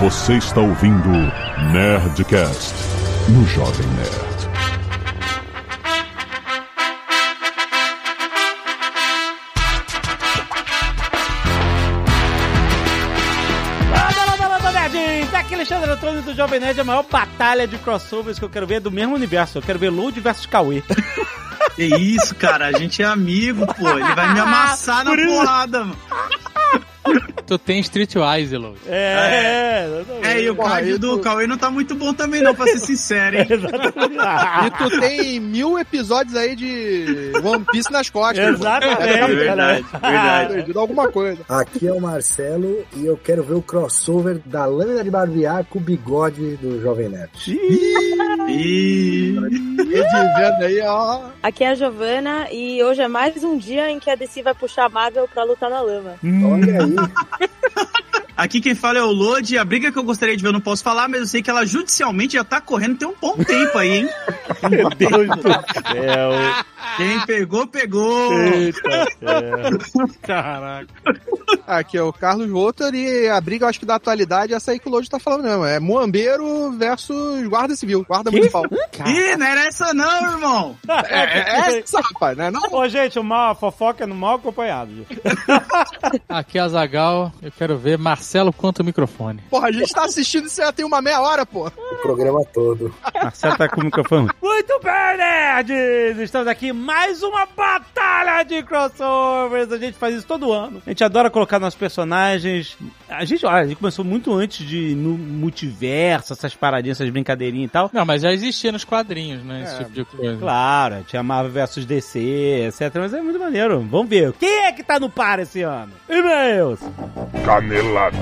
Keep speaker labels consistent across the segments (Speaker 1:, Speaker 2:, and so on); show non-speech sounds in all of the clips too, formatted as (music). Speaker 1: Você está ouvindo Nerdcast no Jovem Nerd.
Speaker 2: Landa, landa, landa, nerdinhos! Aqui é Alexandre Antônio do Jovem Nerd, a maior batalha de crossovers que eu quero ver é do mesmo universo. Eu quero ver Load versus Cauê.
Speaker 3: Que isso, cara, a gente é amigo, pô. Ele vai me amassar na porrada, mano.
Speaker 4: Tu tem Streetwise, Load.
Speaker 2: É, exatamente.
Speaker 3: É, e o
Speaker 5: Porra,
Speaker 3: Caio
Speaker 5: eu
Speaker 3: do
Speaker 5: tô-
Speaker 3: Cauê não tá muito bom também, não, pra ser sincero,
Speaker 5: (laughs)
Speaker 3: hein?
Speaker 5: E tu tem mil episódios aí de One Piece nas costas.
Speaker 2: Exatamente,
Speaker 5: mano.
Speaker 3: verdade,
Speaker 5: Tá
Speaker 3: verdade.
Speaker 5: perdido alguma coisa.
Speaker 6: Aqui é o Marcelo e eu quero ver o crossover da lâmina de barbear com o bigode do Jovem Nerd.
Speaker 3: Ih,
Speaker 5: E dizendo aí, ó.
Speaker 7: Aqui é a Giovana e hoje é mais um dia em que a DC vai puxar a Marvel pra lutar na lama.
Speaker 6: Olha aí,
Speaker 3: (laughs) Aqui quem fala é o Lodi. A briga que eu gostaria de ver eu não posso falar, mas eu sei que ela judicialmente já tá correndo tem um bom tempo aí, hein?
Speaker 2: Meu Deus do céu.
Speaker 3: Quem pegou, pegou.
Speaker 2: Eita, céu. Caraca.
Speaker 5: Aqui é o Carlos Rotter e a briga, eu acho que da atualidade é essa aí que o Lodi tá falando, não. É Moambeiro versus Guarda Civil, Guarda Municipal.
Speaker 3: Ih, não era essa não, irmão.
Speaker 5: É, é essa, rapaz, né? Não,
Speaker 2: Ô, gente, o mal, a fofoca é no mal acompanhado. gente.
Speaker 4: Aqui é a Zagal, eu quero ver Marcelo contra o microfone.
Speaker 5: porra, a gente tá assistindo isso já tem uma meia hora, pô.
Speaker 6: o programa todo.
Speaker 2: Marcelo tá com o microfone. Muito bem, nerds! Estamos aqui em mais uma batalha de crossovers. A gente faz isso todo ano. A gente adora colocar nossos personagens. A gente, olha, a gente começou muito antes de no multiverso, essas paradinhas, essas brincadeirinhas e tal.
Speaker 4: Não, mas já existia nos quadrinhos, né? Esse
Speaker 5: É,
Speaker 4: tipo de coisa.
Speaker 2: Claro, tinha Marvel vs DC, etc. Mas é muito maneiro. Vamos ver. Quem é que tá no par esse ano? E-mails!
Speaker 1: Canelada.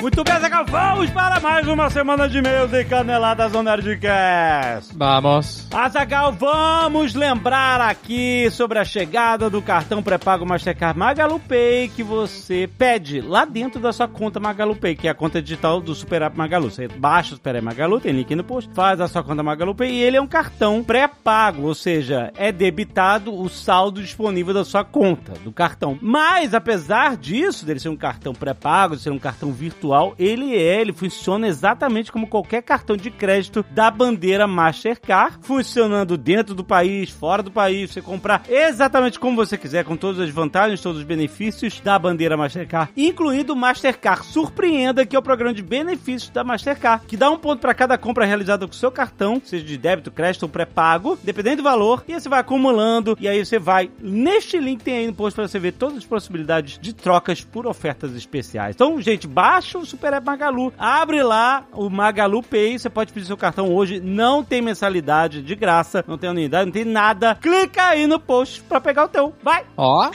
Speaker 2: Muito bem, Zagal, vamos para mais uma semana de e-mails e caneladas do Nerdcast.
Speaker 4: Vamos.
Speaker 2: Azagal, vamos lembrar aqui sobre a chegada do cartão pré-pago Mastercard Magalu Pay que você pede lá dentro da sua conta Magalu Pay, que é a conta digital do Super App Magalu. Você baixa o Super App Magalu, tem link no post, faz a sua conta Magalu Pay e ele é um cartão pré-pago, ou seja, é debitado o saldo disponível da sua conta, do cartão. Mas, apesar disso, dele ser um cartão pré-pago, de ser um cartão virtual, ele é, ele funciona exatamente como qualquer cartão de crédito da bandeira Mastercard, funcionando dentro do país, fora do país, você comprar exatamente como você quiser, com todas as vantagens, todos os benefícios da bandeira Mastercard, incluindo o Mastercard Surpreenda, que é o programa de benefícios da Mastercard, que dá um ponto para cada compra realizada com o seu cartão, seja de débito, crédito ou pré-pago, dependendo do valor, e aí você vai acumulando, e aí você vai neste link tem aí no post para você ver todas as possibilidades de trocas por ofertas especiais. Então, gente, baixa o Super App Magalu, abre lá o Magalu Pay, você pode pedir seu cartão hoje, não tem mensalidade de graça, não tem anuidade, não tem nada. Clica aí no post para pegar o teu. Vai!
Speaker 4: Ó,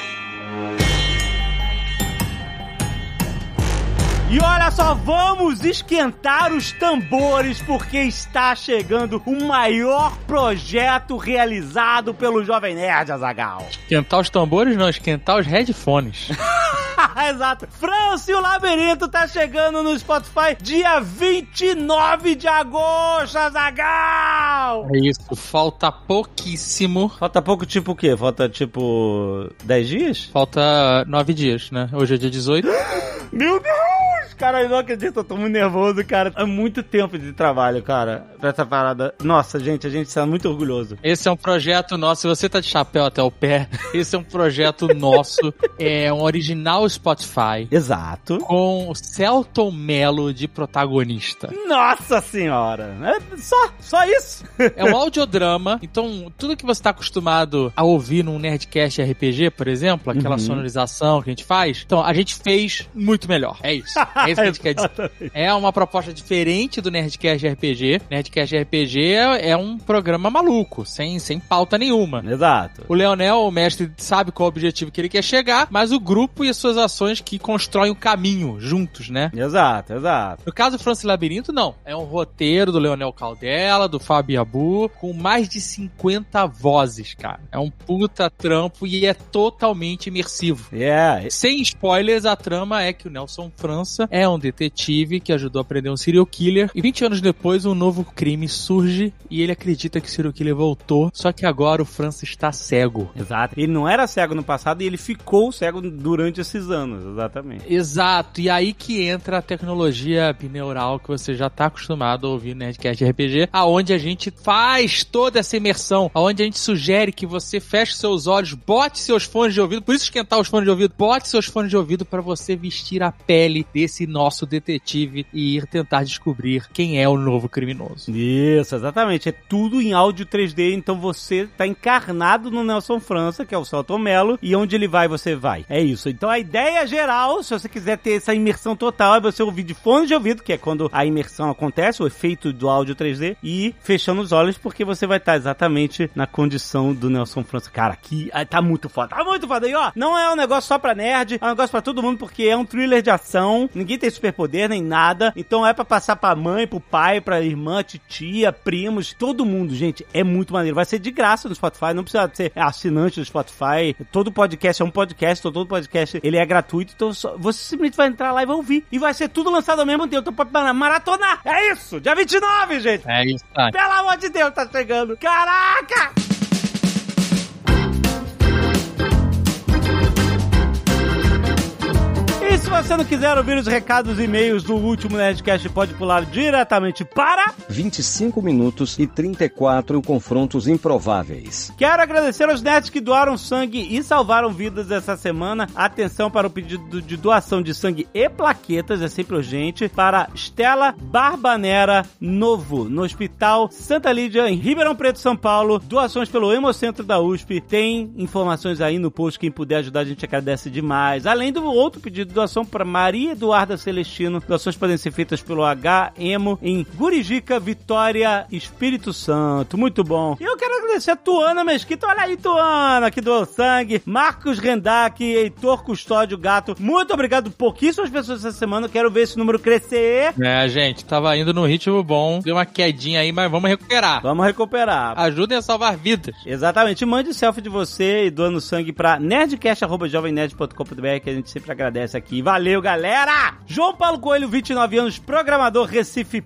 Speaker 2: E olha só, vamos esquentar os tambores porque está chegando o maior projeto realizado pelo Jovem Nerd Azagal. (laughs)
Speaker 4: esquentar os tambores não, esquentar os headphones.
Speaker 2: Exato. França e o Labirinto tá chegando no Spotify dia 29 de agosto, Azagal!
Speaker 4: É isso, falta pouquíssimo.
Speaker 2: Falta pouco, tipo o quê? Falta tipo 10 dias?
Speaker 4: Falta nove dias, né? Hoje é dia 18.
Speaker 2: Meu Deus! Cara, eu não acredito, eu tô muito nervoso, cara. É muito tempo de trabalho, cara, pra essa parada. Nossa, gente, a gente tá muito orgulhoso.
Speaker 4: Esse é um projeto nosso. Se você tá de chapéu até o pé, (laughs) esse é um projeto nosso. É um original Spotify.
Speaker 2: Exato.
Speaker 4: Com o Celton Mello de protagonista.
Speaker 2: Nossa senhora! É só, só isso?
Speaker 4: É um audiodrama, então tudo que você tá acostumado a ouvir num Nerdcast RPG, por exemplo, aquela
Speaker 2: Uhum.
Speaker 4: sonorização que a gente faz, então a gente fez muito melhor. É isso. É isso que a gente quer dizer. É uma proposta diferente do Nerdcast RPG. Nerdcast RPG é é um programa maluco, sem, sem pauta nenhuma.
Speaker 2: Exato.
Speaker 4: O Leonel, o mestre, sabe qual é o objetivo que ele quer chegar, mas o grupo e as suas ações que constroem o caminho juntos, né?
Speaker 2: Exato, exato.
Speaker 4: No caso do Francis Labirinto, não. É um roteiro do Leonel Caldela, do Fábio Abu, com mais de 50 vozes, cara. É um puta trampo e é totalmente imersivo.
Speaker 2: Yeah.
Speaker 4: Sem spoilers, a trama é que o Nelson França é um detetive que ajudou a prender um serial killer. E 20 anos depois, um novo crime surge e ele acredita que o serial killer voltou. Só que agora o Francis está cego.
Speaker 2: Exato. Ele não era cego no passado e ele ficou cego durante esses anos, exatamente.
Speaker 4: Exato, e aí que entra a tecnologia bineural que você já tá acostumado a ouvir no Nerdcast RPG, aonde a gente faz toda essa imersão, aonde a gente sugere que você feche seus olhos, bote seus fones de ouvido, por isso esquentar os fones de ouvido, bote seus fones de ouvido para você vestir a pele desse nosso detetive e ir tentar descobrir quem é o novo criminoso.
Speaker 2: Isso, exatamente. É tudo em áudio 3D, então você tá encarnado no Nelson França, que é o Celton Mello, e onde ele vai, você vai. É isso. Então a ideia geral, se você quiser ter essa imersão total, é você ouvir de fone de ouvido, que é quando a imersão acontece, o efeito do áudio 3D, e fechando os olhos, porque você vai estar exatamente na condição do Nelson França. Cara, aqui ah, tá muito foda, tá muito foda. E ó, não é um negócio só pra nerd, é um negócio pra todo mundo, porque é um thriller de ação, ninguém tem superpoder nem nada, então é pra passar pra mãe, pro pai, pra irmã, titia, primos, todo mundo, gente. É muito maneiro. Vai ser de graça no Spotify, não precisa ser assinante do Spotify. Todo podcast é um podcast, todo podcast ele é gratuito, então só- você simplesmente vai entrar lá e vai ouvir. E vai ser tudo lançado ao mesmo tempo, então pode mara- maratonar. É isso! Dia 29, gente!
Speaker 4: É isso aí.
Speaker 2: Pelo amor de Deus, tá chegando! Caraca! E se você não quiser ouvir os recados e e-mails do último Nerdcast, pode pular diretamente para
Speaker 8: 25 minutos e 34 confrontos improváveis.
Speaker 2: Quero agradecer aos nerds que doaram sangue e salvaram vidas essa semana. Atenção para o pedido de doação de sangue e plaquetas, é sempre urgente, para Stella Barbanera Novo, no Hospital Santa Lídia, em Ribeirão Preto, São Paulo. Doações pelo Hemocentro da USP. Tem informações aí no post. Quem puder ajudar, a gente agradece demais. Além do outro pedido de doação para Maria Eduarda Celestino. Doações podem ser feitas pelo HEMO em Gurijica, Vitória, Espírito Santo. Muito bom. E eu quero agradecer a Tuana Mesquita. Olha aí, Tuana, que doou sangue. Marcos Rendac, Heitor Custódio Gato. Muito obrigado. Pouquíssimas pessoas essa semana. Eu Quero ver esse número crescer.
Speaker 4: É, gente, tava indo num ritmo bom, deu uma quedinha aí, mas vamos recuperar.
Speaker 2: Vamos recuperar.
Speaker 4: Ajudem a salvar vidas.
Speaker 2: Exatamente. Mande selfie de você e doando sangue pra nerdcast.jovemnerd.com.br que a gente sempre agradece aqui. Valeu, galera! João Paulo Coelho, 29 anos, programador Recife,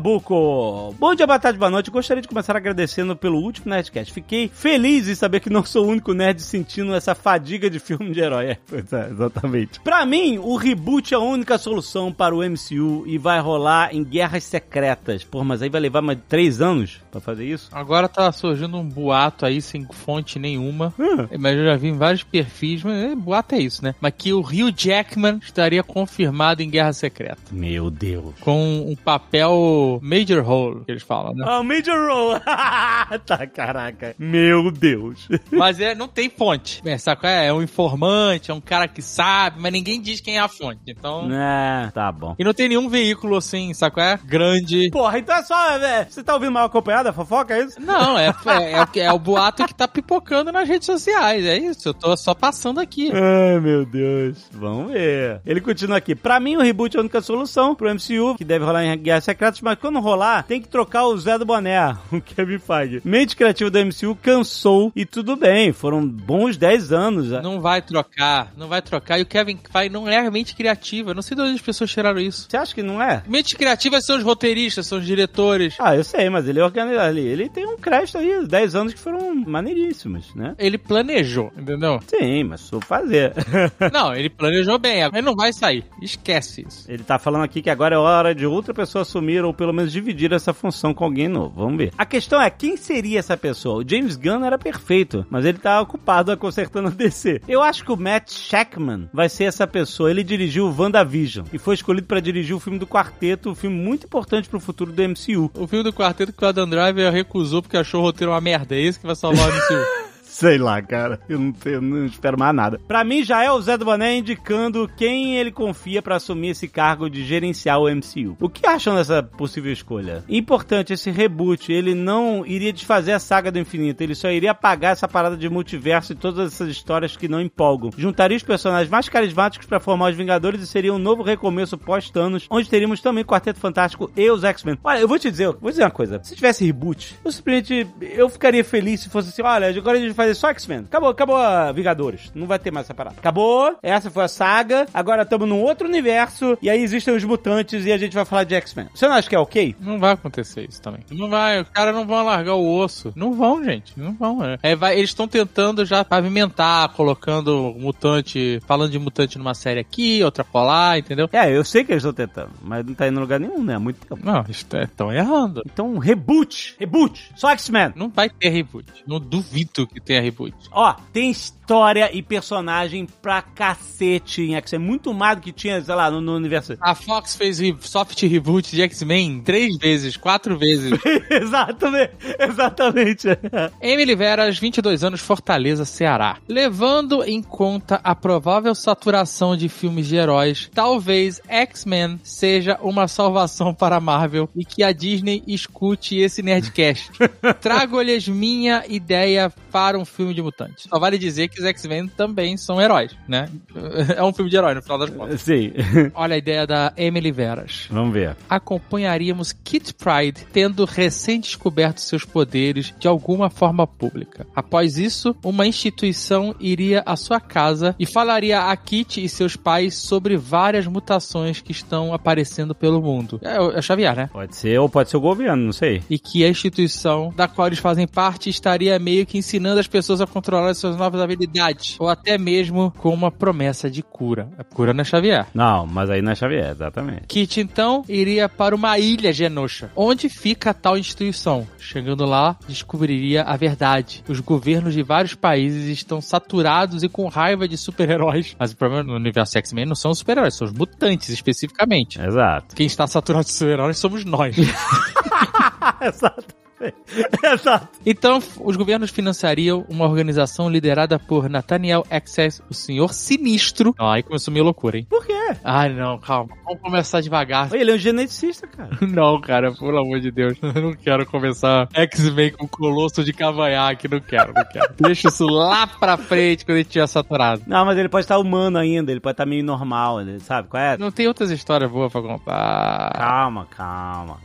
Speaker 2: Pernambuco. Bom dia, boa tarde, boa noite. Gostaria de começar agradecendo pelo último Nerdcast. Fiquei feliz em saber que não sou o único nerd sentindo essa fadiga de filme de herói. É, pois é, exatamente. Pra mim, o reboot é a única solução para o MCU e vai rolar em guerras secretas. Pô, mas aí vai levar mais três anos pra fazer isso?
Speaker 4: Agora tá surgindo um boato aí sem fonte nenhuma. É,
Speaker 2: Hum.
Speaker 4: Mas eu já vi em vários perfis, mas é, boato é isso, né? Mas que o Hugh Jackman estaria confirmado em Guerra Secreta.
Speaker 2: Meu Deus.
Speaker 4: Com um papel major role, que eles
Speaker 2: (laughs)
Speaker 4: falam, né?
Speaker 2: Ah, o Major Roll. tá, caraca. Meu Deus.
Speaker 4: Mas é, não tem fonte. É, saca? É, é um informante, é um cara que sabe, mas ninguém diz quem é a fonte. Então.
Speaker 2: É, tá bom.
Speaker 4: E não tem nenhum veículo assim, saco? É grande.
Speaker 2: Porra, então é só... é, você tá ouvindo mal acompanhada, a fofoca, é isso?
Speaker 4: Não, é, é, é o que- é o boato que tá pipocando nas redes sociais. É isso, eu tô só passando aqui.
Speaker 2: Ai, meu Deus. Vamos ver. Ele continua aqui. Pra mim, o reboot é a única solução pro MCU, que deve rolar em Guerras Secretas, mas quando rolar, tem que trocar o Zé do Boné, (laughs) o Kevin Feige. Mente criativa do MCU cansou e tudo bem. Foram bons 10 anos.
Speaker 4: Não vai trocar, não vai trocar. E o Kevin Feige não é mente criativa. Eu não sei de onde as pessoas tiraram isso.
Speaker 2: Você acha que não é?
Speaker 4: Mente criativa são os roteiristas, são os diretores.
Speaker 2: Ah, eu sei, mas ele organiza ali. Ele tem um crédito aí, 10 anos que foram maneiríssimos, né?
Speaker 4: Ele planejou, entendeu?
Speaker 2: Sim, mas sou fazer.
Speaker 4: Não, ele planejou bem, é, mas não vai sair. Esquece isso.
Speaker 2: Ele tá falando aqui que agora é hora de outra pessoa assumir ou pelo menos dividir essa função com alguém novo. Vamos ver. A questão é quem seria essa pessoa? O James Gunn era perfeito, mas ele tá ocupado (laughs) consertando a DC. Eu acho que o Matt Shackman vai ser essa pessoa. Ele dirigiu o WandaVision e foi escolhido pra dirigir o filme do Quarteto, um filme muito importante pro futuro do MCU.
Speaker 4: O filme do quarteto que o Adam Driver recusou porque achou o roteiro uma merda. É isso que vai salvar o MCU.
Speaker 2: (laughs) Sei lá, cara. Eu não, tenho- não espero mais nada. Pra mim, já é o Zé do Boné indicando quem ele confia pra assumir esse cargo de gerenciar o MCU. O que acham dessa possível escolha? Importante, esse reboot, ele não iria desfazer a saga do infinito. Ele só iria apagar essa parada de multiverso e todas essas histórias que não empolgam. Juntaria os personagens mais carismáticos pra formar os Vingadores e seria um novo recomeço pós-Thanos, onde teríamos também o Quarteto Fantástico e os X-Men. Olha, eu vou te dizer, vou dizer uma coisa. Se tivesse reboot, eu simplesmente, eu ficaria feliz se fosse assim, olha, agora a gente vai fazer só X-Men. Acabou, acabou a Vingadores. Não vai ter mais essa parada. Acabou, essa foi a saga. Agora estamos num outro universo. E aí existem os mutantes e a gente vai falar de X-Men. Você não acha que é ok?
Speaker 4: Não vai acontecer isso também. Não vai, os caras não vão largar o osso. Não vão, gente. Não vão. é. É, vai- eles estão tentando já pavimentar, colocando mutante, falando de mutante numa série aqui, outra colar, entendeu?
Speaker 2: É, eu sei que eles estão tentando, mas não tá indo em lugar nenhum, né? Há muito tempo.
Speaker 4: Não, é estão errando.
Speaker 2: Então, reboot. Reboot. Só X-Men.
Speaker 4: Não vai ter reboot. Não duvido que tenha reboot.
Speaker 2: Ó, tem história e personagem pra cacete em X-Men. Muito mais do que tinha, sei lá, no, no universo. (laughs)
Speaker 4: A Fox fez re- soft reboot de X-Men três vezes, quatro vezes.
Speaker 2: exatamente. Exatamente.
Speaker 4: Emily Veras, 22 anos, Fortaleza, Ceará. Levando em conta a provável saturação de filmes de heróis, talvez X-Men seja uma salvação para a Marvel e que a Disney escute esse Nerdcast. Trago-lhes minha ideia para um filme de mutantes. Só vale dizer que os X-Men também são heróis, né? (laughs) É um filme de herói, no final das contas.
Speaker 2: Sim.
Speaker 4: Olha a ideia da Emily Veras
Speaker 2: Vamos ver.
Speaker 4: acompanharíamos Kit Pride tendo recém-descoberto seus poderes de alguma forma pública. Após isso, uma instituição iria à sua casa e falaria a Kit e seus pais sobre várias mutações que estão aparecendo pelo mundo. É, o- é o Xavier, né?
Speaker 2: Pode ser ou pode ser o governo, não sei.
Speaker 4: E que a instituição da qual eles fazem parte estaria meio que ensinando as pessoas a controlar suas novas habilidades, ou até mesmo com uma promessa de cura. A cura não é Xavier.
Speaker 2: Não, mas aí não é Xavier, exatamente.
Speaker 4: Kit então iria para uma ilha genosha, onde fica a tal instituição. Chegando lá, descobriria a verdade. Os governos de vários países estão saturados e com raiva de super-heróis. Mas o problema no universo X-Men não são os super-heróis, são os mutantes especificamente.
Speaker 2: Exato.
Speaker 4: Quem está saturado de super-heróis somos (laughs) nós.
Speaker 2: Exato. Exato.
Speaker 4: Então, f- os governos financiariam uma organização liderada por Nathaniel Access, o Senhor Sinistro. Ah, aí começou minha loucura, hein?
Speaker 2: Por quê?
Speaker 4: Ai, não, calma. Vamos começar devagar.
Speaker 2: Ele é um geneticista, cara.
Speaker 4: (laughs) Não, cara, pelo amor de Deus. (laughs) Eu não quero começar X-Men com Colosso de Cavanhaque. Não quero, não quero. (laughs) Deixa isso lá pra frente quando a gente tiver saturado.
Speaker 2: Não, mas ele pode estar humano ainda, ele pode estar meio normal, ele- sabe qual é?
Speaker 4: Não tem outras histórias boas pra contar.
Speaker 2: Calma, calma.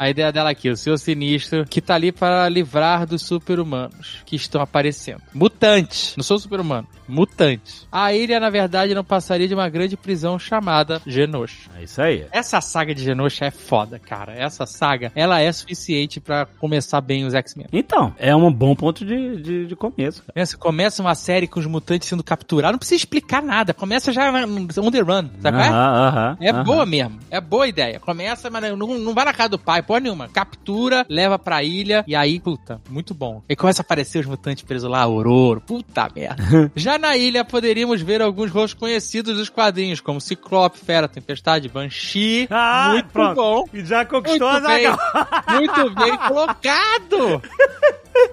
Speaker 4: A ideia dela aqui, o Senhor Sinistro, que tá ali para livrar dos super-humanos que estão aparecendo. Mutantes. Não sou super-humano. Mutantes. A ilha, na verdade, não passaria de uma grande prisão chamada Genosha.
Speaker 2: É isso aí.
Speaker 4: Essa saga de Genosha é foda, cara. Essa saga, ela é suficiente pra começar bem os X-Men.
Speaker 2: Então, é um bom ponto de, de, de começo, cara.
Speaker 4: Né, Você começa uma série com os mutantes sendo capturados, não precisa explicar nada. Começa já na- on the run, sabe? qual é?
Speaker 2: Aham, aham,
Speaker 4: É
Speaker 2: aham.
Speaker 4: boa mesmo, é boa ideia. Começa, mas não, não vai na casa do pai, porra nenhuma. Captura, leva pra ilha, e aí, puta, muito bom. E começa a aparecer os mutantes presos lá, Ororo, puta
Speaker 2: (laughs)
Speaker 4: merda. Já na ilha poderíamos ver alguns rostos conhecidos dos quadrinhos, como Ciclope, Fera, Tempestade, Banshee.
Speaker 2: Ah,
Speaker 4: muito
Speaker 2: pronto.
Speaker 4: bom.
Speaker 2: E já
Speaker 4: Muito
Speaker 2: conquistou a
Speaker 4: bem,
Speaker 2: zaga.
Speaker 4: muito bem colocado!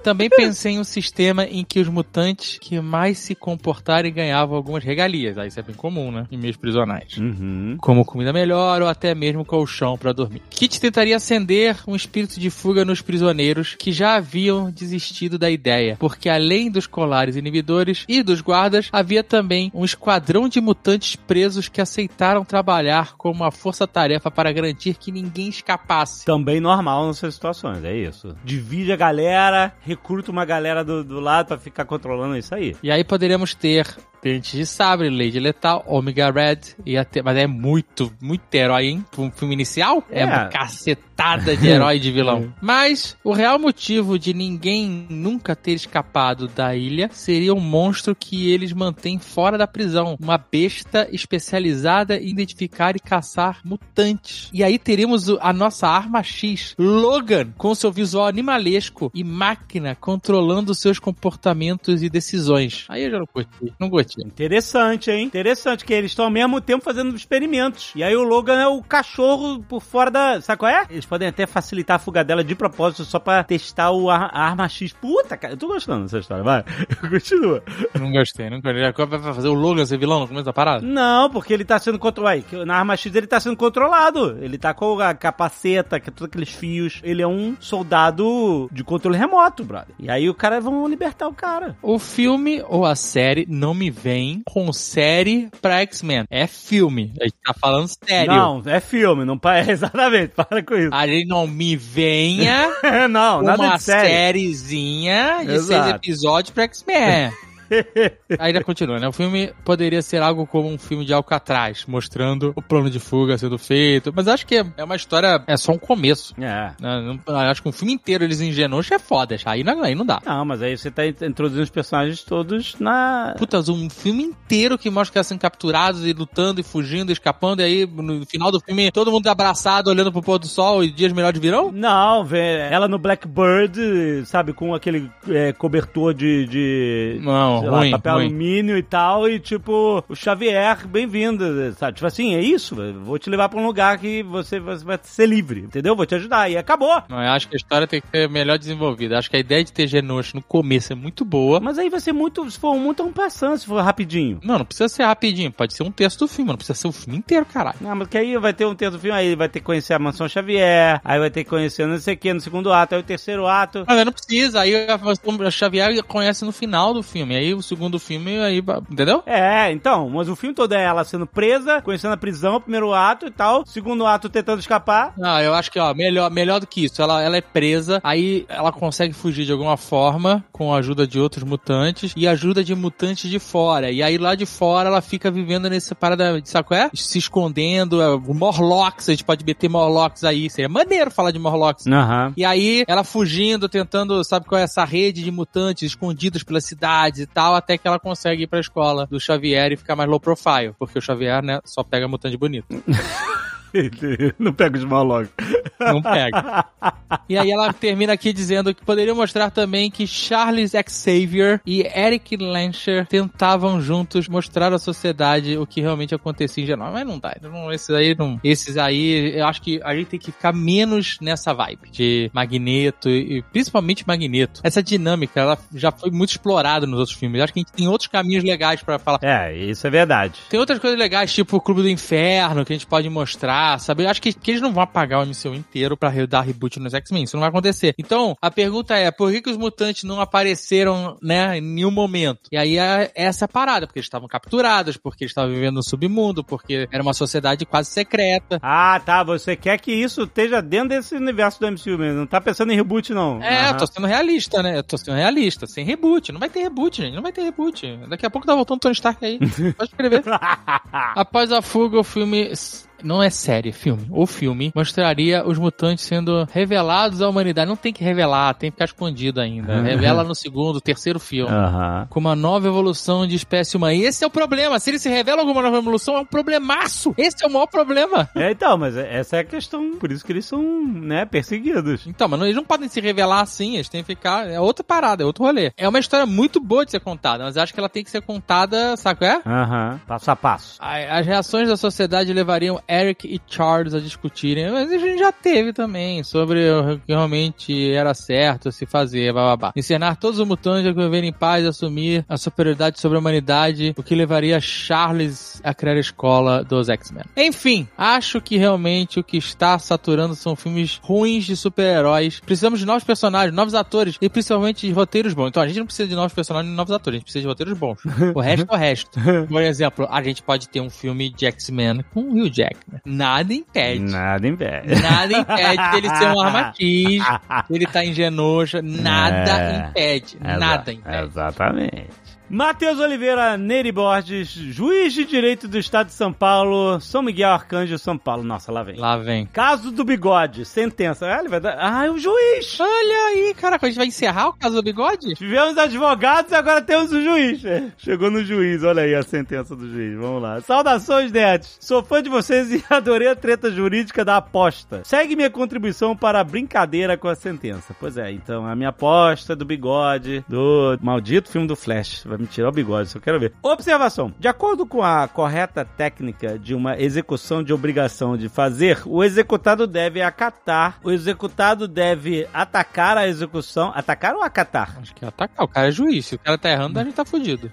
Speaker 4: Também pensei em um sistema em que os mutantes que mais se comportarem ganhavam algumas regalias. Aí isso é bem comum, né? Em meios prisionais.
Speaker 2: Uhum.
Speaker 4: Como comida melhor ou até mesmo colchão pra dormir. Kit tentaria acender um espírito de fuga nos prisioneiros que já haviam desistido da ideia, porque além dos colares inibidores e dos guardas, havia também um esquadrão de mutantes presos que aceitaram trabalhar como uma força-tarefa para garantir que ninguém escapasse.
Speaker 2: Também normal nessas situações, é isso. Divide a galera, recruta uma galera do, do lado pra ficar controlando isso aí.
Speaker 4: E aí poderíamos ter Dentes de Sabre, Lady Letal, Omega Red e até. Mas é muito, muito herói, hein? Pra um filme inicial? É,
Speaker 2: É.
Speaker 4: uma cacetada de herói e de vilão. (laughs) Mas o real motivo de ninguém nunca ter escapado da ilha seria um monstro que eles mantêm fora da prisão. Uma besta especializada em identificar e caçar mutantes. E aí teremos o- a nossa arma X, Logan, com seu visual animalesco e máquina controlando seus comportamentos e decisões. Aí eu já não curti. Não curti.
Speaker 2: Interessante, hein? Interessante, que eles estão ao mesmo tempo fazendo experimentos. E aí o Logan é o cachorro por fora da. Sabe qual é? Eles podem até facilitar a fuga dela de propósito só pra testar o ar- a arma X. Puta, cara, eu tô gostando dessa história, vai. (laughs) Continua.
Speaker 4: Não gostei, não gostei. Agora Vai fazer o Logan ser vilão no começo da parada?
Speaker 2: Não, porque ele tá sendo controlado. Aí, que Na arma X ele tá sendo controlado. Ele tá com a capaceta, que é todos aqueles fios. Ele é um soldado de controle remoto, brother. E aí o cara vão libertar o cara.
Speaker 4: O filme ou a série não me vem com série pra X-Men. É filme. A gente tá falando sério.
Speaker 2: Não, é filme, não pa- (laughs) é exatamente, para com isso. (laughs)
Speaker 4: Aí não me venha
Speaker 2: não, nada
Speaker 4: uma
Speaker 2: de sério.
Speaker 4: sériezinha de
Speaker 2: Exato.
Speaker 4: seis episódios
Speaker 2: (laughs)
Speaker 4: pra X-Men. Ainda continua, né? O filme poderia ser algo como um filme de Alcatraz, mostrando o plano de fuga sendo feito. Mas acho que é é uma história, é só um começo.
Speaker 2: É.
Speaker 4: né? Não- acho que um filme inteiro eles engenham, isso é foda. já. Aí não, aí não dá.
Speaker 2: Não, mas aí você tá in- introduzindo os personagens todos na.
Speaker 4: Putas, um filme inteiro que mostra que elas sendo capturados e lutando e fugindo, e escapando, e aí no final do filme todo mundo abraçado, olhando pro pôr do sol e dias melhores virão?
Speaker 2: Não, vê, ela no Blackbird, sabe, com aquele é, cobertor de, de
Speaker 4: Não,
Speaker 2: sei lá,
Speaker 4: ruim,
Speaker 2: papel
Speaker 4: ruim.
Speaker 2: alumínio e tal, e tipo, o Xavier, bem-vindo, sabe? Tipo assim, é isso, vou te levar pra um lugar que você, você vai ser livre, entendeu? Vou te ajudar, e acabou.
Speaker 4: Não, eu acho que a história tem que ser melhor desenvolvida. Acho que a ideia de ter Genosha no começo é muito boa.
Speaker 2: Mas aí vai ser muito, se for muito, é um passando, se for rapidinho.
Speaker 4: Não, não precisa ser rapidinho, pode ser um terço do filme, não precisa ser o filme inteiro, caralho.
Speaker 2: Não, mas que aí vai ter um terço do filme, aí vai ter que conhecer a Mansão Xavier, aí vai ter que conhecer não sei o que no segundo ato, aí o terceiro ato.
Speaker 4: Mas não precisa, aí a a Xavier conhece no final do filme, aí o segundo filme, aí, entendeu?
Speaker 2: É, então, mas o filme todo é ela sendo presa, conhecendo a prisão, primeiro ato e tal, segundo ato tentando escapar.
Speaker 4: Não, Ah, eu acho que, ó, melhor, melhor do que isso. Ela, ela é presa, aí ela consegue fugir de alguma forma com a ajuda de outros mutantes e ajuda de mutantes de fora. E aí lá de fora ela fica vivendo nessa parada, de- sabe qual é? Se escondendo, é, o Morlocks, a gente pode meter Morlocks aí. Seria maneiro falar de Morlocks. né?
Speaker 2: Aham.
Speaker 4: E aí, ela fugindo, tentando, sabe qual é essa rede de mutantes escondidos pelas cidades e tal, até que ela consegue ir pra escola do Xavier e ficar mais low profile. Porque o Xavier, né, só pega mutante bonito.
Speaker 2: Não pega os malocos.
Speaker 4: Não pega. e aí ela termina aqui dizendo que poderia mostrar também que Charles Xavier e Eric Lancher tentavam juntos mostrar à sociedade o que realmente acontecia em Genova. Mas não dá. Não, esses aí não. Esses aí, eu acho que a gente tem que ficar menos nessa vibe de Magneto e e principalmente Magneto. Essa dinâmica, ela já foi muito explorada nos outros filmes. Eu acho que a gente tem outros caminhos legais pra falar.
Speaker 2: É, isso é verdade.
Speaker 4: Tem outras coisas legais, tipo o Clube do Inferno, que a gente pode mostrar, sabe? Eu acho que, que eles não vão apagar o MCU inteiro pra re- dar reboot nos X-Men, isso não vai acontecer. Então, a pergunta é, por que, que os mutantes não apareceram, né, em nenhum momento? E aí é essa parada, porque eles estavam capturados, porque eles estavam vivendo no submundo, porque era uma sociedade quase secreta.
Speaker 2: Ah, tá, você quer que isso esteja dentro desse universo do MCU mesmo, não tá pensando em reboot não.
Speaker 4: É, eu
Speaker 2: Aham.
Speaker 4: tô sendo realista, né? Eu tô sendo realista, sem reboot. Não vai ter reboot, gente. Não vai ter reboot. Daqui a pouco tá voltando o Tony Stark aí. Pode escrever. Após a fuga, o filme. Não é série, é filme. O filme mostraria os mutantes sendo revelados à humanidade. Não tem que revelar, tem que ficar escondido ainda. Revela no segundo, terceiro filme.
Speaker 2: É. Aham.
Speaker 4: Com uma nova evolução de espécie humana. E esse é o problema. Se eles se revelam alguma nova evolução, é um problemaço. Esse é o maior problema.
Speaker 2: É, então, mas essa é a questão, por isso que eles são, né, perseguidos.
Speaker 4: Então, mas não- eles não podem se revelar assim, eles têm que ficar. É outra parada, é outro rolê. É uma história muito boa de ser contada, mas eu acho que ela tem que ser contada, sabe qual é?
Speaker 2: Aham. Passo a passo.
Speaker 4: A- As reações da sociedade levariam Eric e Charles a discutirem, mas a gente já teve também, sobre o que realmente era certo se fazer, bababá. Encenar todos os mutantes a viver em paz e assumir a superioridade sobre a humanidade, o que levaria Charles a criar a escola dos X-Men. Enfim, acho que realmente o que está saturando são filmes ruins de super-heróis. Precisamos de novos personagens, novos atores e principalmente de roteiros bons. Então a gente não precisa de novos personagens e novos atores, a gente precisa de roteiros bons. O resto é o resto. Por exemplo, a gente pode ter um filme de X-Men com o Hugh Jackman. Nada impede.
Speaker 2: Nada impede.
Speaker 4: Nada impede dele ser um armatiz,
Speaker 2: (laughs)
Speaker 4: ele tá em Genosha. Nada
Speaker 2: É.
Speaker 4: impede. Nada impede.
Speaker 2: Exatamente. Matheus Oliveira Neri Borges, juiz de direito do estado de São Paulo, São Miguel Arcanjo, São Paulo. Nossa, lá vem.
Speaker 4: Lá vem.
Speaker 2: Caso do bigode, sentença. Ah, ele vai dar... ah, é o juiz!
Speaker 4: Olha aí, caraca, a gente vai encerrar o caso do bigode?
Speaker 2: Tivemos advogados, agora temos o juiz. É, Chegou no juiz, olha aí a sentença do juiz. Vamos lá. Saudações, nerds. Sou fã de vocês e (laughs) adorei a treta jurídica da aposta. Segue minha contribuição para a brincadeira com a sentença. Pois é, então, a minha aposta do bigode, do maldito filme do Flash. Vai me tirar o bigode, só quero ver. Observação. De acordo com a correta técnica de uma execução de obrigação de fazer, o executado deve acatar, o executado deve atacar a execução. Atacar ou acatar?
Speaker 4: Acho que é atacar, o cara é juiz. Se o cara tá errando, a gente tá fudido.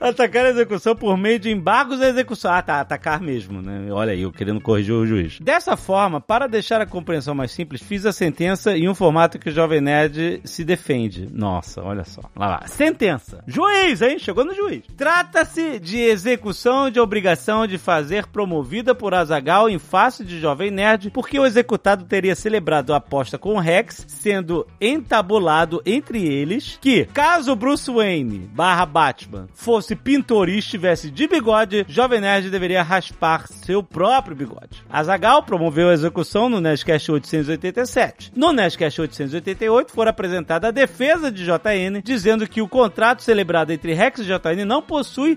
Speaker 2: Atacar a execução por meio de embargos à execução. Ah, tá, atacar mesmo, né? Olha aí, eu querendo corrigir o juiz. Dessa forma, para deixar a compreensão mais simples, fiz a sentença em um formato que o Jovem Nerd se defende. Nossa, olha só. Lá, lá. Sentença. Juiz, hein? Chegou no juiz. Trata-se de execução de obrigação de fazer promovida por Azagal em face de Jovem Nerd, porque o executado teria celebrado a aposta com o Rex, sendo entabulado entre eles que, caso Bruce Wayne barra Batman fosse pintor e estivesse de bigode, Jovem Nerd deveria raspar seu próprio bigode. Azagal promoveu a execução no Nerdcast 887. No Nerdcast 888 foi apresentada a defesa de JN, dizendo que o contrato celebrado entre Rex e JN não possui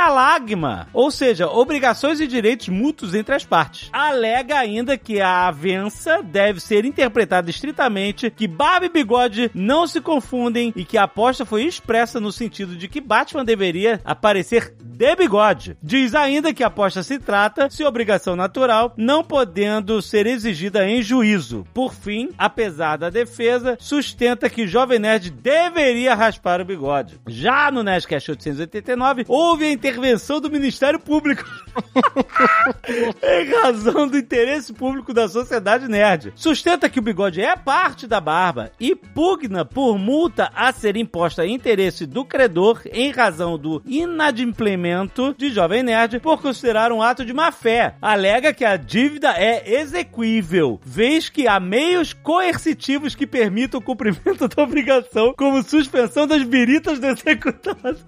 Speaker 2: sinalagma, ou seja, obrigações e direitos mútuos entre as partes. Alega ainda que a avença deve ser interpretada estritamente, que barba e bigode não se confundem e que a aposta foi expressa no sentido de que Batman deveria aparecer de bigode. Diz ainda que a aposta se trata se obrigação natural, não podendo ser exigida em juízo. Por fim, apesar da defesa, sustenta que Jovem Nerd deveria raspar o bigode. Já no Nerdcast 889, houve a intervenção do Ministério Público em razão do interesse público da sociedade nerd. Sustenta que o bigode é parte da barba e pugna por multa a ser imposta em interesse do credor em razão do inadimplemento de Jovem Nerd por considerar um ato de má fé. Alega que a dívida é exequível, vez que há meios coercitivos que permitam o cumprimento (laughs) da obrigação, como suspensão das biritas do executado.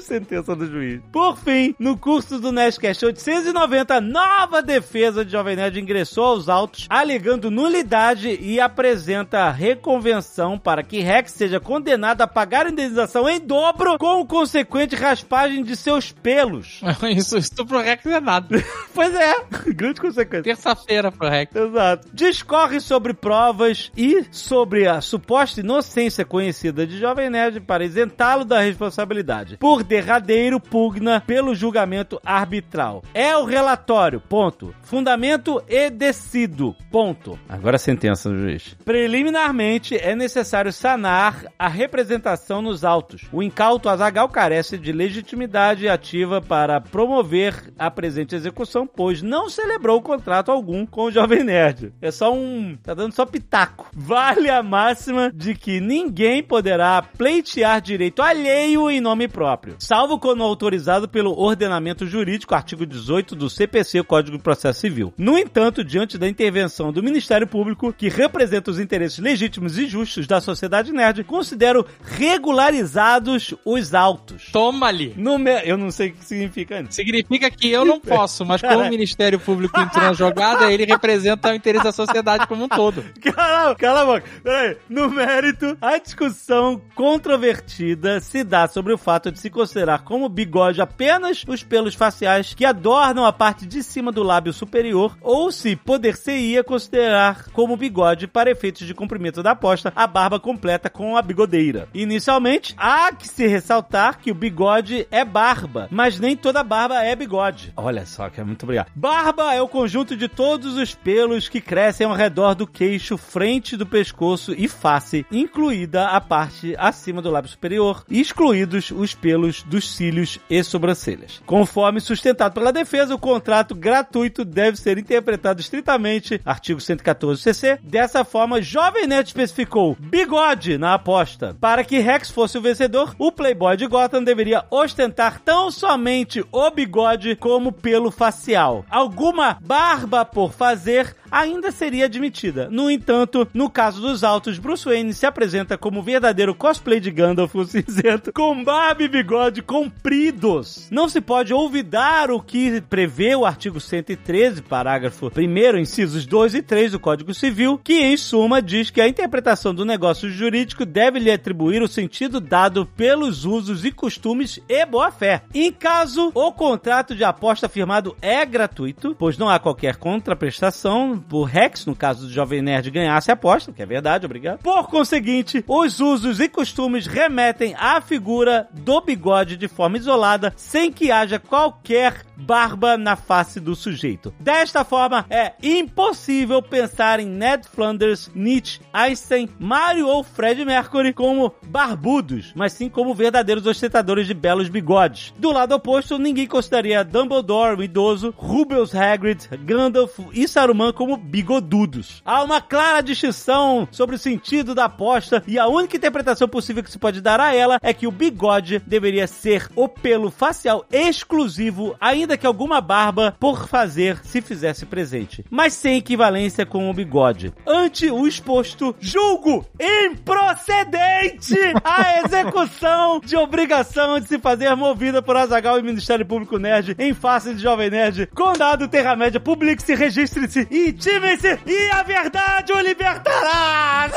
Speaker 2: Sentença do juiz. Por fim, no curso do Nerdcast 890, nova defesa de Jovem Nerd ingressou aos autos, alegando nulidade e apresenta reconvenção para que Rex seja condenado a pagar a indenização em dobro com consequente raspagem de seus pelos.
Speaker 4: (laughs)
Speaker 2: (laughs)
Speaker 4: Isso, isso pro Rex é nada.
Speaker 2: pois é, (laughs) grande consequência.
Speaker 4: Terça-feira pro Rex.
Speaker 2: Exato. Discorre sobre provas e sobre a suposta inocência conhecida de Jovem Nerd para isentá-lo da responsabilidade. Por derradeiro, pugna pelo julgamento arbitral. É o relatório, ponto. Fundamento e decido, ponto. Agora a sentença do juiz. Preliminarmente, é necessário sanar a representação nos autos. O incauto Azagal carece de legitimidade ativa para promover a presente execução, pois não celebrou contrato algum com o Jovem Nerd. É só um. tá dando só pitaco. Vale a máxima de que ninguém poderá pleitear direito alheio em nome próprio, salvo quando autorizado pelo ordenamento jurídico, artigo 18 do CPC, Código de Processo Civil. No entanto, diante da intervenção do Ministério Público, que representa os interesses legítimos e justos da sociedade nerd, considero regularizados os autos.
Speaker 4: Toma ali.
Speaker 2: No me... Eu não sei o que significa antes.
Speaker 4: Significa que eu não posso,
Speaker 2: (laughs)
Speaker 4: mas como o Ministério Público entrou na jogada, ele representa o interesse da sociedade como um todo.
Speaker 2: (laughs) Cala, cala a boca. Peraí. No mérito, a discussão controvertida se dá sobre o fato de se considerar como bigode apenas os pelos faciais que adornam a parte de cima do lábio superior ou se poder-se-ia considerar como bigode para efeitos de comprimento da aposta a barba completa com a bigodeira. Inicialmente, há que se ressaltar que o bigode é barba, mas nem toda barba é bigode. Olha só, que é muito obrigado. Barba é o conjunto de todos os pelos que crescem ao redor do queixo, frente do pescoço e face, incluída a parte acima do lábio superior, excluídos os pelos dos cílios e sobrancelhas. Conforme sustentado pela defesa, o contrato gratuito deve ser interpretado estritamente, artigo 114 CC. Dessa forma, Jovem Nerd especificou bigode na aposta. Para que Rex fosse o vencedor, o Playboy de Gotham deveria ostentar tão somente o bigode como pelo facial. Alguma barba por fazer ainda seria admitida. No entanto, no caso dos autos, Bruce Wayne se apresenta como verdadeiro cosplay de Gandalf o cinzento, com barba e bigode compridos. Não se pode olvidar o que prevê o artigo 113, parágrafo 1 incisos 2 e 3 do Código Civil, que em suma diz que a interpretação do negócio jurídico deve lhe atribuir o sentido dado pelos usos e costumes e boa-fé. Em caso o contrato de aposta firmado é gratuito, pois não há qualquer contraprestação, o Rex, no caso do Jovem Nerd, ganhar ganhasse a aposta, que é verdade, obrigado. Por conseguinte, os usos e costumes remetem à figura do bigode de forma isolada, sem que haja qualquer barba na face do sujeito. Desta forma, é impossível pensar em Ned Flanders, Nietzsche, Einstein, Mario ou Fred Mercury como barbudos, mas sim como verdadeiros ostentadores de belos bigodes. Do lado oposto, ninguém consideraria Dumbledore, o idoso, Rubeus Hagrid, Gandalf e Saruman como bigodudos. Há uma clara distinção sobre o sentido da aposta e a única interpretação possível que se pode dar a ela é que o bigode deveria ser o pelo facial exclusivo, ainda que alguma barba por fazer se fizesse presente, mas sem equivalência com o bigode. Ante o exposto, julgo improcedente a execução de obrigação de se fazer movida por Azagal e Ministério Público Nerd em face de Jovem Nerd, condado Terra Média, publique-se, registre-se, intimem-se e a verdade o libertará!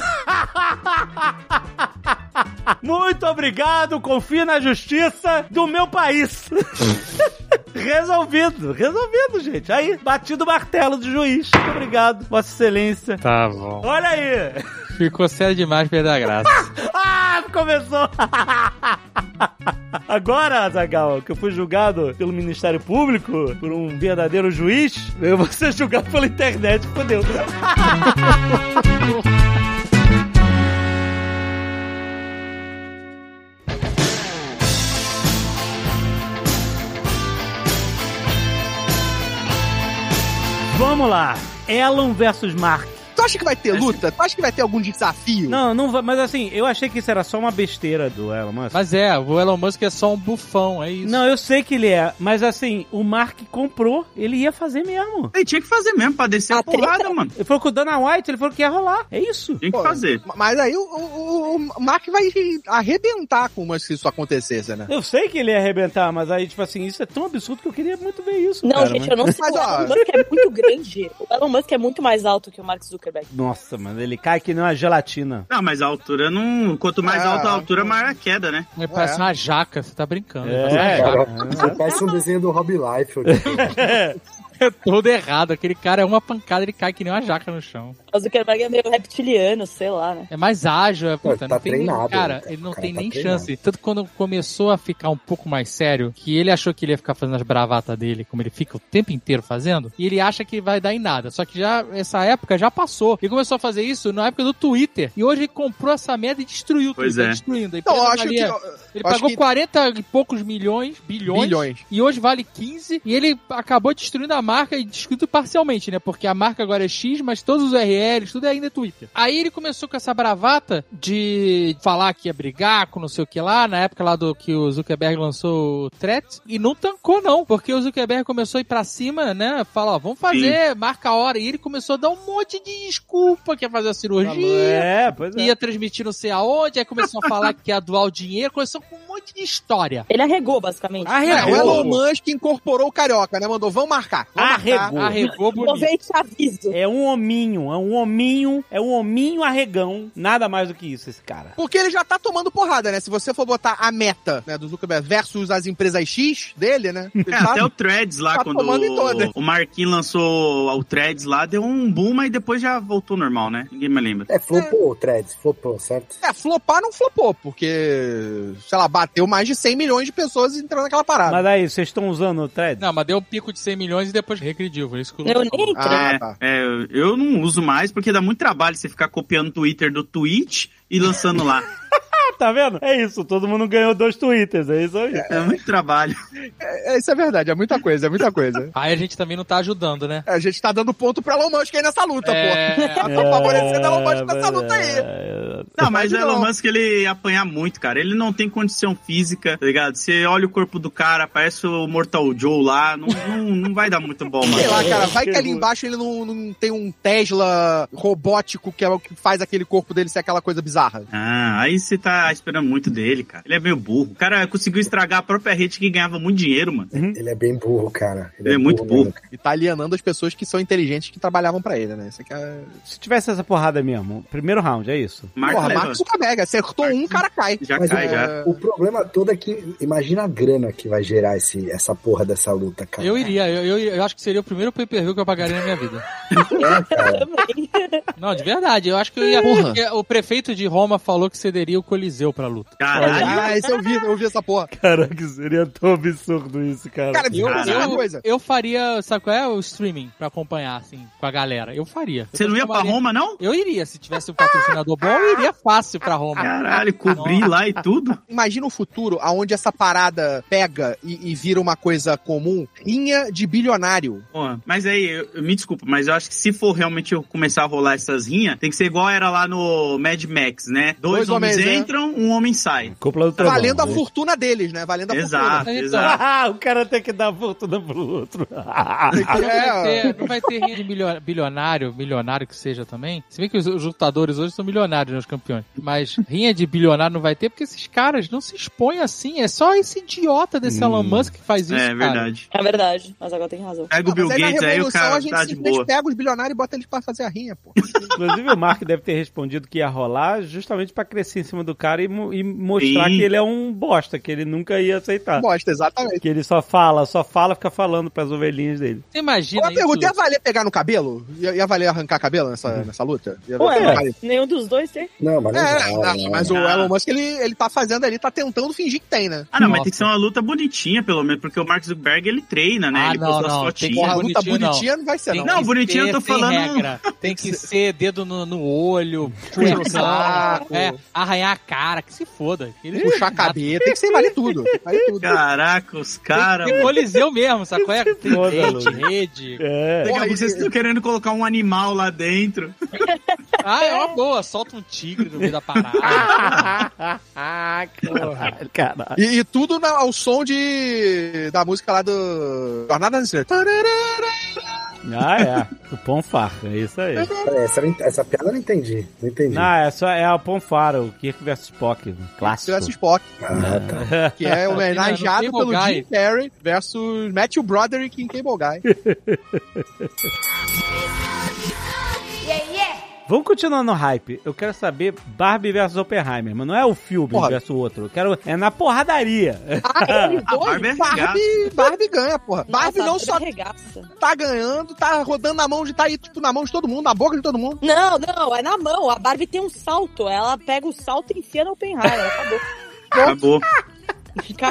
Speaker 2: Muito obrigado, confio na justiça do meu país. (laughs) resolvido, resolvido, gente. Aí, batido o martelo do juiz. Muito obrigado, Vossa Excelência.
Speaker 4: Tá bom.
Speaker 2: Olha aí!
Speaker 4: Ficou sério demais, perder a
Speaker 6: (laughs)
Speaker 4: graça.
Speaker 2: Ah, começou! (laughs) Agora, Zagal, que eu fui julgado pelo Ministério Público por um verdadeiro juiz, eu vou ser julgado pela internet, fodeu. (laughs) Vamos lá. Elon versus Mark.
Speaker 5: Tu acha que vai ter luta? Tu acha que vai ter algum desafio?
Speaker 2: Não, não vai, mas assim, eu achei que isso era só uma besteira do Elon Musk.
Speaker 4: Mas é, o Elon Musk é só um bufão, é isso.
Speaker 2: Não, eu sei que ele é, mas assim, o Mark comprou, ele ia fazer mesmo.
Speaker 3: Ele tinha que fazer mesmo pra descer a porrada, mano.
Speaker 2: Ele falou com o Dana White, ele falou que ia rolar. É isso.
Speaker 3: Tinha que fazer.
Speaker 5: Mas aí o, o, o Mark vai arrebentar com o Musk se isso acontecesse, né?
Speaker 2: Eu sei que ele ia arrebentar, mas aí, tipo assim, isso é tão absurdo que eu queria muito ver isso.
Speaker 7: Não,
Speaker 2: cara,
Speaker 7: gente,
Speaker 2: mas-
Speaker 7: eu não sei.
Speaker 5: Mas,
Speaker 7: o
Speaker 5: ó.
Speaker 7: Elon Musk é muito grande. O Elon Musk é muito mais alto que o Mark Zuckerberg.
Speaker 2: Nossa, mano, ele cai que nem uma gelatina.
Speaker 3: Não, mas a altura não. Quanto mais
Speaker 5: Ah,
Speaker 3: alta a altura, maior a queda, né?
Speaker 4: Ele
Speaker 6: é.
Speaker 4: parece uma jaca, você tá brincando.
Speaker 2: É.
Speaker 4: Ele parece uma jaca.
Speaker 6: Você parece um desenho do Rob Life.
Speaker 3: (laughs)
Speaker 4: É todo errado. Aquele cara é uma pancada, ele cai que nem uma jaca no chão.
Speaker 7: O Zuckerberg é meio reptiliano, sei lá, né?
Speaker 4: É mais ágil, é puta.
Speaker 6: Pô,
Speaker 4: não
Speaker 6: tá
Speaker 4: tem nem,
Speaker 6: treinado,
Speaker 4: cara,
Speaker 6: cara.
Speaker 4: ele não
Speaker 6: O cara
Speaker 4: tem
Speaker 6: tá
Speaker 4: nem
Speaker 6: treinado.
Speaker 4: chance. Tanto quando começou a ficar um pouco mais sério, que ele achou que ele ia ficar fazendo as bravatas dele, como ele fica o tempo inteiro fazendo, e ele acha que vai dar em nada. Só que já essa época já passou. Ele começou a fazer isso na época do Twitter. E hoje ele comprou essa merda e destruiu o
Speaker 3: Pois
Speaker 4: Twitter.
Speaker 3: é.
Speaker 4: Destruindo. A
Speaker 5: Não, Então, eu
Speaker 4: empresa
Speaker 5: acho que.
Speaker 4: valia- ele
Speaker 5: eu acho
Speaker 4: pagou
Speaker 5: que-
Speaker 4: 40 e poucos milhões, bilhões,
Speaker 5: Bilhões.
Speaker 4: e hoje vale 15, e ele acabou destruindo a marca e destruindo parcialmente, né? Porque a marca agora é X, mas todos os URLs, tudo é ainda Twitter. Aí ele começou com essa bravata de falar que ia brigar com não sei o que lá, na época lá do que o Zuckerberg lançou o Threat, e não tancou não, porque o Zuckerberg começou a ir pra cima, né? Fala, ó, vamos fazer, marca a hora, e ele começou a dar um monte de desculpa,
Speaker 5: é
Speaker 4: quer fazer a cirurgia,
Speaker 2: É, pois é.
Speaker 4: ia transmitir não sei aonde, aí começou a falar que ia doar o dinheiro, começou com um monte de história.
Speaker 7: Ele arregou, basicamente.
Speaker 5: É, o
Speaker 4: Arregou.
Speaker 5: Elon Musk incorporou o Carioca, né? Mandou, vamos marcar. Vamos marcar.
Speaker 2: Arregou.
Speaker 4: Arregou bonito.
Speaker 7: Aproveite e aviso.
Speaker 2: Ah, É um hominho, é um hominho, é um hominho arregão. Nada mais do que isso, esse cara.
Speaker 5: Porque ele já tá tomando porrada, né? Se você for botar a meta né, do Zuckerberg versus as empresas X dele, né? Ele
Speaker 3: É,
Speaker 5: tá-
Speaker 3: até o Threads lá,
Speaker 5: tá
Speaker 3: quando
Speaker 5: tomando em toda.
Speaker 3: o, o Marquinhos lançou o Threads lá, deu um boom, mas depois já voltou ao normal, né? Ninguém me lembra.
Speaker 6: É, flopou, Threads, flopou, certo?
Speaker 5: É, flopar não flopou, porque, sei lá, bateu mais de 100 milhões de pessoas entrando naquela parada.
Speaker 2: Mas aí, vocês estão usando o thread?
Speaker 4: Não, mas deu um pico de 100 milhões e depois regrediu. Por isso que eu-
Speaker 7: Eu nem entrei.
Speaker 5: Ah,
Speaker 3: é,
Speaker 5: tá.
Speaker 3: é, eu não uso mais, porque dá muito trabalho você ficar copiando o Twitter do Twitch e lançando lá.
Speaker 2: Ah, tá vendo? É isso, todo mundo ganhou dois twitters, é isso aí.
Speaker 3: É muito trabalho.
Speaker 5: É, isso é verdade, é muita coisa, é
Speaker 4: (laughs)
Speaker 5: muita coisa.
Speaker 4: Aí a gente também não tá ajudando, né?
Speaker 5: A gente tá dando ponto pra Elon Musk aí nessa luta,
Speaker 4: É.
Speaker 5: pô. (laughs) Tá favorecendo Elon
Speaker 2: É,
Speaker 5: Musk nessa luta aí.
Speaker 2: aí.
Speaker 3: Não, mas o
Speaker 5: Verdade,
Speaker 3: Elon
Speaker 5: (laughs) não.
Speaker 3: Musk, ele ia apanhar muito, cara. Ele não tem condição física, tá ligado? Você olha o corpo do cara, parece o Mortal Joe lá, não, não, não vai dar muito bom, mano.
Speaker 5: Sei lá, cara, vai que ali embaixo ele não, não tem um Tesla robótico que é o que faz aquele corpo dele ser aquela coisa bizarra.
Speaker 3: Ah, aí você tá esperando muito dele, cara. Ele é meio burro. O cara conseguiu estragar a própria rede que ganhava muito dinheiro, mano.
Speaker 6: Ele é bem burro, cara.
Speaker 3: Hum? Ele é muito burro.
Speaker 6: mesmo.
Speaker 5: E tá alienando as pessoas que são inteligentes que trabalhavam pra ele, né? Isso aqui é...
Speaker 2: Se tivesse essa porrada mesmo, primeiro round, é isso.
Speaker 3: Mark
Speaker 5: Porra,
Speaker 3: Levinson.
Speaker 5: Marcos Zuckerberg, acertou um, o cara cai.
Speaker 3: Já
Speaker 6: Mas
Speaker 3: cai,
Speaker 6: é-
Speaker 3: já.
Speaker 6: O problema todo é que imagina a grana que vai gerar esse, essa porra dessa luta,
Speaker 3: É.
Speaker 6: cara.
Speaker 4: Eu iria, eu, eu, eu acho que seria o primeiro pay-per-view que eu pagaria na minha vida.
Speaker 6: É, cara.
Speaker 7: Também.
Speaker 4: Não, de verdade, eu acho que eu ia.
Speaker 9: Porra.
Speaker 4: porque O prefeito de Roma falou que cederia o Coliseu pra luta.
Speaker 3: Caralho.
Speaker 5: Ah, esse eu vi, eu vi essa porra.
Speaker 2: (laughs) Caraca, seria tão absurdo isso, cara.
Speaker 5: Cara, viu
Speaker 3: Caralho.
Speaker 5: essa coisa?
Speaker 4: Eu faria, sabe qual é? O streaming pra acompanhar, assim, com a galera. Eu faria.
Speaker 3: Você não ia pra Roma, não?
Speaker 4: Eu iria, se tivesse um patrocinador bom, eu iria fácil pra Roma.
Speaker 5: Ah,
Speaker 3: Caralho, cobrir lá e tudo.
Speaker 5: Imagina um futuro onde essa parada pega e, e vira uma coisa comum. Rinha de bilionário.
Speaker 3: Porra, Mas aí, eu- eu- me desculpa, mas eu acho que se for realmente eu começar a rolar essas rinhas, tem que ser igual era lá no Mad Max, né? Dois,
Speaker 5: Dois
Speaker 3: homens,
Speaker 5: homens, né?
Speaker 3: entram, um homem sai.
Speaker 2: Cúpula do trabalho.
Speaker 5: Valendo a
Speaker 2: (laughs)
Speaker 5: fortuna deles, né? Valendo a
Speaker 3: Exato,
Speaker 4: Então,
Speaker 3: exato.
Speaker 2: Ah, o cara tem que dar a fortuna pro outro. (laughs)
Speaker 5: fortuna.
Speaker 4: Ah, Não vai,
Speaker 5: É,
Speaker 4: ter, não vai ter rinha de milio- bilionário, milionário que seja também. Se bem que os, os lutadores hoje são milionários, né, os campeões. Mas rinha de bilionário não vai ter, porque esses caras não se expõem assim. É só esse idiota
Speaker 5: Hum.
Speaker 4: desse Elon Musk que faz isso,
Speaker 3: É
Speaker 4: cara.
Speaker 3: verdade.
Speaker 7: (laughs) É verdade, mas agora tem razão.
Speaker 3: Pega o
Speaker 5: Ah,
Speaker 3: Bill
Speaker 5: mas aí na
Speaker 3: Gates aí, o
Speaker 5: Revolução
Speaker 3: cara
Speaker 5: a gente
Speaker 3: tá de
Speaker 5: simplesmente
Speaker 3: boa.
Speaker 5: pega os bilionários e bota eles pra fazer a rinha, pô.
Speaker 2: Inclusive, o Mark deve ter respondido que ia rolar justamente pra crescer em cima do cara e, mo- e mostrar
Speaker 3: Sim.
Speaker 2: que ele é um bosta, que ele nunca ia aceitar.
Speaker 5: (laughs) Bosta, exatamente.
Speaker 2: Que ele só fala, só fala, fica falando pras ovelhinhas dele.
Speaker 4: Você imagina
Speaker 5: Uma pergunta, é ia
Speaker 4: isso?
Speaker 5: valer pegar no cabelo? Ia, ia valer arrancar cabelo nessa, nessa luta? Ia
Speaker 2: Ué,
Speaker 5: valer-
Speaker 2: ué.
Speaker 7: Nenhum dos dois tem.
Speaker 6: Não, mas não
Speaker 5: É,
Speaker 6: dá,
Speaker 5: não,
Speaker 6: né?
Speaker 5: mas o
Speaker 3: Não.
Speaker 5: Elon Musk, ele, ele tá fazendo ali, tá tentando fingir que tem, né?
Speaker 3: Ah, não, mas
Speaker 4: Nossa.
Speaker 3: tem que ser uma luta bonitinha, pelo menos, porque o Mark Zuckerberg, ele treina, né?
Speaker 4: Ah,
Speaker 3: ele
Speaker 4: não,
Speaker 3: postou
Speaker 4: não,
Speaker 3: as
Speaker 4: tem que-
Speaker 5: Porra,
Speaker 3: fotinhas.
Speaker 5: a luta
Speaker 4: bonitinho, não.
Speaker 5: bonitinha não vai ser, não.
Speaker 4: Tem que
Speaker 3: bonitinho, eu tô
Speaker 4: ser sem
Speaker 3: falando- um
Speaker 4: regra.
Speaker 3: (laughs)
Speaker 4: Tem que ser dedo no, no olho,
Speaker 5: Puxa no
Speaker 4: puxar,
Speaker 5: saco.
Speaker 4: é, arranhar a cara, que se foda. Ele
Speaker 5: Puxar a cabeça, tem que ser, vale tudo.
Speaker 4: (laughs)
Speaker 5: Vale tudo.
Speaker 3: Caraca, os caras.
Speaker 4: Tem coliseu é mesmo, sacou? É, tem
Speaker 2: foda,
Speaker 4: rede,
Speaker 2: Lu.
Speaker 4: rede.
Speaker 2: É.
Speaker 3: Daqui a
Speaker 5: Porra,
Speaker 3: pouco vocês
Speaker 5: e-
Speaker 3: estão querendo colocar um animal lá dentro.
Speaker 4: Ah, é uma boa, solta um tigre no meio da parada.
Speaker 2: Caralho, caralho.
Speaker 5: E, e tudo na- ao som de da música lá do Jornada nas Estrelas. Tararara.
Speaker 2: Ah, é. O pão farra, é isso aí.
Speaker 6: Pera aí, Essa, eu não ent- essa piada eu não entendi. Não entendi.
Speaker 2: Não, é só é o Ponfara, o Kirk versus Spock, um
Speaker 5: Se tivesse
Speaker 2: clássico.
Speaker 5: Spock,
Speaker 6: Ah,
Speaker 4: (laughs)
Speaker 6: tá.
Speaker 5: que é homenageado
Speaker 4: No
Speaker 5: pelo
Speaker 4: um Cable Guy.
Speaker 5: Jim Carrey versus Matthew Broderick em Cable Guy.
Speaker 2: Vamos continuar no hype. Eu quero saber Barbie versus Oppenheimer, mas não é o filme
Speaker 5: Porra.
Speaker 2: versus o outro. Eu quero é na porradaria.
Speaker 4: Ah,
Speaker 5: Dois,
Speaker 3: Barbie é
Speaker 5: Barbie, Barbie ganha, porra. Barbie
Speaker 7: Nossa,
Speaker 5: não só
Speaker 7: Arregaça.
Speaker 5: tá ganhando, tá rodando na mão de tá aí, tipo, na mão de todo mundo, na boca de todo mundo.
Speaker 7: Não, não, é na mão. A Barbie tem um salto. Ela pega o salto e enfia no Oppenheimer. Acabou.
Speaker 3: Acabou.
Speaker 7: acabou.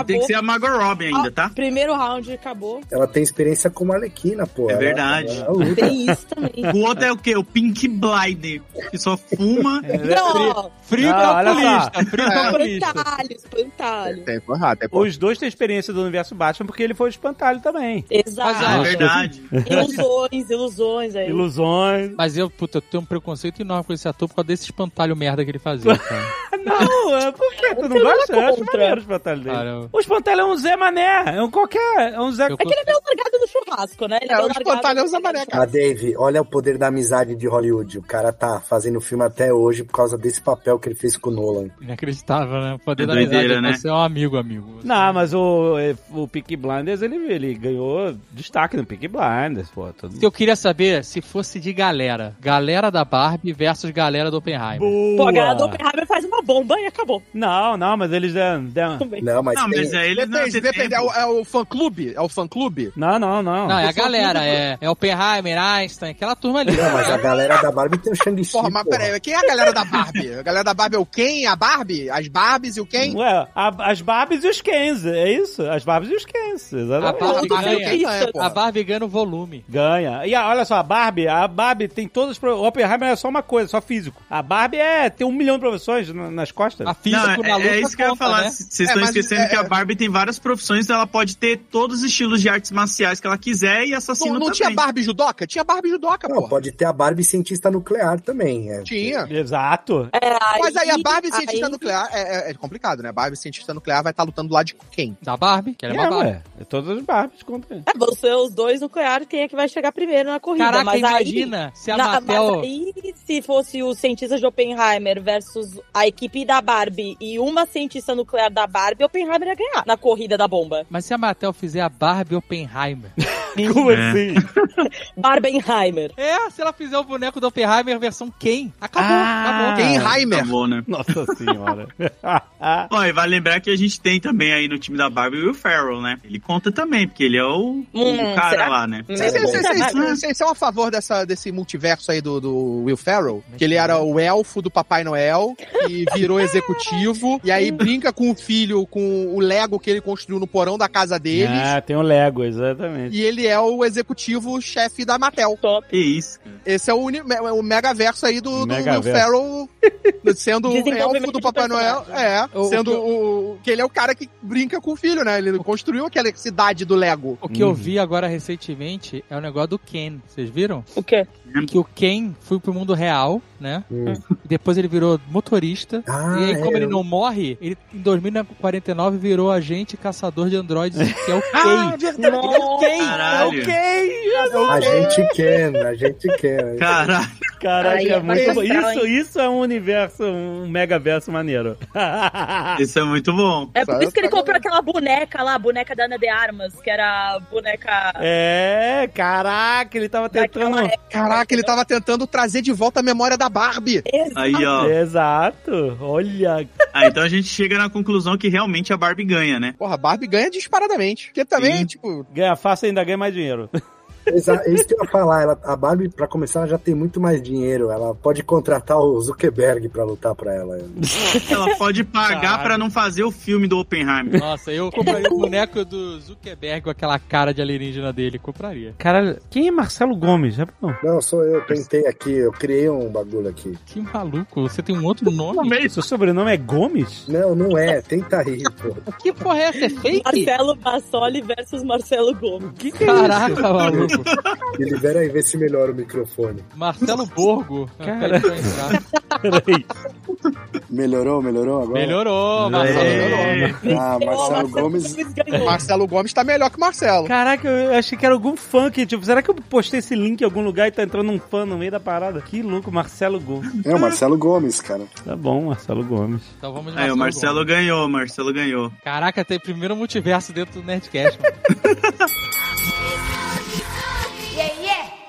Speaker 3: Tem que ser a Margot Robbie ainda, tá?
Speaker 7: Primeiro round acabou.
Speaker 6: Ela tem experiência como Arlequina, pô.
Speaker 3: É
Speaker 6: Ela-
Speaker 3: verdade.
Speaker 6: ela é luta.
Speaker 7: Tem isso também.
Speaker 3: O outro é o quê? O Pink Blind, que só fuma. Ah,
Speaker 7: Não, ó,
Speaker 4: Frio
Speaker 2: É Não, Ah, olha
Speaker 4: calculista, frio calculista.
Speaker 7: espantalho, espantalho.
Speaker 5: É, foi errado, é
Speaker 2: Os dois têm experiência do universo Batman porque ele foi o espantalho também.
Speaker 3: Ah, é
Speaker 7: Exato.
Speaker 3: verdade.
Speaker 7: Ilusões, ilusões aí.
Speaker 2: Ilusões.
Speaker 4: Mas eu, puta, eu tenho um preconceito enorme com esse ator por causa desse espantalho merda que ele fazia, cara.
Speaker 2: Não, é por que tu não
Speaker 7: tenho
Speaker 2: gosta? Eu
Speaker 7: nada
Speaker 2: acho
Speaker 7: contra.
Speaker 2: maneiro o espantalho dele.
Speaker 4: Cara, eu-
Speaker 2: O espantalho é um Zé Mané, é um qualquer, é um Zé...
Speaker 4: Eu
Speaker 7: É que ele é meio largado do churrasco, né? Ele
Speaker 5: É,
Speaker 7: meio
Speaker 5: o
Speaker 7: largado
Speaker 5: espantalho é o
Speaker 7: do
Speaker 5: Zé Mané, cara.
Speaker 6: Ah, Dave, olha o poder da amizade de Hollywood. O cara tá fazendo filme até hoje por causa desse papel que ele fez com o Nolan.
Speaker 4: Inacreditável, né? O poder
Speaker 3: É
Speaker 4: da amizade,
Speaker 3: doideira, né?
Speaker 4: você é um amigo, amigo.
Speaker 2: Não, mas o, é, o Peaky Blinders, ele, ele ganhou destaque no Peaky Blinders, pô. Todo...
Speaker 4: Eu queria saber se fosse de galera. Galera da Barbie versus galera do Oppenheimer.
Speaker 7: Pô, a galera do Oppenheimer faz uma bomba e acabou.
Speaker 2: Não, não, mas eles deram... deram-
Speaker 7: Também.
Speaker 6: Não, mas
Speaker 3: Não,
Speaker 6: tem...
Speaker 3: mas aí ele não
Speaker 5: Depende,
Speaker 3: tem
Speaker 5: depende.
Speaker 3: tempo.
Speaker 5: É o, é o fã clube? É o fã clube?
Speaker 2: Não, não, não.
Speaker 4: Não, é a galera, é, é Oppenheimer, Einstein, aquela turma ali.
Speaker 6: Não, mas é, a galera da Barbie tem o Shang-Chi,
Speaker 5: Porra, mas
Speaker 6: porra.
Speaker 5: peraí, quem é a galera da Barbie? A galera da Barbie é o quem? A Barbie? As Barbies e o quem?
Speaker 2: Ué, a- as Barbies e os Kens, é isso? As Barbies e os Kens,
Speaker 4: A
Speaker 2: exatamente.
Speaker 4: Barbie
Speaker 5: Todo mundo
Speaker 4: ganha.
Speaker 5: ganha,
Speaker 4: A
Speaker 5: porra.
Speaker 4: Barbie ganha o volume.
Speaker 2: Ganha. E a- olha só, a Barbie, a Barbie tem todos os... pro- O Oppenheimer é só uma coisa, só físico. A Barbie é tem um milhão de profissões na- nas costas.
Speaker 4: A
Speaker 3: Não,
Speaker 4: física
Speaker 3: é,
Speaker 4: maluca
Speaker 3: é isso que eu ia
Speaker 4: conta,
Speaker 3: falar.
Speaker 4: né?
Speaker 3: Vocês estão
Speaker 5: mas
Speaker 3: esquecendo
Speaker 5: é-
Speaker 3: que a Barbie tem várias profissões, ela pode ter todos os estilos de artes marciais que ela quiser e assassino
Speaker 5: Assim, Não, não
Speaker 3: também.
Speaker 5: tinha Barbie judoca? Tinha Barbie judoca,
Speaker 6: Não,
Speaker 5: porra.
Speaker 6: pode ter a Barbie cientista nuclear também. É.
Speaker 5: Tinha.
Speaker 2: Exato.
Speaker 4: É,
Speaker 5: Mas aí a Barbie cientista
Speaker 7: aí-
Speaker 5: nuclear é, é- é complicado, né? A Barbie cientista nuclear vai estar lutando lá de quem?
Speaker 4: Da Barbie, que
Speaker 2: É,
Speaker 4: era uma Barbie.
Speaker 2: ué, é todas as Barbies
Speaker 4: (laughs)
Speaker 2: contra.
Speaker 7: É, vão ser os dois nucleares quem é que vai chegar primeiro na corrida.
Speaker 4: Caraca,
Speaker 7: é. mas
Speaker 4: imagina se
Speaker 7: Aí,
Speaker 4: a
Speaker 7: na,
Speaker 4: Mattel...
Speaker 7: mas aí, se fosse os cientistas de Oppenheimer versus a equipe da Barbie e uma cientista nuclear da Barbie, Oppenheimer ia ganhar na corrida da bomba.
Speaker 4: Mas se a Mattel fizer a Barbie Oppenheimer,
Speaker 2: Como
Speaker 3: É.
Speaker 2: assim?
Speaker 7: Barbenheimer.
Speaker 4: É, se ela fizer o boneco do Oppenheimer versão quem? Acabou, acabou.
Speaker 5: Tem Heimer.
Speaker 3: Acabou, né?
Speaker 2: (laughs) Nossa (laughs) senhora.
Speaker 3: Ó, e vale lembrar que a gente tem também aí no time da Barbie o Will Ferrell, né? Ele conta também, porque ele é o, o
Speaker 7: Hum,
Speaker 3: cara
Speaker 7: será?
Speaker 3: lá, né?
Speaker 7: Meu
Speaker 5: Vocês-
Speaker 7: Deus.
Speaker 5: Vocês vocês-
Speaker 3: (laughs)
Speaker 5: vocês são a favor dessa, desse multiverso aí do, do Will Ferrell? Que ele era o elfo do Papai Noel e virou executivo. E aí brinca com o filho, com o Lego que ele construiu no porão da casa deles.
Speaker 2: Ah, tem o Lego, exatamente.
Speaker 5: E ele é o executivo-chefe da Mattel.
Speaker 7: Top.
Speaker 3: Ah, Que isso, cara.
Speaker 5: Esse é o, uni- me- o megaverso aí do, do Will
Speaker 2: Megaverso.
Speaker 5: Ferrell sendo o
Speaker 7: Desenvolvimento
Speaker 5: elfo do
Speaker 7: de
Speaker 5: Papai Noel.
Speaker 7: personagem.
Speaker 5: É,
Speaker 4: O-
Speaker 5: sendo
Speaker 4: o que-
Speaker 5: o, que ele é o cara que brinca com o filho, né? Ele construiu aquela cidade do Lego.
Speaker 4: O que eu
Speaker 2: Uhum.
Speaker 4: vi agora recentemente é o negócio do Ken. Vocês viram?
Speaker 7: O quê?
Speaker 4: Que o Ken foi pro mundo real, né? E depois ele virou motorista.
Speaker 6: Hum. Ah,
Speaker 4: e aí, como
Speaker 6: é,
Speaker 4: ele
Speaker 6: eu-
Speaker 4: não morre, ele em 2049 virou agente caçador de androides, que é o
Speaker 2: Ah,
Speaker 4: Ken.
Speaker 2: verdade,
Speaker 7: Nossa.
Speaker 2: é o Ken! É o
Speaker 3: Caralho.
Speaker 2: Ken!
Speaker 6: A gente quer, a gente quer.
Speaker 3: Caralho.
Speaker 2: Caraca,
Speaker 7: Aí,
Speaker 2: é muito
Speaker 7: vai
Speaker 2: bom.
Speaker 7: entrar,
Speaker 2: Isso, isso é um universo, um megaverso maneiro. (laughs)
Speaker 3: Isso é muito bom.
Speaker 7: É por
Speaker 5: Só
Speaker 7: isso que ele
Speaker 5: essa
Speaker 7: comprou aquela boneca lá, a boneca da Ana de Armas, que era a boneca.
Speaker 2: É, caraca, ele tava tentando.
Speaker 7: daquela época.
Speaker 5: Caraca, ele tava tentando trazer de volta a memória da Barbie.
Speaker 3: Aí, ó.
Speaker 2: Exato, olha.
Speaker 3: Ah, então a gente chega na conclusão que realmente a Barbie ganha, né?
Speaker 5: Porra, a Barbie ganha disparadamente. Porque também,
Speaker 3: Sim.
Speaker 5: tipo,
Speaker 2: Ganha fácil ainda ganha mais dinheiro.
Speaker 6: Exa- É isso que eu ia falar. Ela, a Barbie, pra começar, ela já tem muito mais dinheiro. Ela pode contratar o Zuckerberg pra lutar pra ela.
Speaker 3: Ela pode pagar
Speaker 2: Caralho.
Speaker 3: pra não fazer o filme do Oppenheimer.
Speaker 4: Nossa, eu compraria o boneco do Zuckerberg com aquela cara de alienígena dele. Compraria.
Speaker 2: Caralho, quem é Marcelo Gomes? É bom.
Speaker 6: Não, sou eu. Tentei aqui. Eu criei um bagulho aqui.
Speaker 4: Que maluco. Você tem um outro nome?
Speaker 2: Seu sobrenome é Gomes? (laughs)
Speaker 6: Não, não é. Tenta aí, pô.
Speaker 4: Que porra é essa? É fake?
Speaker 7: Marcelo Bassoli versus Marcelo Gomes.
Speaker 2: O que, que é
Speaker 4: Caraca, maluco.
Speaker 6: Me libera aí, vê se melhora o microfone.
Speaker 4: Marcelo Borgo.
Speaker 2: Cara.
Speaker 4: Peraí, deixa eu entrar.
Speaker 2: Peraí.
Speaker 6: Melhorou, melhorou agora?
Speaker 4: Melhorou, Marcelo.
Speaker 3: É.
Speaker 4: Melhorou.
Speaker 6: Ah, Marcelo Gomes.
Speaker 7: ganhou.
Speaker 5: Marcelo Gomes tá melhor que o Marcelo.
Speaker 2: Caraca, eu achei que era algum funk. Tipo, será que eu postei esse link em algum lugar e tá entrando um fã no meio da parada? Que louco, Marcelo Gomes.
Speaker 6: É o Marcelo Gomes, cara.
Speaker 2: Tá bom, Marcelo Gomes.
Speaker 4: Então vamos de
Speaker 3: Aí, o Marcelo
Speaker 4: Borgo.
Speaker 3: ganhou, o Marcelo ganhou.
Speaker 4: Caraca, tem primeiro multiverso dentro do Nerdcast, mano.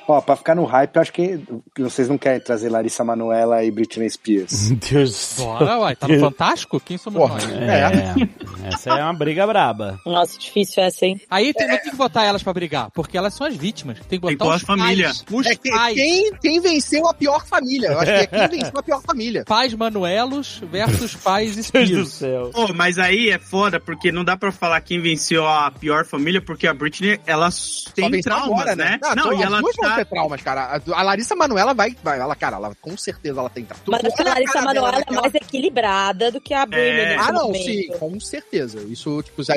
Speaker 6: Ó, pra ficar no hype, eu acho que vocês não querem trazer Larissa Manoela e Britney
Speaker 3: (laughs)
Speaker 6: Spears.
Speaker 2: Meu Deus do céu.
Speaker 4: Bora, uai. Tá no Fantástico? Quem somos
Speaker 5: Porra.
Speaker 4: nós?
Speaker 2: É, essa é uma briga braba.
Speaker 7: Nossa, difícil essa, hein?
Speaker 4: Aí tem, não tem que botar elas pra brigar, porque elas são as vítimas. Tem que botar
Speaker 3: Tem que pôr
Speaker 4: os
Speaker 3: a família.
Speaker 4: pais. Os
Speaker 5: É que-
Speaker 4: pais.
Speaker 5: quem, quem venceu a pior família? Eu acho que é quem venceu a pior família.
Speaker 4: Pais Manuelos versus
Speaker 2: Meu Deus
Speaker 4: pais
Speaker 2: do
Speaker 4: Espíritos.
Speaker 2: céu.
Speaker 3: Pô, mas aí é foda, porque não dá pra falar quem venceu a pior família, porque a Britney, ela
Speaker 5: Só
Speaker 3: tem
Speaker 5: venceu
Speaker 3: traumas,
Speaker 5: agora,
Speaker 3: né?
Speaker 5: Ah,
Speaker 3: Não,
Speaker 5: então
Speaker 3: e
Speaker 5: as
Speaker 3: ela
Speaker 5: duas vão
Speaker 3: tá...
Speaker 5: ter traumas, cara. A- A Larissa Manoela vai, vai. Ela, cara, ela com certeza ela tem traumas.
Speaker 7: Mas
Speaker 5: Tu
Speaker 7: acho que a
Speaker 5: olha
Speaker 7: Larissa
Speaker 5: cara dela
Speaker 7: Manoela é
Speaker 5: naquela-
Speaker 7: mais equilibrada do que a Britney. né?
Speaker 3: É.
Speaker 7: nesse
Speaker 5: né? Ah, não,
Speaker 7: momento.
Speaker 5: sim, com certeza. Isso, tipo, já...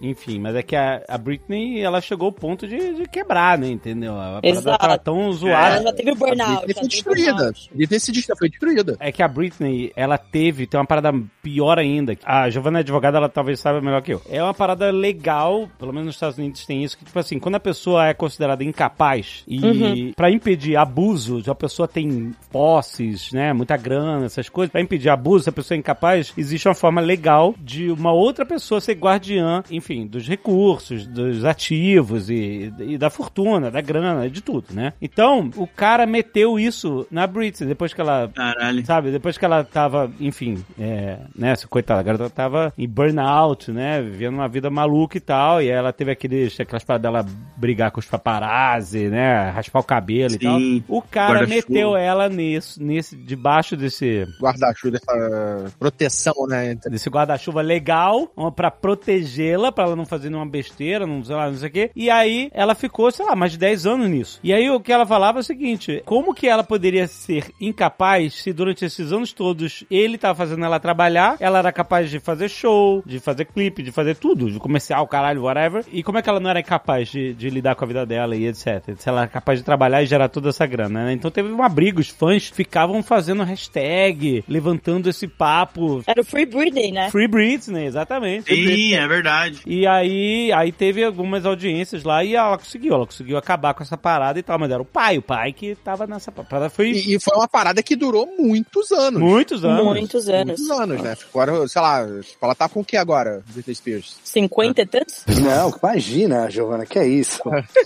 Speaker 2: Enfim, mas é que a, a Britney, ela chegou ao ponto de, de quebrar, né? Entendeu? A parada
Speaker 7: Exato.
Speaker 2: tava tão
Speaker 7: Ela
Speaker 2: zoada.
Speaker 7: já teve o burnout.
Speaker 5: Britney foi
Speaker 7: já teve
Speaker 5: destruída.
Speaker 7: burnout.
Speaker 5: Britney se dest- foi destruída.
Speaker 2: É que a Britney, ela teve, tem uma parada pior ainda. A Giovanna é advogada, ela talvez saiba melhor que eu. É uma parada legal, pelo menos nos Estados Unidos tem isso, que tipo assim, quando a pessoa é considerada incapaz e
Speaker 7: Uhum.
Speaker 2: pra impedir abuso, a pessoa tem posses, né, muita grana, essas coisas, pra impedir abuso, se a pessoa é incapaz, existe uma forma legal de uma outra pessoa ser guardiã, enfim, dos recursos, dos ativos e, e da fortuna, da grana, de tudo, né? Então, o cara meteu isso na Britney, depois que ela
Speaker 3: Caralho.
Speaker 2: Sabe, depois que ela tava, enfim, é, né, essa coitada, a garota tava em burnout, né, vivendo uma vida maluca e tal, e ela teve aqueles, aquelas paradas dela brigar com os paparazzi, né, raspar o cabelo e tal.
Speaker 3: Sim.
Speaker 2: O cara
Speaker 3: Guarda-chuva.
Speaker 2: meteu ela nisso, nesse, debaixo desse,
Speaker 5: Guarda-chuva, essa uh, proteção, né? entre-
Speaker 2: desse guarda-chuva legal, uma- pra protegê-la, pra ela não fazer nenhuma besteira, não sei lá, não sei o quê. E aí ela ficou, sei lá, mais de 10 anos nisso. E aí o que ela falava é o seguinte: como que ela poderia ser incapaz se durante esses anos todos ele tava fazendo ela trabalhar, ela era capaz de fazer show, de fazer clipe, de fazer tudo, de comercial, caralho, whatever. E como é que ela não era capaz de, de lidar com a vida dela e etc? Se ela era capaz de trabalhar e gerar toda essa grana, né? Então teve uma briga, os fãs ficavam fazendo hashtag, levantando esse papo.
Speaker 7: Era o Free Britney, né?
Speaker 2: Free Britney, exatamente.
Speaker 3: Sim, é verdade.
Speaker 2: E aí, aí teve algumas audiências lá e ela conseguiu, ela conseguiu acabar com essa parada e tal, mas era o pai, o pai que tava nessa parada. Foi
Speaker 5: E, e foi uma parada que durou muitos anos.
Speaker 2: muitos anos.
Speaker 7: Muitos anos.
Speaker 5: Muitos anos, né? Agora, sei lá, ela tá com o que agora, Britney Spears?
Speaker 7: 50
Speaker 5: (laughs)
Speaker 7: e tantos?
Speaker 6: Não, imagina, Giovana, que é isso?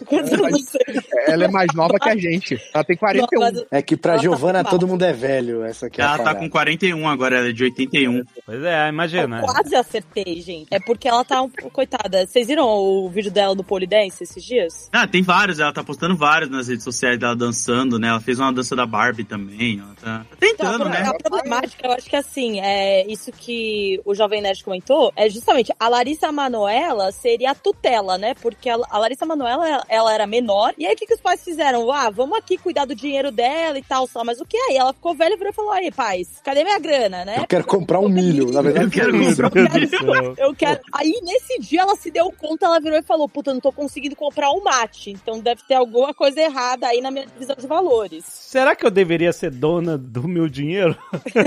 Speaker 7: Quantos eu não sei.
Speaker 5: Ela é mais nova que a gente. Ela
Speaker 7: (laughs)
Speaker 5: tem 41.
Speaker 7: Mas-
Speaker 6: É que pra
Speaker 7: Ela tá
Speaker 6: Giovana
Speaker 7: com
Speaker 6: todo mundo é velho, essa aqui é a
Speaker 3: Ela tá
Speaker 6: parada.
Speaker 3: com 41 agora, ela é de 81.
Speaker 2: Pois é, imagina.
Speaker 7: Eu quase acertei, gente. É porque ela tá um coitada. Vocês viram o vídeo dela do Polidense esses dias?
Speaker 3: Ah, tem vários, ela tá postando vários nas redes sociais dela dançando, né? Ela fez uma dança da Barbie também, ela tá tá
Speaker 7: Então, a,
Speaker 3: tentando,
Speaker 7: pro-
Speaker 3: né?
Speaker 7: a problemática, eu acho que assim, é isso que o Jovem Nerd comentou, é justamente a Larissa Manoela seria a tutela, né? Porque a, a Larissa Manoela, ela era menor. E aí, o que, que os pais fizeram? Ah, vamos aqui cuidar do dinheiro dela e tal, só. Mas o que aí? Ela ficou velha e virou e falou: aí, pais, cadê minha grana, né?
Speaker 6: Eu quero comprar um milho, na verdade.
Speaker 3: Eu quero
Speaker 6: é isso.
Speaker 3: comprar
Speaker 2: (laughs) Meu Deus do céu.
Speaker 7: Eu quero. Aí, nesse dia, ela se deu conta, ela virou e falou: Puta, eu não tô conseguindo comprar o mate. Então deve ter alguma coisa errada aí na minha divisão de valores.
Speaker 2: Será que eu deveria ser dona do meu dinheiro?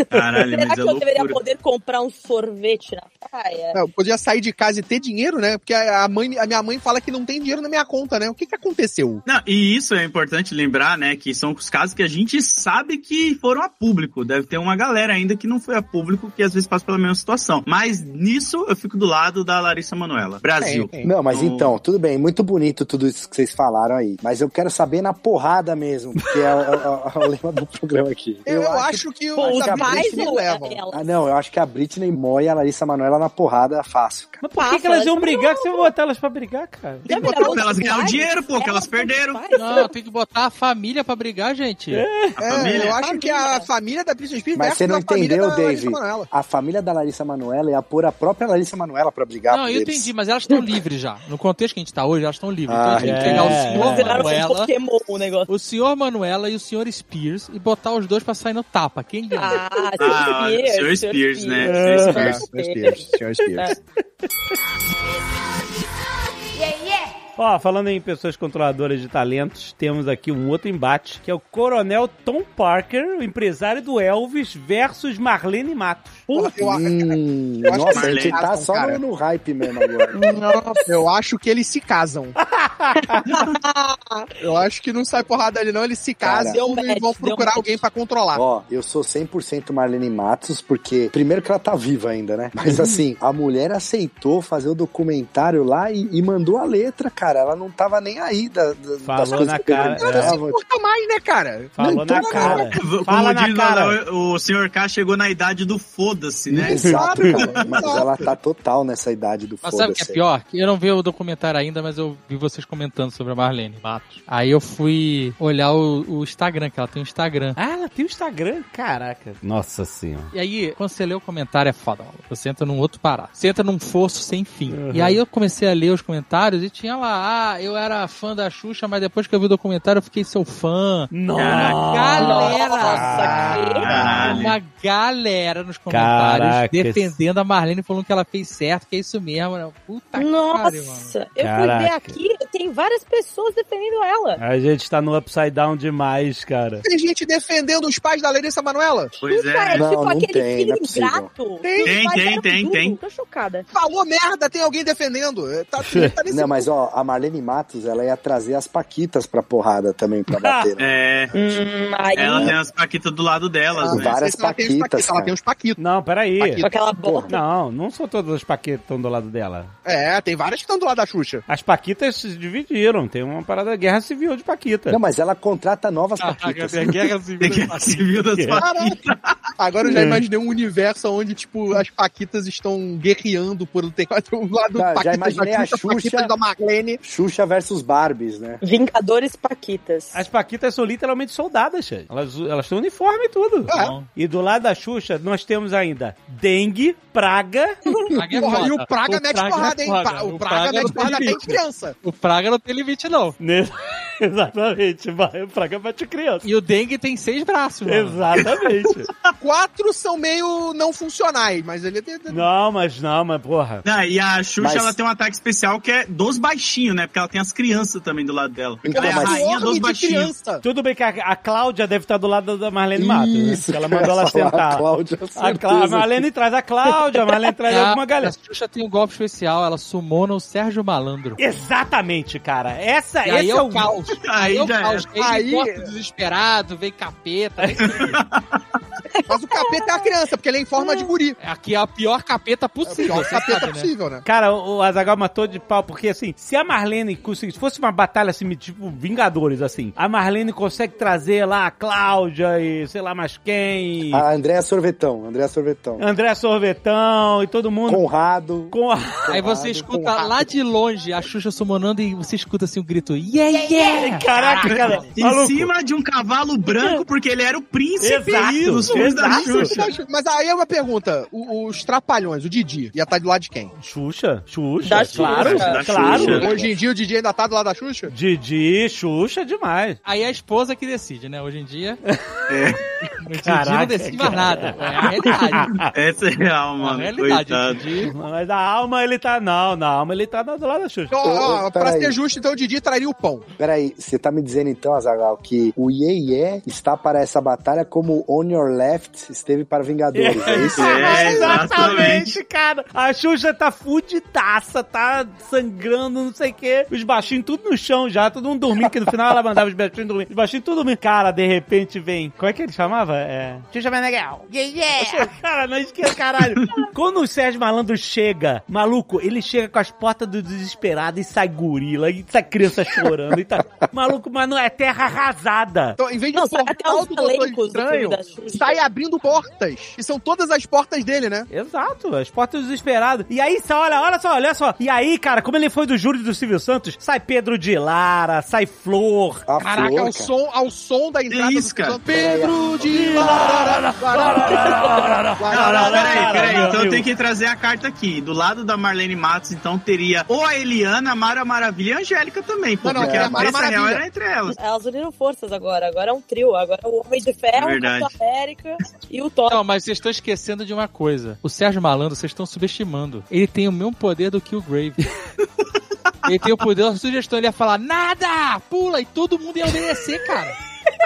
Speaker 3: Caralho,
Speaker 7: Será
Speaker 3: mas
Speaker 7: que
Speaker 3: é
Speaker 7: eu deveria
Speaker 3: loucura.
Speaker 7: poder comprar um sorvete na praia?
Speaker 5: Não, podia sair de casa e ter dinheiro, né? Porque a, a mãe, a minha mãe fala que não tem dinheiro na minha conta, né? O que que aconteceu?
Speaker 3: Não, e isso é importante lembrar, né? Que são os casos que a gente sabe que foram a público. Deve ter uma galera ainda que não foi a público, que às vezes passa pela mesma situação. Mas nisso eu fico do lado da Larissa Manoela. Brasil.
Speaker 5: Tem, tem.
Speaker 6: Não, mas
Speaker 3: Então-
Speaker 6: então, tudo bem, muito bonito tudo isso que vocês falaram aí. Mas eu quero saber na porrada mesmo, que é, o- é o- é o lema do programa aqui.
Speaker 5: Eu, eu acho que
Speaker 7: Pô,
Speaker 5: os
Speaker 7: os
Speaker 6: a
Speaker 5: amigos
Speaker 7: pais
Speaker 6: Britney
Speaker 5: não
Speaker 7: ou
Speaker 5: levam.
Speaker 7: ela?
Speaker 6: Ah, não, eu acho que a Britney Moy e a Larissa Manoela na porrada fácil, cara.
Speaker 2: Mas por que,
Speaker 7: Passa,
Speaker 2: que elas iam
Speaker 7: mas-
Speaker 2: brigar? Que você vai botar elas pra brigar, cara?
Speaker 7: Já
Speaker 5: botar
Speaker 7: virou
Speaker 3: pra elas
Speaker 7: outros
Speaker 3: ganhar o
Speaker 7: pais?
Speaker 3: dinheiro, pô, que elas
Speaker 7: são outros
Speaker 3: (laughs) perderam.
Speaker 7: pais?
Speaker 4: Não, tem que botar a família pra brigar, gente.
Speaker 5: É,
Speaker 3: família?
Speaker 5: eu acho que a
Speaker 7: Família.
Speaker 5: família da Britney Spears
Speaker 6: Mas
Speaker 5: versus
Speaker 6: você não
Speaker 5: a família
Speaker 6: entendeu,
Speaker 5: da Larissa
Speaker 6: Dave.
Speaker 5: Manoela.
Speaker 6: A família da Larissa Manoela ia pôr a própria Larissa Manoela pra brigar
Speaker 4: Não,
Speaker 6: por
Speaker 4: eu
Speaker 6: eles.
Speaker 4: entendi, mas elas estão livres já. No contexto que a gente tá hoje, elas estão livres. então
Speaker 6: Ah,
Speaker 4: a gente tem que
Speaker 2: é.
Speaker 4: pegar o senhor
Speaker 7: Viraram um
Speaker 4: Manuela,
Speaker 7: Pokémon o negócio.
Speaker 4: o senhor Manuela e o senhor Spears e botar os dois pra sair no tapa. Quem ganha?
Speaker 7: Ah,
Speaker 3: Ah,
Speaker 7: Sr.
Speaker 3: Sr.
Speaker 7: Spears,
Speaker 3: Spears, né?
Speaker 7: Sr.
Speaker 3: Sr.
Speaker 5: É,
Speaker 6: Ah,
Speaker 3: Spears.
Speaker 5: Sr. Spears, Sr. Spears.
Speaker 2: Ó, falando em pessoas controladoras de talentos, temos aqui um outro embate, que é o Coronel Tom Parker, o empresário do Elvis, versus Marlene Matos.
Speaker 5: (laughs) Eu,
Speaker 6: Hum,
Speaker 5: Eu acho que
Speaker 6: nossa, a
Speaker 3: eles
Speaker 6: gente tá
Speaker 5: casam,
Speaker 6: só
Speaker 5: um cara.
Speaker 6: no, no hype
Speaker 5: (laughs)
Speaker 6: mesmo agora.
Speaker 5: (laughs) eu acho que eles se casam. Eu acho que não sai porrada ali, não. Eles se
Speaker 6: Cara,
Speaker 5: casam
Speaker 7: deu
Speaker 5: e
Speaker 7: match,
Speaker 5: vão
Speaker 7: deu
Speaker 5: procurar
Speaker 7: match.
Speaker 5: alguém pra controlar.
Speaker 6: Ó, eu sou 100% Marlene Matos, porque primeiro que ela tá viva ainda, né? Mas assim, a mulher aceitou fazer o documentário lá e, e mandou a letra, cara. Ela não tava nem aí da, da, das
Speaker 2: Falou
Speaker 6: coisas
Speaker 2: na
Speaker 6: que eu
Speaker 2: cara,
Speaker 5: Não
Speaker 6: lembrava.
Speaker 5: importa mais, né, cara?
Speaker 2: Falou na
Speaker 6: então,
Speaker 2: cara.
Speaker 3: Como
Speaker 2: Fala na
Speaker 3: diz
Speaker 2: cara.
Speaker 3: lá, o senhor K chegou na idade do foda-se, né?
Speaker 6: Exato, cara. Mas
Speaker 5: Exato.
Speaker 6: ela tá total nessa idade do
Speaker 4: Mas sabe o que é
Speaker 6: foda-se.
Speaker 4: pior? Eu não vi o documentário ainda, mas eu vi vocês comentando sobre a Marlene Matos. Aí eu fui olhar o, o Instagram, que ela tem um Instagram.
Speaker 2: Ah, ela tem o Instagram? Caraca. Nossa senhora.
Speaker 4: E aí, quando você lê o comentário, é foda. Você entra num outro pará. Você entra num fosso sem fim. E aí eu comecei a ler os comentários e tinha lá, ah, eu era fã da Xuxa, mas depois que eu vi o documentário, eu fiquei seu fã.
Speaker 2: Nossa.
Speaker 7: Galera!
Speaker 3: Caralho.
Speaker 4: Uma galera nos comentários
Speaker 2: Caraca,
Speaker 4: defendendo a Marlene, falando que ela fez certo, que é isso mesmo. né? Puta que pariu, mano.
Speaker 7: Nossa, eu fui ver
Speaker 2: Caraca.
Speaker 7: aqui, tem várias pessoas defendendo ela.
Speaker 2: A gente tá no upside down demais, cara.
Speaker 5: Tem gente defendendo os pais da Larissa Manoela?
Speaker 3: Pois
Speaker 7: Cara,
Speaker 3: é.
Speaker 7: é
Speaker 6: Não,
Speaker 7: tipo
Speaker 6: não
Speaker 7: aquele
Speaker 6: tem, não
Speaker 7: filho
Speaker 6: é possível.
Speaker 7: ingrato.
Speaker 5: Tem.
Speaker 3: Tem,
Speaker 7: Mas
Speaker 3: tem,
Speaker 7: era um
Speaker 3: tem,
Speaker 7: duro,
Speaker 3: tem.
Speaker 7: Tô chocada.
Speaker 5: Falou merda, tem alguém defendendo. É,
Speaker 6: (laughs)
Speaker 5: Tá, tá nesse
Speaker 6: Não, mas ó, a Marlene Matos, ela ia trazer as Paquitas pra porrada também, pra bater.
Speaker 3: (laughs)
Speaker 6: né?
Speaker 3: É,
Speaker 7: aí,
Speaker 3: ela tem as paquitas do lado delas, né?
Speaker 6: Vai. várias
Speaker 5: Não sei se Ah, ela tem os
Speaker 6: paquitas,
Speaker 5: paquitas, Ela
Speaker 6: cara.
Speaker 5: tem os paquitos.
Speaker 2: Não, peraí.
Speaker 7: com aquela bota.
Speaker 2: Não, não são todas as paquetas que estão do lado dela.
Speaker 5: É, tem várias que estão do lado da Xuxa.
Speaker 2: As paquitas se dividiram. Tem uma parada da guerra civil de paquita.
Speaker 6: Não, mas ela contrata novas
Speaker 4: Caraca,
Speaker 6: Paquitas.
Speaker 4: tem Ah, a
Speaker 3: Tem
Speaker 4: guerra civil.
Speaker 2: (laughs)
Speaker 3: que é se viu das
Speaker 5: É.
Speaker 3: paquitas.
Speaker 5: Agora
Speaker 6: É.
Speaker 5: eu já imaginei um universo onde, tipo, as paquitas estão guerreando por um ter (laughs) do lado
Speaker 6: Cara, Tá, já
Speaker 5: paquitas,
Speaker 6: imaginei a
Speaker 5: paquitas,
Speaker 6: Xuxa.
Speaker 5: paquitas da Marlene.
Speaker 6: Xuxa versus Barbies, né?
Speaker 7: Vingadores Paquitas.
Speaker 2: As paquitas são literalmente soldadas, gente. Elas, elas têm uniforme e tudo.
Speaker 5: É.
Speaker 2: E do lado da Xuxa, nós temos ainda dengue, praga.
Speaker 4: A guerra é
Speaker 5: Porra, e
Speaker 4: foda.
Speaker 5: o Praga mete
Speaker 4: Praga é
Speaker 5: porrada, hein?
Speaker 4: foda.
Speaker 5: Pra- O Praga é
Speaker 4: não
Speaker 5: mete
Speaker 4: tem
Speaker 5: porrada até em
Speaker 4: limite.
Speaker 5: criança.
Speaker 4: O Praga não tem limite, não.
Speaker 2: né? Exatamente, vai pra cá pra te criança.
Speaker 4: E o dengue tem seis braços, mano.
Speaker 2: Exatamente.
Speaker 5: Quatro são meio não funcionais, mas ele é.
Speaker 2: não, mas não, mas porra.
Speaker 3: Não, e a Xuxa,
Speaker 6: Mas-
Speaker 3: ela tem um ataque especial que é dos baixinhos, né? Porque ela tem as crianças também do lado dela.
Speaker 6: Então,
Speaker 3: ela é a
Speaker 6: mas-
Speaker 3: rainha dos
Speaker 5: de
Speaker 3: baixinhos.
Speaker 5: criança.
Speaker 2: Tudo bem que a, a Cláudia deve estar do lado da Marlene Matos, né?
Speaker 6: Isso
Speaker 2: Que ela
Speaker 6: que eu
Speaker 2: mandou
Speaker 6: ia (laughs)
Speaker 2: ela
Speaker 6: falar,
Speaker 2: sentar.
Speaker 6: A Cláudia,
Speaker 2: A, Clá- a
Speaker 6: certeza. Ah.
Speaker 2: Marlene traz a Cláudia, a Marlene
Speaker 6: (laughs)
Speaker 2: traz
Speaker 4: A-
Speaker 2: é alguma
Speaker 4: A
Speaker 2: galera.
Speaker 4: Xuxa tem um golpe especial, ela sumona o Sérgio Malandro.
Speaker 2: Exatamente, cara. Essa,
Speaker 4: E
Speaker 2: esse
Speaker 4: aí
Speaker 2: é,
Speaker 4: é o
Speaker 2: o
Speaker 5: (laughs)
Speaker 4: caos.
Speaker 3: Aí
Speaker 4: é o
Speaker 3: já
Speaker 4: caos.
Speaker 3: era.
Speaker 4: Ele
Speaker 5: Aí-
Speaker 4: corta desesperado, vem capeta. vem-
Speaker 5: Mas o capeta é a criança, porque ele é em forma de guri.
Speaker 4: Aqui é a pior capeta
Speaker 5: É o pior
Speaker 4: possível. você
Speaker 5: capeta
Speaker 4: sabe, né?
Speaker 5: possível, né?
Speaker 2: Cara, o o Azagal matou de pau, porque assim, se a Marlene conseguisse, fosse uma batalha assim, tipo Vingadores, assim, a Marlene consegue trazer lá a Cláudia e sei lá mais quem, e
Speaker 6: A Andréa Sorvetão, Andréa Sorvetão.
Speaker 2: André Sorvetão e todo É um mundo.
Speaker 6: Conrado.
Speaker 2: Com a... (laughs)
Speaker 4: Aí você escuta lá de longe a Xuxa sumonando e você escuta assim um grito: Yeah, yeah!
Speaker 2: Caraca, cara.
Speaker 3: Em
Speaker 2: maluco.
Speaker 3: cima de um cavalo branco, porque ele era o príncipe
Speaker 2: Exato,
Speaker 3: dos filmes da
Speaker 2: exato.
Speaker 3: Xuxa.
Speaker 5: Mas aí é uma pergunta: o- os trapalhões, o Didi, ia estar do lado de quem?
Speaker 2: Xuxa? Xuxa?
Speaker 7: Da
Speaker 2: claro,
Speaker 7: Xuxa.
Speaker 3: Da
Speaker 2: claro.
Speaker 3: Xuxa.
Speaker 5: Hoje em dia o Didi ainda tá do lado da Xuxa?
Speaker 2: Didi, Xuxa demais.
Speaker 4: Aí é a esposa que decide, né? Hoje em dia. O Didi
Speaker 2: Caraca,
Speaker 4: não decide mais nada. É a realidade.
Speaker 3: Essa é real,
Speaker 4: É a
Speaker 3: mano.
Speaker 4: realidade. O
Speaker 3: coitado.
Speaker 4: Didi.
Speaker 2: Mas a alma ele tá. Não, na alma ele tá do lado da Xuxa.
Speaker 5: Ó, ó,
Speaker 6: Ô, ô,
Speaker 5: pra
Speaker 6: peraí.
Speaker 5: ser justo, então o Didi traria o pão.
Speaker 6: Peraí, você tá me dizendo então, Azagal, que o Ye Ye está para essa batalha como On Your Left esteve para Vingadores,
Speaker 4: (laughs)
Speaker 6: é isso?
Speaker 2: exatamente,
Speaker 3: É, exatamente.
Speaker 2: cara. A Xuxa tá fudidaça, tá sangrando, não sei o quê. Os baixinhos tudo no chão já, todo mundo dormindo, que no final ela mandava os baixinhos dormir. Os baixinhos tudo dormindo. Cara, de repente vem. Como é que ele chamava? É. Xuxa Meneghel. Yeah, yeah. Cara, não esquece, (laughs) caralho. Quando o Sérgio Malandro chega, maluco, ele chega com as portas do desesperado e sai gorila, e sai criança chorando e tá. Maluco, mas não é terra arrasada.
Speaker 5: Então, em vez de
Speaker 7: Não,
Speaker 5: um
Speaker 7: sai até
Speaker 5: portal
Speaker 7: os
Speaker 5: do Doutor
Speaker 7: elencos do filme
Speaker 5: Estranho,
Speaker 7: da Xuxa.
Speaker 5: sai abrindo portas. E são todas as portas dele, né?
Speaker 2: Exato, as portas do desesperado. E aí, só, olha, olha só, olha só. E aí, cara, como ele foi do júri do Silvio Santos, sai Pedro de Lara, sai Flor.
Speaker 6: A
Speaker 5: Caraca,
Speaker 6: flor,
Speaker 5: ao,
Speaker 6: cara.
Speaker 5: som, ao som da entrada
Speaker 3: isso,
Speaker 5: do
Speaker 3: cara?
Speaker 5: Santo Pedro de Lara.
Speaker 3: Não,
Speaker 5: Lara, Lara,
Speaker 3: não, peraí,
Speaker 2: Caralho,
Speaker 3: peraí.
Speaker 2: meu
Speaker 3: Então eu
Speaker 2: Deus.
Speaker 3: tenho que trazer a carta aqui. Do lado da Marlene Matos, então teria ou a Eliana, a Mara Maravilha e a Angélica também. Pô,
Speaker 5: Não, não,
Speaker 3: porque
Speaker 5: é a
Speaker 3: a
Speaker 5: Mara
Speaker 3: Mara real
Speaker 5: Maravilha.
Speaker 3: era entre elas.
Speaker 7: Elas uniram forças agora. Agora é um trio. Agora é o Homem de Ferro,
Speaker 3: É
Speaker 7: o
Speaker 3: verdade.
Speaker 7: Capitão América e o Thor.
Speaker 4: Não, mas vocês estão esquecendo de uma coisa. O Sérgio Malandro, vocês estão subestimando. Ele tem o mesmo poder do que o Grave. Ele tem o poder da sugestão, ele ia falar nada! Pula! E todo mundo ia obedecer, cara.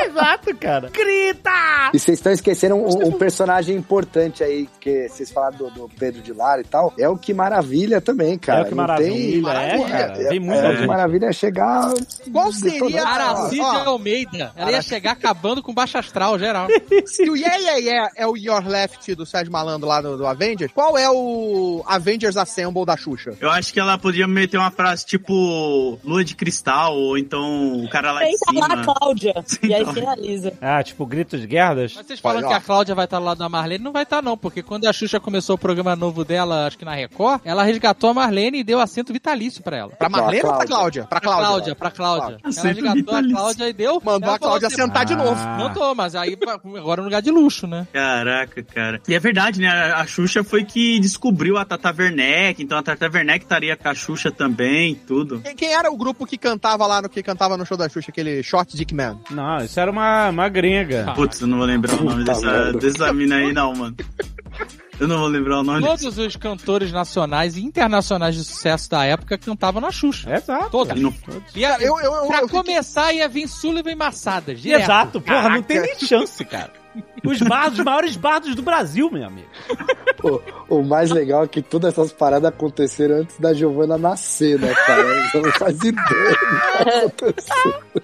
Speaker 2: Exato, cara. Grita!
Speaker 6: E vocês estão esquecendo um, um personagem importante aí, que vocês falaram do, do Pedro de Lara e tal. É o que maravilha também, cara.
Speaker 2: é o que
Speaker 6: Não tem-
Speaker 2: maravilha, é,
Speaker 5: maravilha.
Speaker 2: cara. Tem muito.
Speaker 6: é, o que maravilha é chegar.
Speaker 5: Qual seria a-
Speaker 4: Aracide
Speaker 5: ó,
Speaker 4: Almeida. Ela ia chegar acabando com baixa astral geral.
Speaker 5: Se o Yeah Yeah Yeah é o Your Left do Sérgio Malandro lá do, do Avengers, qual é o Avengers Assemble da Xuxa?
Speaker 3: Eu acho que ela podia meter uma frase tipo lua de cristal, ou então o cara lá de
Speaker 7: Senta tá lá,
Speaker 3: cima. (laughs) Então.
Speaker 7: Cláudia. E aí
Speaker 3: Sim,
Speaker 7: finaliza.
Speaker 2: Ah, tipo, grito de guerras?
Speaker 4: Mas vocês falam
Speaker 5: Olha,
Speaker 4: que
Speaker 5: ó.
Speaker 4: a Cláudia vai estar do lado da Marlene? Não vai estar, não, porque quando a Xuxa começou o programa novo dela, acho que na Record, ela resgatou a Marlene e deu assento vitalício pra ela.
Speaker 5: Pra Marlene
Speaker 6: Pra
Speaker 5: ou pra Cláudia? Pra
Speaker 4: Pra Cláudia,
Speaker 5: Cláudia.
Speaker 4: pra Cláudia. Ela
Speaker 3: Assento
Speaker 4: resgatou
Speaker 3: vitalício.
Speaker 4: a Cláudia e deu.
Speaker 5: Mandou
Speaker 4: ela
Speaker 5: a
Speaker 4: falou
Speaker 5: Cláudia
Speaker 4: assim,
Speaker 5: sentar de
Speaker 2: Ah.
Speaker 5: novo.
Speaker 4: Mandou, mas aí pra- agora é um lugar de luxo, né?
Speaker 3: Caraca, cara. E é verdade, né? A a Xuxa foi que descobriu a Tata Werneck, então a Tata Werneck estaria com a Xuxa também, tudo.
Speaker 5: Quem, quem era o grupo que cantava lá no que cantava no show da Xuxa, aquele Short Dick Man?
Speaker 2: Não, isso era uma, uma gringa.
Speaker 3: Putz, eu não vou lembrar o nome
Speaker 6: Puta
Speaker 3: dessa,
Speaker 6: merda.
Speaker 3: dessa mina aí, não, mano. Eu não vou lembrar o nome.
Speaker 4: Todos os cantores nacionais e internacionais de sucesso da época cantavam na Xuxa.
Speaker 2: Exato.
Speaker 4: Toda.
Speaker 3: Não-
Speaker 4: Ia,
Speaker 5: Eu, eu, eu,
Speaker 4: pra
Speaker 5: eu fiquei-
Speaker 4: começar, ia vir Sullivan e Massada. direto.
Speaker 2: Exato, porra, não tem nem chance, cara. Os bardos, os maiores bardos do Brasil, meu amigo.
Speaker 6: O mais legal é que todas essas paradas aconteceram antes da Giovanna nascer, né, cara? Você não faz ideia.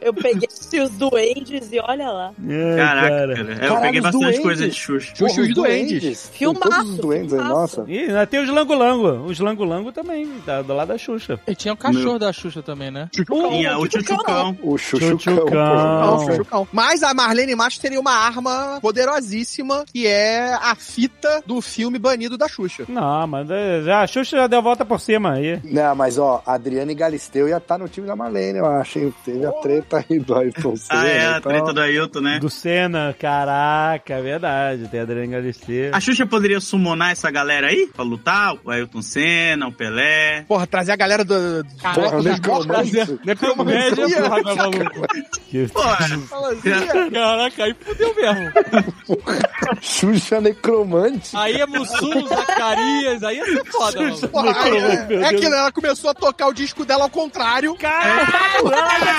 Speaker 7: Eu peguei (laughs) os duendes e olha lá.
Speaker 3: Caraca, cara. É, eu
Speaker 6: Caralho,
Speaker 3: peguei
Speaker 6: os
Speaker 3: bastante
Speaker 6: duendes.
Speaker 3: coisa de Xuxa.
Speaker 5: Xuxa e os Duendes.
Speaker 6: Tem Todos os
Speaker 7: Filmaço,
Speaker 6: duendes aí,
Speaker 7: filmaço.
Speaker 6: nossa.
Speaker 2: E ainda tem os langolango. Os langolango também, da, do lado da Xuxa.
Speaker 4: E tinha o cachorro da Xuxa também, né?
Speaker 3: Tinha o Tchutchucão.
Speaker 6: O Chuchucão.
Speaker 2: Chuchucão.
Speaker 6: pô.
Speaker 5: Não, Xuxa não. Mas a Marlene Matos teria uma arma poderosíssima, que é a fita do filme Bud banido da Xuxa.
Speaker 2: Não, mas é, já, a Xuxa já deu a volta por cima aí.
Speaker 6: Não, mas ó, Adriane Galisteu ia estar no time da Marlene, eu acho, hein? Teve a treta aí do Ayrton Senna.
Speaker 3: Ah, é,
Speaker 6: e
Speaker 3: a
Speaker 6: tal.
Speaker 3: treta do Ailton, né?
Speaker 2: Do Senna, caraca, é verdade. Tem a Adriana Galisteu.
Speaker 3: A Xuxa poderia summonar essa galera aí pra lutar? O Ailton Senna, o Pelé.
Speaker 5: Porra, trazer a galera do.
Speaker 4: (laughs)
Speaker 6: Porra,
Speaker 5: do-
Speaker 6: necromante.
Speaker 2: é-
Speaker 3: é
Speaker 4: Necromédia,
Speaker 5: Ia,
Speaker 4: porra, meu maluco.
Speaker 2: Que-
Speaker 3: Pô,
Speaker 5: Falazinha.
Speaker 4: Caraca, aí fudeu mesmo.
Speaker 6: Xuxa necromante.
Speaker 4: Aí é Mussum, Zacarias, aí é ser foda, mano.
Speaker 5: Porra, aí, é, é que ela começou a tocar o disco dela ao contrário.
Speaker 2: Caralho, olha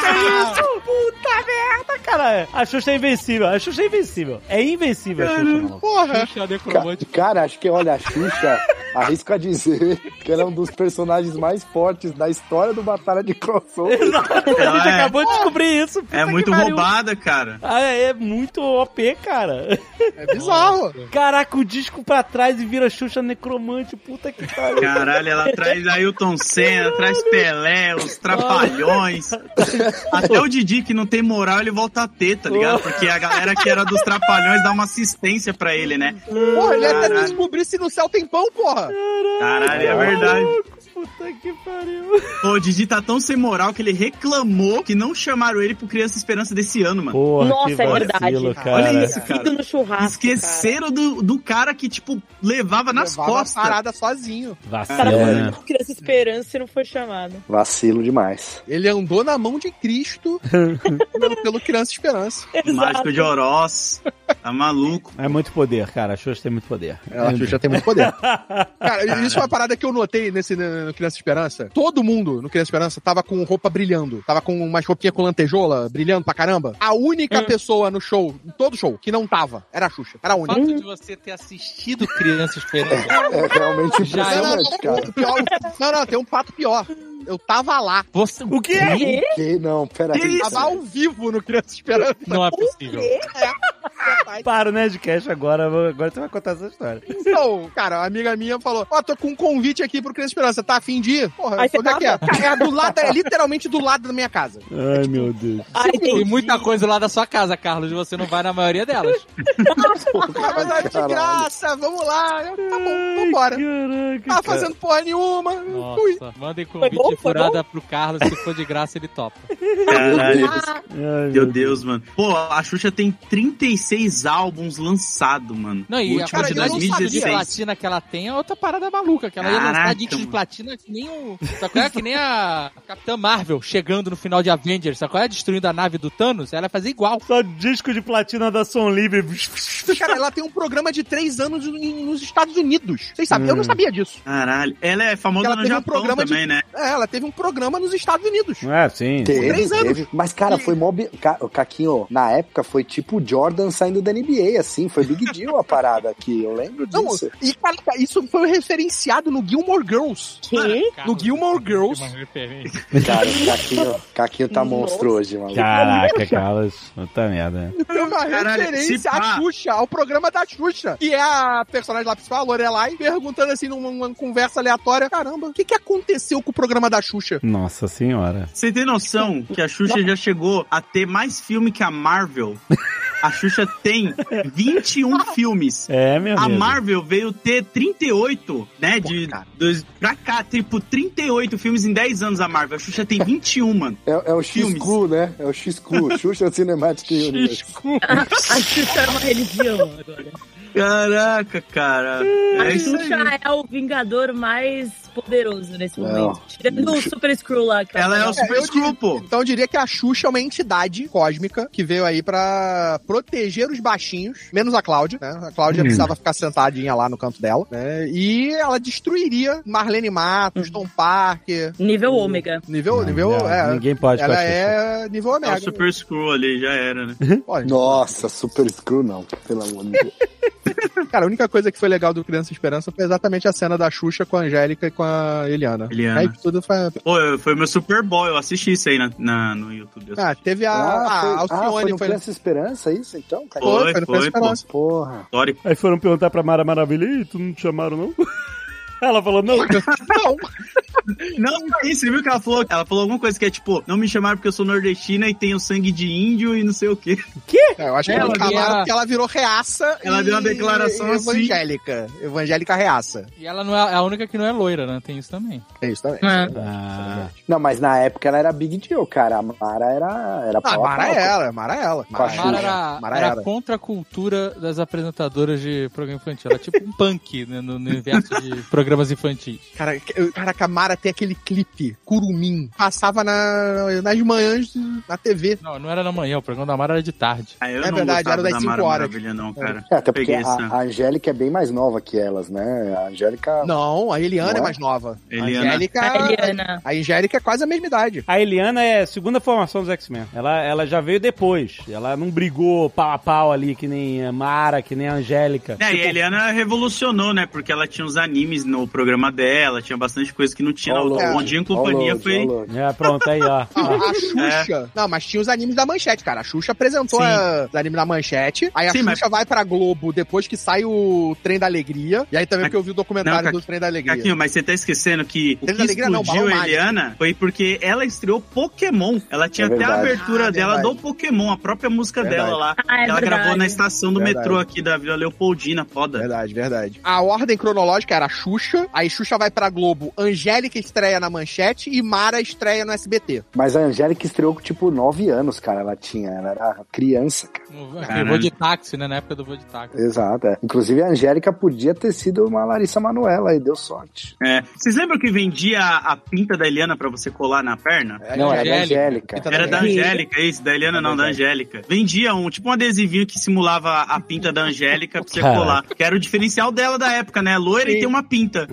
Speaker 2: só isso! Ah, Puta merda, cara! A Xuxa é invencível, a Xuxa é invencível. É invencível a Xuxa, maluco.
Speaker 5: Porra.
Speaker 4: Xuxa
Speaker 6: Ca-
Speaker 4: necromante.
Speaker 6: Cara, acho que, olha,
Speaker 5: (laughs)
Speaker 6: a Xuxa, arrisco a dizer que ela é um dos personagens mais fortes da história do Batalha de Crossover.
Speaker 5: (laughs)
Speaker 2: A gente
Speaker 3: é-
Speaker 2: acabou de descobrir isso. puta
Speaker 3: é
Speaker 2: que
Speaker 3: muito
Speaker 2: pariu.
Speaker 3: roubada, cara.
Speaker 2: Ah, é muito OP, cara.
Speaker 5: É bizarro.
Speaker 2: Caraca, o disco pra trás e vira Xuxa necromante, puta que pariu.
Speaker 3: Caralho, ela traz Ailton Senna, traz Pelé, os Trapalhões. Até o Didi, que não tem moral, ele volta a ter, tá ligado? Porque a galera que era dos Trapalhões dá uma assistência pra ele, né?
Speaker 5: Porra, ele até
Speaker 3: Caralho.
Speaker 5: descobrir se no céu tem pão, porra.
Speaker 3: Caralho, é verdade.
Speaker 2: Puta que pariu.
Speaker 3: Pô, o Didi tá tão sem moral que ele reclamou que não chamaram ele pro Criança Esperança desse ano, mano.
Speaker 2: Porra,
Speaker 7: Nossa, é verdade.
Speaker 2: cara.
Speaker 3: Olha isso, cara.
Speaker 7: Fica no churrasco.
Speaker 3: Esqueceram do, do cara que, tipo, levava nas
Speaker 5: Levava a
Speaker 3: costas.
Speaker 5: parada sozinho.
Speaker 2: Vacila,
Speaker 7: Cara, cara
Speaker 2: né?
Speaker 7: foi criança esperança e não foi chamado.
Speaker 6: Vacilo demais.
Speaker 5: Ele andou na mão de Cristo
Speaker 3: (laughs)
Speaker 5: pelo, pelo Criança Esperança.
Speaker 3: O Mágico de Oroz. Tá maluco.
Speaker 2: É muito poder, cara. A Xuxa tem muito poder.
Speaker 5: Ela já tem
Speaker 3: (laughs)
Speaker 5: muito poder. Cara, isso é uma parada que eu notei nesse no Criança Esperança. Todo mundo no Criança Esperança tava com roupa brilhando. Tava com umas roupinhas com lantejola brilhando pra caramba. A única
Speaker 3: Hum.
Speaker 5: pessoa no show, em todo show, que não tava, era a Xuxa. Era a
Speaker 4: O
Speaker 5: única.
Speaker 4: fato de você ter assistido Criança Esperança.
Speaker 6: É realmente
Speaker 4: Já era
Speaker 6: impressionante, cara.
Speaker 5: Pior- não, não, tem um fato pior. Eu tava lá.
Speaker 4: Você... O quê?
Speaker 6: Que não, peraí.
Speaker 3: Que isso?
Speaker 5: Tava ao vivo no Criança Esperança.
Speaker 4: Não é possível.
Speaker 2: Para o Nerdcast agora, agora você vai contar essa história.
Speaker 5: Então, cara, uma amiga minha falou: Ó, tô com um convite aqui pro Criança Esperança. Tá a fim de ir? Porra,
Speaker 7: Aí você
Speaker 5: onde é que é? Cara, é do lado, é literalmente do lado da minha casa.
Speaker 2: Ai, meu Deus.
Speaker 7: Ai, um
Speaker 4: Tem
Speaker 7: entendi.
Speaker 4: muita coisa lá da sua casa, Carlos, e você não vai na maioria delas.
Speaker 5: Ah, mas é de
Speaker 6: Caralho.
Speaker 5: graça, vamos lá. Eu, tá bom, vambora.
Speaker 2: Caraca,
Speaker 5: Tava fazendo porra nenhuma. Fui.
Speaker 4: Nossa, mandem
Speaker 7: Foi bom, foi
Speaker 4: convite furada pro Carlos, se for de graça ele topa.
Speaker 3: Caralho.
Speaker 2: Ai,
Speaker 3: Meu Deus, mano. Pô, a Xuxa tem 36 álbuns lançados, mano.
Speaker 4: Não,
Speaker 3: O
Speaker 4: e a
Speaker 3: último
Speaker 5: cara,
Speaker 4: quantidade
Speaker 5: eu não
Speaker 4: de disco de
Speaker 5: sabia.
Speaker 4: platina que ela tem é outra parada maluca, que ela ia lançar
Speaker 3: Caraca,
Speaker 4: disco de
Speaker 3: mano.
Speaker 4: platina que nem o... Sabe qual é? Que nem a Capitã Marvel chegando no final de Avengers, sabe qual é? Destruindo a nave do Thanos, ela ia fazer igual.
Speaker 2: Só disco de platina da Som Livre.
Speaker 5: Cara, ela tem um programa de três anos em- nos Estados Unidos. Vocês sabem, eu não sabia disso.
Speaker 3: Caralho. Ela é famosa
Speaker 5: Ela
Speaker 3: no
Speaker 5: teve um
Speaker 3: Japão
Speaker 5: programa de-
Speaker 3: também, né?
Speaker 5: É, ela teve um programa nos Estados Unidos.
Speaker 2: É, sim.
Speaker 6: Teve,
Speaker 5: Três anos.
Speaker 6: teve. Mas, cara, foi mó. bi- Ca- o Caquinho, na época, foi tipo o Jordan saindo da NBA, assim. Foi Big Deal a parada aqui. Eu lembro
Speaker 5: Não,
Speaker 6: disso.
Speaker 5: e cara, isso foi referenciado no Gilmore Girls.
Speaker 7: Que?
Speaker 5: No Gilmore Girls.
Speaker 6: Cara, o Caquinho, Caquinho tá monstro hoje, maluco.
Speaker 2: Caraca, Carlos. Puta merda.
Speaker 5: Tem uma
Speaker 3: Caralho, se
Speaker 5: referência
Speaker 3: pá.
Speaker 5: à Xuxa, ao programa da Xuxa. E é a personagem lá principal, a Lorelai, perguntando assim numa numa conversa aleatória: caramba, o que, que aconteceu com o programa da Xuxa?
Speaker 2: Nossa senhora.
Speaker 3: Você tem noção que a Xuxa já chegou a ter mais filme que a Marvel? A Xuxa tem
Speaker 5: (laughs)
Speaker 3: 21 filmes.
Speaker 2: É, meu
Speaker 3: A
Speaker 2: amigo.
Speaker 3: Marvel veio ter 38, né? De
Speaker 5: cara.
Speaker 3: dois, pra cá, tipo, 38 filmes em 10 anos a Marvel. A Xuxa tem 21, mano.
Speaker 6: É, é o
Speaker 3: Filmes.
Speaker 6: X-Cu, né? É o X-Cu. Xuxa Cinematic Universe.
Speaker 7: A Xuxa é uma religião agora.
Speaker 3: Caraca, cara.
Speaker 7: A
Speaker 3: É isso aí.
Speaker 7: Xuxa é o vingador mais poderoso nesse
Speaker 6: Não.
Speaker 7: momento. Tirando o Super Screw lá. que
Speaker 3: Ela é o Super
Speaker 5: Tá eu
Speaker 3: Screw, pô.
Speaker 5: Então eu diria que a Xuxa é uma entidade cósmica que veio aí pra proteger os baixinhos, menos a Cláudia, né? A Cláudia
Speaker 2: Hum.
Speaker 5: precisava ficar sentadinha lá no canto dela, né? E ela destruiria Marlene Matos, Tom Parker,
Speaker 7: Nível ômega.
Speaker 5: nível,
Speaker 2: Hum. Não,
Speaker 5: nível,
Speaker 2: não,
Speaker 5: é,
Speaker 2: Ninguém pode com a
Speaker 5: ela
Speaker 2: Xuxa.
Speaker 5: é nível
Speaker 3: É
Speaker 5: Omega.
Speaker 3: o Super Screw ali, já era, né?
Speaker 5: Olha,
Speaker 6: Nossa, Super Screw não, pelo amor de Deus.
Speaker 5: Cara, a única coisa que foi legal do Criança Esperança foi exatamente a cena da Xuxa com a Angélica e com a Eliana.
Speaker 3: Eliana.
Speaker 5: Aí tudo foi.
Speaker 3: Pô, eu- foi meu Super Bowl, eu assisti isso aí na, na- no YouTube. eu
Speaker 5: Ah,
Speaker 3: assisti.
Speaker 5: teve a, a
Speaker 6: foi, ah, foi
Speaker 5: Alcione.
Speaker 6: no
Speaker 5: foi
Speaker 6: Criança Esperança isso, então? Cara?
Speaker 3: Foi,
Speaker 5: foi no
Speaker 3: foi,
Speaker 5: Criança
Speaker 3: pô.
Speaker 5: Esperança.
Speaker 6: Porra.
Speaker 3: Sorry.
Speaker 2: Aí (laughs) foram perguntar pra Mara Maravilha, Ih, tu não te chamaram, não? Ela falou, não.
Speaker 5: Não,
Speaker 3: Não, só isso, você viu o que ela falou? Ela falou alguma coisa que é tipo, não me chamaram porque eu sou nordestina e tenho sangue de índio e não sei o quê. (laughs)
Speaker 5: É, eu acho que
Speaker 4: Ela
Speaker 5: ela
Speaker 4: vira-
Speaker 5: porque ela virou reaça.
Speaker 3: Ela deu uma declaração assim.
Speaker 5: evangélica. Evangélica reaça.
Speaker 4: E ela não é a única que não é loira, né? Tem isso também.
Speaker 5: É isso também.
Speaker 2: Ah,
Speaker 6: Não, mas na época ela era Big Deal, cara. A Mara era. era
Speaker 5: Ah,
Speaker 6: pau a
Speaker 5: Mara
Speaker 6: pau,
Speaker 5: é
Speaker 6: cara.
Speaker 5: ela, Mara é ela.
Speaker 6: Com a
Speaker 5: Mara é
Speaker 4: Mara
Speaker 6: Xuxa.
Speaker 4: era,
Speaker 5: ela. Mara
Speaker 4: era
Speaker 5: era.
Speaker 4: contra a cultura das apresentadoras de programa infantil. Ela é tipo um punk né, no, no universo de programas infantis.
Speaker 5: Cara, eu- caraca, a Mara tem aquele clipe, Curumim. Passava na, nas manhãs na TV.
Speaker 4: Não, não era na manhã, o programa da Mara era de tarde.
Speaker 3: Ah, eu
Speaker 5: É
Speaker 3: não
Speaker 5: verdade,
Speaker 3: gostava
Speaker 5: era das
Speaker 3: da
Speaker 5: cinco
Speaker 3: Mara
Speaker 5: horas.
Speaker 3: Maravilha, não, cara.
Speaker 6: É, até porque
Speaker 3: Peguei
Speaker 6: a,
Speaker 3: essa.
Speaker 6: a Angélica é bem mais nova que elas, né? A Angélica.
Speaker 5: Não, a Eliana
Speaker 6: Não
Speaker 5: é
Speaker 6: é?
Speaker 5: mais nova.
Speaker 3: Eliana.
Speaker 5: A Angélica,
Speaker 7: A Eliana.
Speaker 5: a Angélica é quase a mesma idade.
Speaker 2: A Eliana é a segunda formação dos X-Men. Ela, ela já veio depois. Ela não brigou pau a pau ali, que nem a Mara, que nem a Angélica. Tipo,
Speaker 3: É, e
Speaker 5: tipo-
Speaker 3: a Eliana revolucionou, né? Porque ela tinha os animes no programa dela, tinha bastante coisa que não tinha. na
Speaker 6: Ó o
Speaker 3: outra.
Speaker 6: load,
Speaker 3: Bom dia em
Speaker 6: ó o
Speaker 3: companhia
Speaker 6: load,
Speaker 3: foi.
Speaker 6: ó o load.
Speaker 2: É, pronto, aí, ó.
Speaker 5: Não,
Speaker 3: (laughs)
Speaker 2: Ah,
Speaker 3: É.
Speaker 5: a Xuxa. Não, mas tinha os animes da manchete, cara. A Xuxa apresentou
Speaker 3: Sim.
Speaker 5: a- os animes da manchete. Aí a
Speaker 3: Sim,
Speaker 5: Xuxa
Speaker 3: mas-
Speaker 5: vai pra Globo depois que sai o Trem da Alegria. E aí também porque eu vi o documentário
Speaker 3: Não,
Speaker 5: do Trem da Alegria.
Speaker 3: Caquinho, mas você tá esquecendo que o que
Speaker 5: Teve alegria, não,
Speaker 3: explodiu
Speaker 5: balão
Speaker 3: a Eliana foi porque ela estreou Pokémon. Ela tinha
Speaker 6: É
Speaker 3: até a
Speaker 6: verdade.
Speaker 3: abertura
Speaker 5: Ah,
Speaker 3: dela
Speaker 5: verdade.
Speaker 3: do Pokémon, a própria música
Speaker 5: Verdade.
Speaker 3: dela lá.
Speaker 7: Ah, é
Speaker 3: ela
Speaker 7: verdade.
Speaker 3: gravou na estação do
Speaker 5: Verdade.
Speaker 3: metrô aqui da Vila Leopoldina, foda.
Speaker 5: Verdade, verdade. A ordem cronológica era Xuxa, aí Xuxa vai pra Globo, Angélica estreia na Manchete e Mara estreia no SBT.
Speaker 6: Mas a Angélica estreou com tipo 9 anos, cara. Ela tinha. Ela era criança, cara.
Speaker 4: No-
Speaker 3: Caralho.
Speaker 4: Eu vou de táxi, né? Na época do voo de táxi.
Speaker 6: Exato. é. Inclusive a Angélica podia ter sido uma Larissa Manoela e deu sorte.
Speaker 3: É. Vocês lembram que vendia a, a pinta da Eliana pra você colar na perna?
Speaker 6: não, era da
Speaker 4: Angélica.
Speaker 6: Angélica.
Speaker 5: Então,
Speaker 3: Era da
Speaker 5: Sim.
Speaker 3: Angélica, isso, da Eliana não, da Angélica. Vendia um, tipo um adesivinho que simulava a pinta da Angélica pra você
Speaker 2: Caraca.
Speaker 3: colar. Que era o diferencial dela da época, né? Loira e tem uma pinta.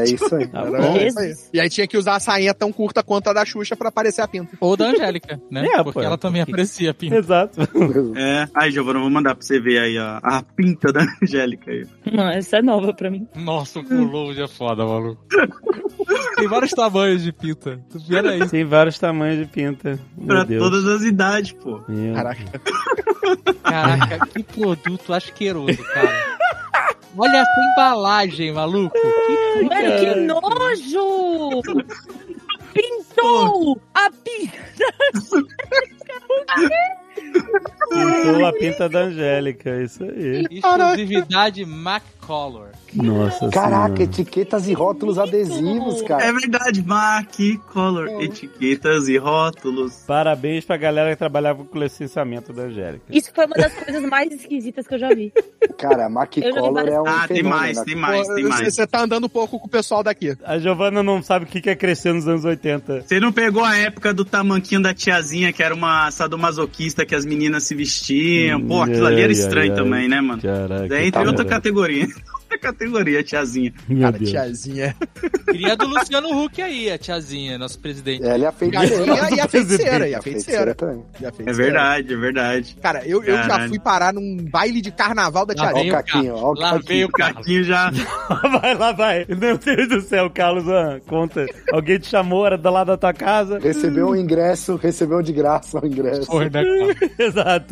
Speaker 6: É isso aí.
Speaker 2: tá
Speaker 5: Era
Speaker 2: bom.
Speaker 5: isso aí. E aí tinha que usar a sainha tão curta quanto a da Xuxa pra aparecer a pinta.
Speaker 4: Ou da Angélica, né?
Speaker 2: É,
Speaker 4: Porque
Speaker 2: pô.
Speaker 4: ela também aparecia,
Speaker 2: (laughs) (laughs)
Speaker 4: pinta.
Speaker 2: Exato.
Speaker 3: É. Aí, Giovana, eu vou mandar pra você ver aí ó, a pinta da Angélica aí.
Speaker 7: Não, essa é nova pra mim.
Speaker 4: Nossa, o load é foda, maluco. Tem vários tamanhos de pinta. Tu vê aí.
Speaker 2: Tem vários tamanhos de pinta. Meu
Speaker 3: Pra
Speaker 2: Deus.
Speaker 3: todas as idades, pô.
Speaker 2: Meu.
Speaker 5: Caraca.
Speaker 4: Caraca, que produto asqueroso, cara. Olha essa embalagem, maluco. Que puta
Speaker 7: Mano, que nojo! Pintou a pinta.
Speaker 2: Pintou a pinta da Angélica, isso aí.
Speaker 4: Exclusividade McColor.
Speaker 2: Nossa
Speaker 6: Caraca,
Speaker 2: senhora.
Speaker 6: etiquetas e rótulos adesivos,
Speaker 3: É
Speaker 6: cara.
Speaker 3: verdade, marque, color,
Speaker 6: É.
Speaker 3: etiquetas e rótulos.
Speaker 2: Parabéns pra galera que trabalhava com o licenciamento da Angélica.
Speaker 7: Isso foi uma das coisas mais esquisitas que eu já vi.
Speaker 6: Cara, a Mac
Speaker 7: Eu já vi
Speaker 6: Collor
Speaker 7: várias-
Speaker 6: é um
Speaker 3: Ah, tem
Speaker 6: fenômeno,
Speaker 3: mais,
Speaker 6: né?
Speaker 3: tem mais, tem
Speaker 5: Pô, você-
Speaker 3: mais.
Speaker 5: Você tá andando um pouco com o pessoal daqui.
Speaker 2: A Giovana não sabe o que que é crescer nos anos 80.
Speaker 3: Você não pegou a época do tamanquinho da tiazinha, que era uma sadomasoquista que as meninas se vestiam. Pô, aquilo ali era
Speaker 2: Hum, Ai, ai,
Speaker 3: estranho
Speaker 2: ai.
Speaker 3: também, né, mano?
Speaker 2: Caraca.
Speaker 3: Daí entre
Speaker 6: tá
Speaker 3: outra
Speaker 2: cara.
Speaker 3: categoria. (laughs) Outra categoria, tiazinha.
Speaker 2: Meu
Speaker 5: Cara,
Speaker 2: Deus.
Speaker 5: tiazinha.
Speaker 4: Queria do Luciano Huck aí, a tiazinha, nosso presidente.
Speaker 6: Ela é a
Speaker 5: E a, e
Speaker 6: feiticeira.
Speaker 5: a- e a feiticeira, e a
Speaker 6: (laughs) A feiticeira
Speaker 5: feiticeira.
Speaker 6: também.
Speaker 5: E a
Speaker 3: É
Speaker 5: feiticeira.
Speaker 3: verdade, é verdade.
Speaker 5: Cara, eu, eu já
Speaker 3: Caralho.
Speaker 5: fui parar num baile de carnaval da
Speaker 4: Lá
Speaker 5: tiazinha.
Speaker 4: vem
Speaker 6: Ó o Caquinho, ó o
Speaker 4: Lá vem o
Speaker 3: O
Speaker 2: Tá.
Speaker 4: Carlos.
Speaker 3: Caquinho já.
Speaker 2: (laughs) Vai lá, vai. Meu Deus do céu, Carlos, ah, conta. Alguém te chamou, era do lado da tua casa. (laughs)
Speaker 6: Recebeu o ingresso, recebeu de graça o ingresso.
Speaker 4: Foi, né, cara?
Speaker 2: Exato. (laughs)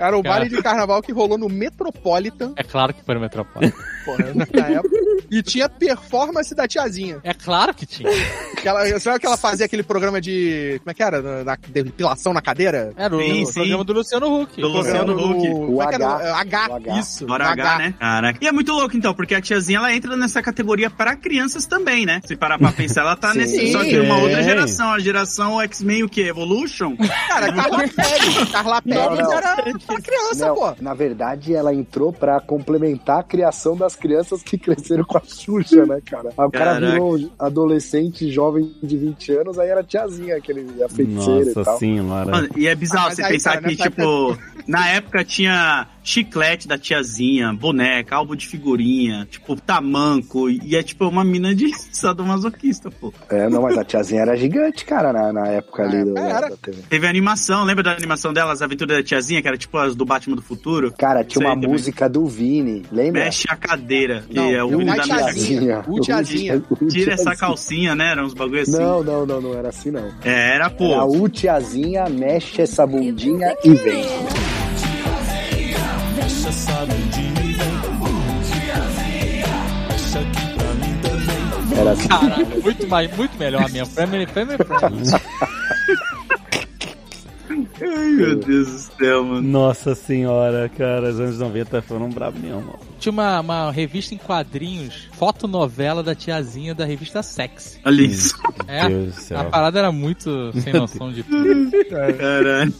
Speaker 5: Era
Speaker 4: Cara.
Speaker 5: o baile de carnaval que rolou no Metropolitan,
Speaker 4: É claro que foi no Metropolitano.
Speaker 5: porra, né, na época. E tinha performance da tiazinha.
Speaker 4: É claro que tinha.
Speaker 5: Que ela, você lembra que ela fazia aquele programa de. Como é que era? Da, da depilação na cadeira?
Speaker 4: Era o
Speaker 3: Sim,
Speaker 4: o
Speaker 3: sim.
Speaker 4: programa do Luciano Huck.
Speaker 3: Do Luciano
Speaker 5: Programa
Speaker 3: Huck.
Speaker 5: do- Como é que
Speaker 6: O
Speaker 5: era? H.
Speaker 6: O H.
Speaker 5: Isso.
Speaker 3: Hora H, né? Caraca. E é muito louco, então, porque a tiazinha ela entra nessa categoria para crianças também, né? Se parar pra pensar, ela tá
Speaker 5: (laughs)
Speaker 6: Sim.
Speaker 3: nesse. Só que numa
Speaker 2: Sim.
Speaker 3: outra geração, a geração X-Men, o quê? Evolution? (laughs)
Speaker 5: Cara, Carla Pérez. Carla Pérez
Speaker 6: não.
Speaker 5: era pra criança,
Speaker 6: Não,
Speaker 5: pô.
Speaker 6: na verdade, ela entrou pra complementar a criação das crianças que cresceram com a Xuxa, né, cara? Aí O cara
Speaker 3: Caraca.
Speaker 6: virou um adolescente, jovem de 20 anos, aí era tiazinha, aquele, a feiticeira e
Speaker 2: Nossa
Speaker 6: tal.
Speaker 2: senhora.
Speaker 3: Mano, e é bizarro
Speaker 5: Ah, mas
Speaker 3: você
Speaker 5: aí,
Speaker 3: pensar
Speaker 5: cara,
Speaker 3: que,
Speaker 5: nessa
Speaker 3: tipo, na época tinha chiclete da tiazinha, boneca, álbum de figurinha, tipo, tamanco. E é tipo uma mina de (laughs) sadomasoquista, pô.
Speaker 6: É, não, mas a tiazinha era gigante, cara, na, na época ali
Speaker 5: É,
Speaker 6: do,
Speaker 5: era.
Speaker 6: da TV.
Speaker 3: Teve a animação, lembra da animação delas, a aventura da tiazinha, que era tipo as do Batman do Futuro?
Speaker 6: Cara, tinha
Speaker 3: Isso aí
Speaker 6: uma
Speaker 3: também.
Speaker 6: música do Vini, lembra?
Speaker 3: Mexe a cadeira, que
Speaker 5: Não,
Speaker 3: é o
Speaker 5: eu
Speaker 3: vídeo
Speaker 5: mais
Speaker 3: da
Speaker 5: tiazinha.
Speaker 3: minha vida.
Speaker 5: O tiazinha.
Speaker 6: (laughs) O tiazinha.
Speaker 3: Tira essa calcinha, né? Eram uns bagulho assim.
Speaker 6: Não, não, não, não era assim, não.
Speaker 3: É, era, pô.
Speaker 6: Era o tiazinha, mexe essa bundinha e vem. Era assim, Friends.
Speaker 4: Cara, muito, mais, muito melhor mesmo. Family, family, family.
Speaker 3: Ai, meu Deus do céu, mano.
Speaker 2: Nossa senhora, cara, os anos 90 foram bravos mesmo.
Speaker 4: Tinha uma, uma revista em quadrinhos, fotonovela da tiazinha da revista Sex.
Speaker 3: Olha isso.
Speaker 2: Meu
Speaker 4: É,
Speaker 2: Deus do
Speaker 4: a
Speaker 2: céu.
Speaker 4: parada era muito sem noção de tudo.
Speaker 3: Caralho.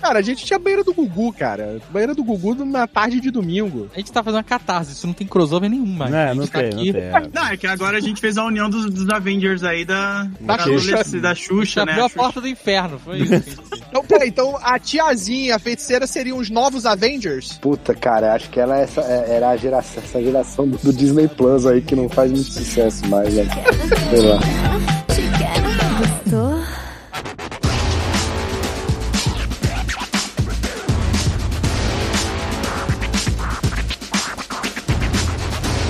Speaker 5: Cara, a gente tinha banheira do Gugu, cara. Banheira do Gugu numa tarde de domingo.
Speaker 4: A gente tá fazendo uma catarse, isso não tem crossover nenhuma. a
Speaker 2: né, Não,
Speaker 4: gente
Speaker 2: não
Speaker 4: tá
Speaker 2: tem,
Speaker 4: aqui,
Speaker 2: não tem.
Speaker 3: Não, é que agora a gente fez a união dos, dos Avengers aí da,
Speaker 5: Da Xuxa.
Speaker 3: adolescência- da
Speaker 4: a gente
Speaker 3: Xuxa, né?
Speaker 4: abriu a
Speaker 3: Xuxa.
Speaker 4: porta do inferno, foi isso. que a gente fez.
Speaker 5: Então, peraí, então a tiazinha, a feiticeira, seriam os novos Avengers?
Speaker 6: Puta, cara, acho que ela é essa, é- era a geração, essa geração do Disney Plus aí que não faz muito sucesso mais, né? Sei lá.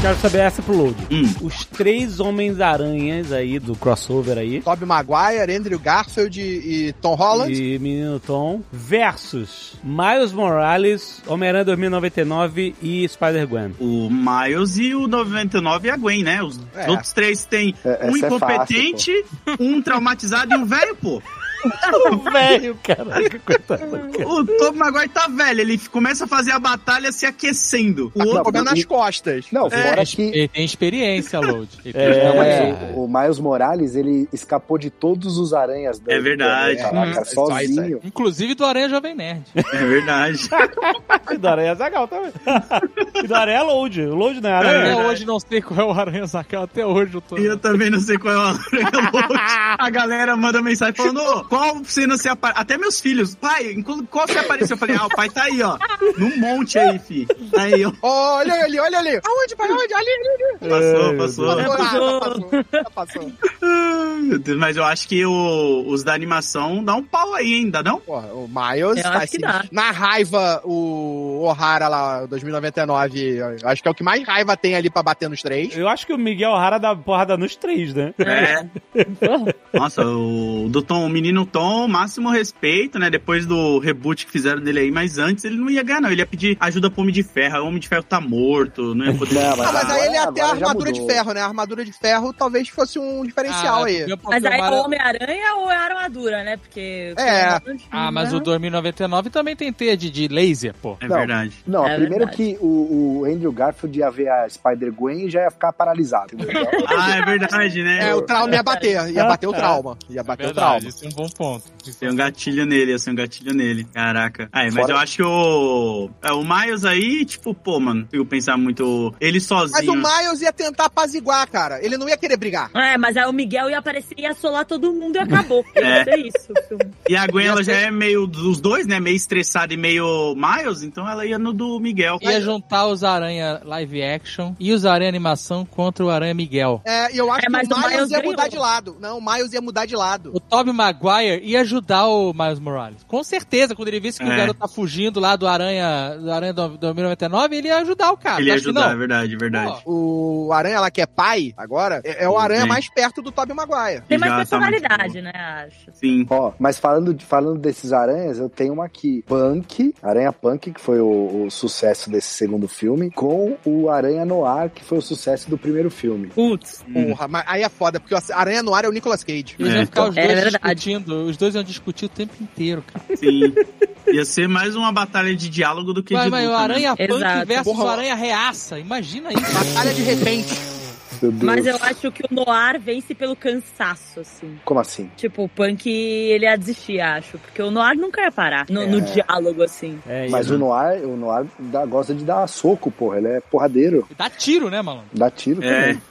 Speaker 2: Quero saber essa pro Load.
Speaker 3: Hum.
Speaker 2: Os três Homens-Aranhas aí, do crossover aí,
Speaker 5: Tobey Maguire, Andrew Garfield e, e Tom Holland?
Speaker 2: e Menino Tom, versus Miles Morales, Homem-Aranha 2099 e Spider-Gwen.
Speaker 3: O Miles e o 99 e a Gwen, né? Os
Speaker 5: É.
Speaker 3: outros três têm
Speaker 6: É,
Speaker 3: um
Speaker 6: essa é
Speaker 3: incompetente, um traumatizado e um velho, pô.
Speaker 2: Velho, caralho, coitado.
Speaker 3: O Tom Maguire tá velho, ele começa a fazer a batalha se aquecendo. O
Speaker 5: Tá
Speaker 3: outro
Speaker 5: comendo nas costas.
Speaker 3: É,
Speaker 6: Não, fora que
Speaker 4: Ele tem experiência, Load.
Speaker 2: É.
Speaker 4: Ele tem
Speaker 6: Não, mas
Speaker 3: é.
Speaker 4: experiência.
Speaker 6: o, o Miles Morales, ele escapou de todos os aranhas da
Speaker 3: É verdade.
Speaker 6: Caraca,
Speaker 5: Hum.
Speaker 6: sozinho.
Speaker 4: Inclusive do Aranha Jovem Nerd.
Speaker 3: (laughs) é verdade.
Speaker 2: E da Aranha Zagal também. (laughs) E da Aranha é Load. O Load não é
Speaker 3: É.
Speaker 4: Até
Speaker 2: Aranha.
Speaker 4: hoje não sei qual é o Aranha Zacal, até hoje eu tô.
Speaker 3: E eu também não sei qual é o
Speaker 5: (laughs)
Speaker 3: Aranha A galera manda mensagem falando, "Ô, qual cena você apareceu? Até meus filhos, pai, em qual qual você apareceu? Eu falei, ah, o pai tá aí, ó. Num monte aí, fi. Aí, ó.
Speaker 5: Olha ele, olha ele. Aonde, pai? Aonde? Ali, ali, ali. É,
Speaker 3: Passou,
Speaker 7: É,
Speaker 3: passou.
Speaker 5: Passou,
Speaker 2: passou.
Speaker 5: ah, passou, já passou.
Speaker 3: Ah, Meu Deus, mas eu acho que o- os da animação dá um pau aí, ainda não?
Speaker 5: Porra, o Miles.
Speaker 7: Eu
Speaker 5: tá
Speaker 7: acho que dá.
Speaker 5: Na raiva, o O'Hara lá, 2099, eu acho que é o que mais raiva tem ali pra bater nos três.
Speaker 2: Eu acho que o Miguel Rara dá porrada nos três, né?
Speaker 3: É. Nossa, o do Tom, o menino Tom, máximo respeito, né? Depois do reboot que fizeram dele aí, mas antes ele não ia ganhar, não. Ele ia pedir ajuda pro Homem de Ferro. O Homem de Ferro tá morto, não ia poder.
Speaker 6: Não,
Speaker 5: Ah, mas aí
Speaker 6: agora-
Speaker 5: ele até a
Speaker 6: agora já
Speaker 5: armadura de
Speaker 6: mudou.
Speaker 5: ferro, né? A armadura de ferro talvez fosse um diferencial aí.
Speaker 4: Ah, eu
Speaker 7: Mas aí é
Speaker 4: confirmar-
Speaker 7: o Homem-Aranha ou é a armadura, né? Porque.
Speaker 5: É.
Speaker 4: Ah, mas o 2099 também tem teia de, de laser, pô.
Speaker 3: É
Speaker 6: Não.
Speaker 3: verdade.
Speaker 6: Não,
Speaker 7: É
Speaker 6: primeiro
Speaker 7: verdade.
Speaker 6: que o, o Andrew Garfield ia ver a Spider-Gwen e já ia ficar paralisado. entendeu?
Speaker 7: (laughs)
Speaker 3: Ah, é verdade, né?
Speaker 5: É, o trauma ia bater. Ia bater o
Speaker 7: É.
Speaker 5: trauma. Ia bater o trauma.
Speaker 4: isso é um bom ponto.
Speaker 3: Tem um gatilho nele, eu sei um gatilho nele. Caraca. Aí, mas
Speaker 6: Fora-
Speaker 3: eu acho que o. É, o Miles aí, tipo, pô, mano, não consigo pensar muito. Ele
Speaker 5: Mas o
Speaker 3: sozinho.
Speaker 5: Miles ia tentar apaziguar, cara. Ele não ia querer brigar.
Speaker 7: É, mas aí o Miguel ia aparecer e ia assolar todo mundo e acabou.
Speaker 3: É.
Speaker 7: É isso. o filme.
Speaker 3: E a Gwen,
Speaker 5: Ia
Speaker 3: ela já
Speaker 5: ser-
Speaker 3: é meio. Os dois, né? Meio estressada e meio Miles, então ela ia no do Miguel.
Speaker 4: Ia juntar os Aranha live action e os Aranha animação contra o Aranha Miguel.
Speaker 5: É, e eu acho
Speaker 7: É, mas
Speaker 5: que o
Speaker 7: o
Speaker 5: Miles,
Speaker 7: Miles
Speaker 5: ia
Speaker 7: ganhou.
Speaker 5: mudar de lado. Não, o Miles ia mudar de lado.
Speaker 4: O Tobey Maguire ia ajudar o Miles Morales. Com certeza, quando ele visse que o
Speaker 3: É.
Speaker 4: garoto tá fugindo lá do Aranha, do Aranha do- do 2099, ele ia ajudar o cara.
Speaker 3: Ele ia
Speaker 4: Acho que
Speaker 3: ajudar, é
Speaker 4: não.
Speaker 3: verdade, é verdade.
Speaker 5: O Aranha lá que é pai agora, é, é o Aranha
Speaker 3: Sim.
Speaker 5: mais perto do Tobey Maguire.
Speaker 7: Tem
Speaker 3: E
Speaker 7: mais
Speaker 3: já tá muito
Speaker 7: personalidade,
Speaker 3: boa.
Speaker 7: né? Acho.
Speaker 3: Sim.
Speaker 6: Ó, mas falando, de- falando desses aranhas, eu tenho uma aqui. Punk, Aranha Punk, que foi o, o sucesso desse segundo filme, com o Aranha Noir, que foi o sucesso do primeiro filme.
Speaker 7: Putz.
Speaker 5: Porra, mas aí é foda, porque o Aranha no ar é o Nicolas Cage.
Speaker 4: Eles
Speaker 3: É,
Speaker 4: iam ficar os
Speaker 7: então.
Speaker 4: dois
Speaker 7: É verdade.
Speaker 4: discutindo. Os dois iam discutir o tempo inteiro, cara.
Speaker 3: Sim. Ia ser mais uma batalha de diálogo do que
Speaker 4: Vai,
Speaker 3: de
Speaker 4: mas o
Speaker 3: luta, né?
Speaker 4: Aranha Punk
Speaker 7: Exato.
Speaker 4: versus
Speaker 5: Porra,
Speaker 4: o Aranha Reaça. Imagina
Speaker 5: (laughs)
Speaker 4: isso.
Speaker 5: Batalha de repente.
Speaker 6: Meu Deus.
Speaker 7: Mas eu acho que o Noir vence pelo cansaço, assim.
Speaker 6: Como assim?
Speaker 7: Tipo, o Punk, ele ia desistir, acho. Porque o Noir nunca ia parar no, no diálogo, assim.
Speaker 2: É,
Speaker 6: Mas o Noir, o Noir dá- gosta de dar soco, porra. Ele é porradeiro.
Speaker 4: Dá tiro, né, malandro?
Speaker 6: Dá tiro
Speaker 3: É.
Speaker 6: também.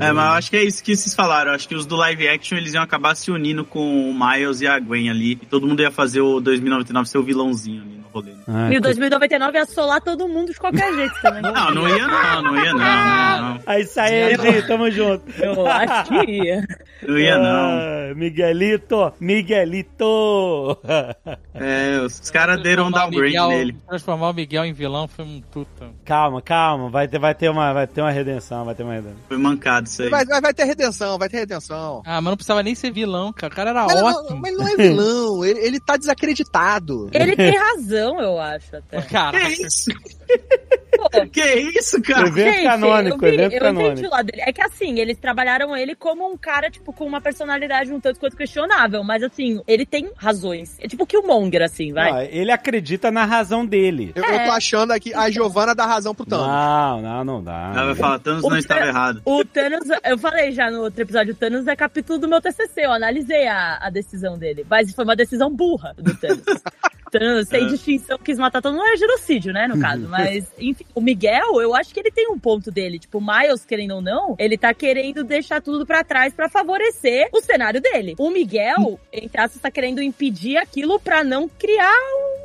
Speaker 3: É, mas eu acho que é isso que vocês falaram. Eu acho que os do live action eles iam acabar se unindo com o Miles e a Gwen ali. E todo mundo ia fazer o 2099 ser o vilãozinho ali no rolê. né?
Speaker 2: Ah,
Speaker 7: E o 2099 ia assolar todo mundo de qualquer jeito também.
Speaker 3: Não, não ia não, não ia não, não, ia
Speaker 2: É isso aí, Edi, tamo junto.
Speaker 7: Eu acho que ia.
Speaker 3: não. Não ia não.
Speaker 2: Ah, Miguelito, Miguelito. (laughs)
Speaker 3: É, os caras deram um downgrade
Speaker 4: Miguel-
Speaker 3: nele.
Speaker 4: Transformar o Miguel em vilão foi um puta.
Speaker 2: Calma, calma, vai ter, vai ter uma, vai ter uma redenção, vai ter uma redenção.
Speaker 3: Foi mancado isso aí.
Speaker 5: Mas, mas vai ter redenção, vai ter redenção.
Speaker 4: Ah, mas não precisava nem ser vilão, cara. O cara
Speaker 7: Ah,
Speaker 4: era
Speaker 5: Mas ele, não,
Speaker 4: ótimo.
Speaker 5: mas ele não é vilão, (laughs) ele, ele tá desacreditado.
Speaker 7: (laughs) Ele tem razão, eu acho, até.
Speaker 4: Cara,
Speaker 3: Que isso? Que isso, cara?
Speaker 2: Evento é canônico,
Speaker 7: Ah, eu, vi-
Speaker 2: evento
Speaker 7: eu entendi
Speaker 2: canônico.
Speaker 7: o lado dele. É que assim, eles trabalharam ele como um cara, tipo, com uma personalidade um tanto quanto questionável. Mas assim, ele tem razões. É tipo Killmonger, assim, vai.
Speaker 2: Não, ele acredita na razão dele.
Speaker 5: Eu,
Speaker 7: É.
Speaker 5: eu tô achando aqui a Giovana dá razão pro
Speaker 7: Ah.
Speaker 5: Thanos.
Speaker 2: Não, não, não
Speaker 3: Ela
Speaker 2: dá.
Speaker 3: vai falar, Thanos não
Speaker 7: O
Speaker 3: estava
Speaker 7: Thanos-
Speaker 3: errado.
Speaker 7: O Thanos, eu falei já no outro episódio, o Thanos é capítulo do meu TCC, eu analisei a, a decisão dele, mas foi uma decisão burra do Thanos. Thanos,
Speaker 6: É.
Speaker 7: sem distinção, quis matar todo mundo, é genocídio, né, no
Speaker 6: Uhum.
Speaker 7: caso, mas, enfim, o Miguel, eu acho que ele tem um ponto dele, tipo, o Miles, querendo ou não, ele tá querendo deixar tudo pra trás pra favorecer o cenário dele. O Miguel, entre aspas, tá querendo impedir aquilo pra não criar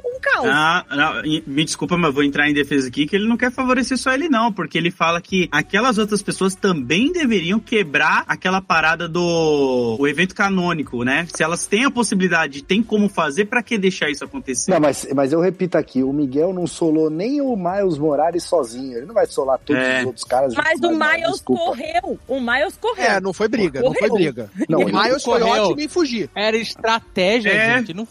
Speaker 7: um, um caos.
Speaker 3: Ah, não, e- me desculpa, mas eu vou entrar em defesa aqui que ele não quer favorecer só ele não, porque ele fala que aquelas outras pessoas também deveriam quebrar aquela parada do o evento canônico, né? Se elas têm a possibilidade, tem como fazer, pra que deixar isso acontecer?
Speaker 6: Não, mas, mas eu repito aqui, o Miguel não solou nem o Miles Morales sozinho. Ele não vai solar todos
Speaker 3: É.
Speaker 6: os outros caras.
Speaker 7: mas o Miles
Speaker 6: desculpa.
Speaker 7: correu, o Miles correu.
Speaker 5: É, não foi briga, não foi
Speaker 7: Correu.
Speaker 5: briga.
Speaker 6: Não,
Speaker 5: o Miles foi
Speaker 4: correu.
Speaker 5: ótimo em fugir.
Speaker 4: Era estratégia,
Speaker 3: É.
Speaker 4: gente. Não...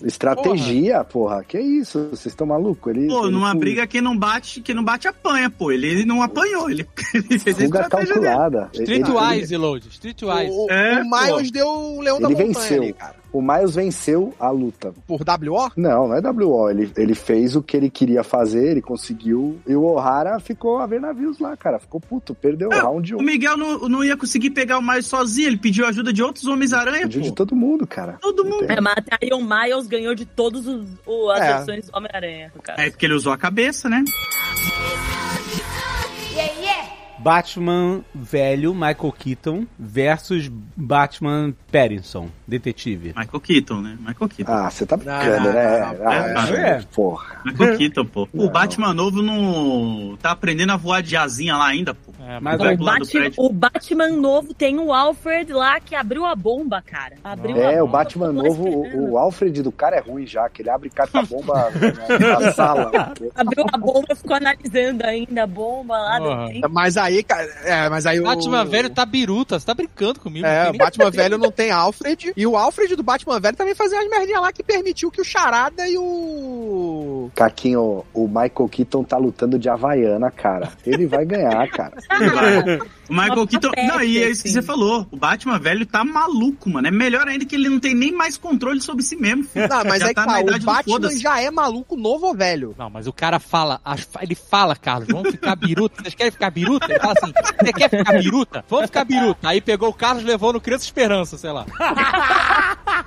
Speaker 6: Estratégia, porra. Que isso? Vocês estão malucos? Ele,
Speaker 3: Pô,
Speaker 6: ele
Speaker 3: numa
Speaker 6: fuga-
Speaker 3: briga que não bate, que não bate apanha, pô. Ele não apanhou, ele, (laughs) ele fez a
Speaker 6: Fuga
Speaker 3: estratégia dele.
Speaker 6: calculada. Ele- ele-
Speaker 4: Streetwise, Load. Streetwise.
Speaker 5: O, o-
Speaker 3: É,
Speaker 5: o Miles deu o leão da
Speaker 6: Ele
Speaker 5: montanha
Speaker 6: venceu.
Speaker 5: ali, cara.
Speaker 6: o Miles venceu a luta.
Speaker 5: Por WO?
Speaker 6: Não, não é WO. Ele, ele fez o que ele queria fazer, ele conseguiu. E o O'Hara ficou a ver navios lá, cara. Ficou puto, perdeu o round
Speaker 3: É, O
Speaker 6: 1.
Speaker 3: Miguel não, não ia conseguir pegar o Miles sozinho, ele pediu ajuda de outros Homens-Aranha,
Speaker 6: Pediu de
Speaker 3: pô.
Speaker 6: todo mundo, cara.
Speaker 3: Todo mundo.
Speaker 7: É, mas aí o Miles ganhou de todas as
Speaker 5: É.
Speaker 7: versões do Homem-Aranha, cara.
Speaker 3: É porque ele usou a cabeça, né?
Speaker 2: Batman velho, Michael Keaton, versus Batman Pattinson, detetive.
Speaker 3: Michael Keaton, né? Michael Keaton.
Speaker 6: Ah, você tá brincando,
Speaker 5: não,
Speaker 6: né?
Speaker 5: não, não.
Speaker 6: Ah,
Speaker 2: É.
Speaker 6: Porra.
Speaker 3: Michael Keaton, pô. O
Speaker 6: Não.
Speaker 3: Batman novo não tá aprendendo a voar de asinha lá ainda, pô.
Speaker 4: É,
Speaker 2: Mas
Speaker 3: vai
Speaker 7: Então, O,
Speaker 3: pular do
Speaker 7: Batman-
Speaker 3: prédio.
Speaker 7: o Batman novo tem o Alfred lá que abriu a bomba, cara. Abriu a
Speaker 6: É, o
Speaker 7: bomba,
Speaker 6: Batman
Speaker 7: ficou lá
Speaker 6: novo,
Speaker 7: esperando.
Speaker 6: o, o Alfred do cara é ruim já, que ele abre
Speaker 5: (laughs)
Speaker 6: carta-bomba na, na sala.
Speaker 7: Abriu a bomba, ficou analisando ainda a bomba lá.
Speaker 4: Porra.
Speaker 7: dentro.
Speaker 5: Mas aí, cara. É, mas aí o.
Speaker 4: Batman velho tá biruta, você tá brincando comigo.
Speaker 5: É,
Speaker 4: não tem
Speaker 5: o
Speaker 4: nem-
Speaker 5: Batman velho não tem Alfred. E o Alfred do Batman velho também fazia umas merdinhas lá que permitiu que o Charada e o.
Speaker 6: Caquinho, Tá o Michael Keaton tá lutando de Havaiana, cara. Ele vai ganhar, cara. Tá
Speaker 7: Ah,
Speaker 3: O Michael
Speaker 7: Uma
Speaker 3: Keaton.
Speaker 4: tá
Speaker 7: peça,
Speaker 3: Não, e é isso que
Speaker 7: assim.
Speaker 3: você falou. O Batman velho tá maluco, mano. É melhor ainda que ele não tem nem mais controle sobre si mesmo. filho. (laughs)
Speaker 5: Não, mas
Speaker 3: Já
Speaker 5: é que
Speaker 3: tá na
Speaker 5: tá, o
Speaker 3: idade do
Speaker 5: Batman
Speaker 3: foda-se.
Speaker 5: já é maluco novo ou velho.
Speaker 4: Não, mas o cara fala, as fa- ele fala, Carlos, vamos ficar biruta. Vocês querem ficar biruta? Ele fala assim, você quer ficar biruta? Vamos ficar biruta. Aí pegou o Carlos, levou no Criança Esperança, sei lá. Ah.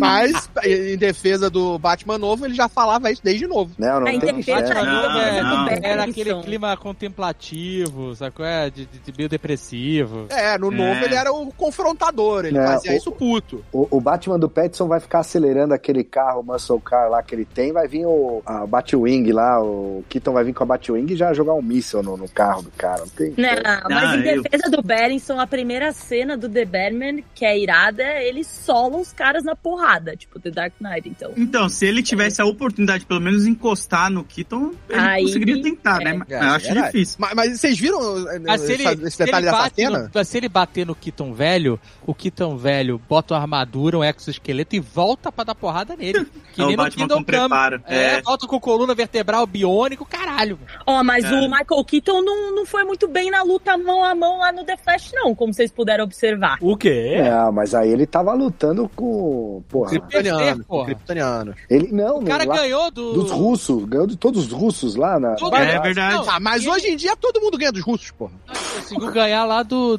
Speaker 5: Mas, em defesa do Batman novo, ele já falava isso desde novo.
Speaker 6: Né, Não, não
Speaker 7: Aí
Speaker 6: tem
Speaker 7: tem
Speaker 6: mistério.
Speaker 4: tá
Speaker 7: Batman
Speaker 3: Não,
Speaker 7: novo, é
Speaker 3: não.
Speaker 7: muito bem,
Speaker 4: Era
Speaker 7: isso.
Speaker 4: aquele clima contemplativo, sacou? É, de, de, de meio depressivo.
Speaker 5: É, no novo
Speaker 3: É.
Speaker 5: ele era o confrontador, ele
Speaker 6: É,
Speaker 5: fazia
Speaker 6: o-
Speaker 5: isso puto.
Speaker 6: O, o Batman do Petson vai ficar acelerando aquele carro, o muscle car lá que ele tem, vai vir o a Batwing lá, o Keaton vai vir com a Batwing e já jogar um míssil no, no carro do cara. Não tem.
Speaker 4: Né?
Speaker 7: Não, mas em
Speaker 3: Ah, eu-
Speaker 7: defesa do Berenson, a primeira cena do The Batman, que é irada, ele sola os caras na porrada, tipo The Dark Knight, então.
Speaker 3: Então, se ele tivesse a oportunidade, de pelo menos, encostar no Keaton, ele
Speaker 7: Aí-
Speaker 3: conseguiria tentar, né? Mas
Speaker 5: É,
Speaker 3: eu acho
Speaker 5: era-
Speaker 3: difícil.
Speaker 5: Mas, mas vocês viram eh,
Speaker 4: Mas Ah, se ele,
Speaker 5: essa- esse
Speaker 4: se ele
Speaker 5: detalhe dessa
Speaker 4: bate
Speaker 5: cena?
Speaker 4: no, mas se ele bater no Kiton velho, o Kiton velho bota uma armadura, um exoesqueleto e volta pra dar porrada nele. Que
Speaker 3: É o
Speaker 4: nem no
Speaker 3: Batman
Speaker 4: Kingdom
Speaker 3: com preparo.
Speaker 4: Come. É,
Speaker 3: É.
Speaker 4: volta com coluna vertebral biônico, caralho. velho.
Speaker 7: Ó, mas
Speaker 3: Cara.
Speaker 7: o Michael Keaton não, não foi muito bem na luta mão a mão lá no The Flash, não, como vocês puderam observar.
Speaker 2: O quê?
Speaker 6: Não, É, mas aí ele tava lutando com. Porra.
Speaker 5: Kryptoniano,
Speaker 4: Perder, porra.
Speaker 5: kryptoniano.
Speaker 6: Ele. Não,
Speaker 4: O
Speaker 6: meu,
Speaker 4: cara
Speaker 6: lá,
Speaker 4: ganhou do.
Speaker 6: dos russos. Ganhou de todos os russos lá na.
Speaker 4: Todo-
Speaker 6: lá
Speaker 3: É
Speaker 6: atrás.
Speaker 3: verdade.
Speaker 4: Tá Não,
Speaker 5: Ah, mas
Speaker 4: ele
Speaker 5: hoje em dia todo mundo ganha dos russos, porra.
Speaker 4: Conseguiu ganhar lá do. Do,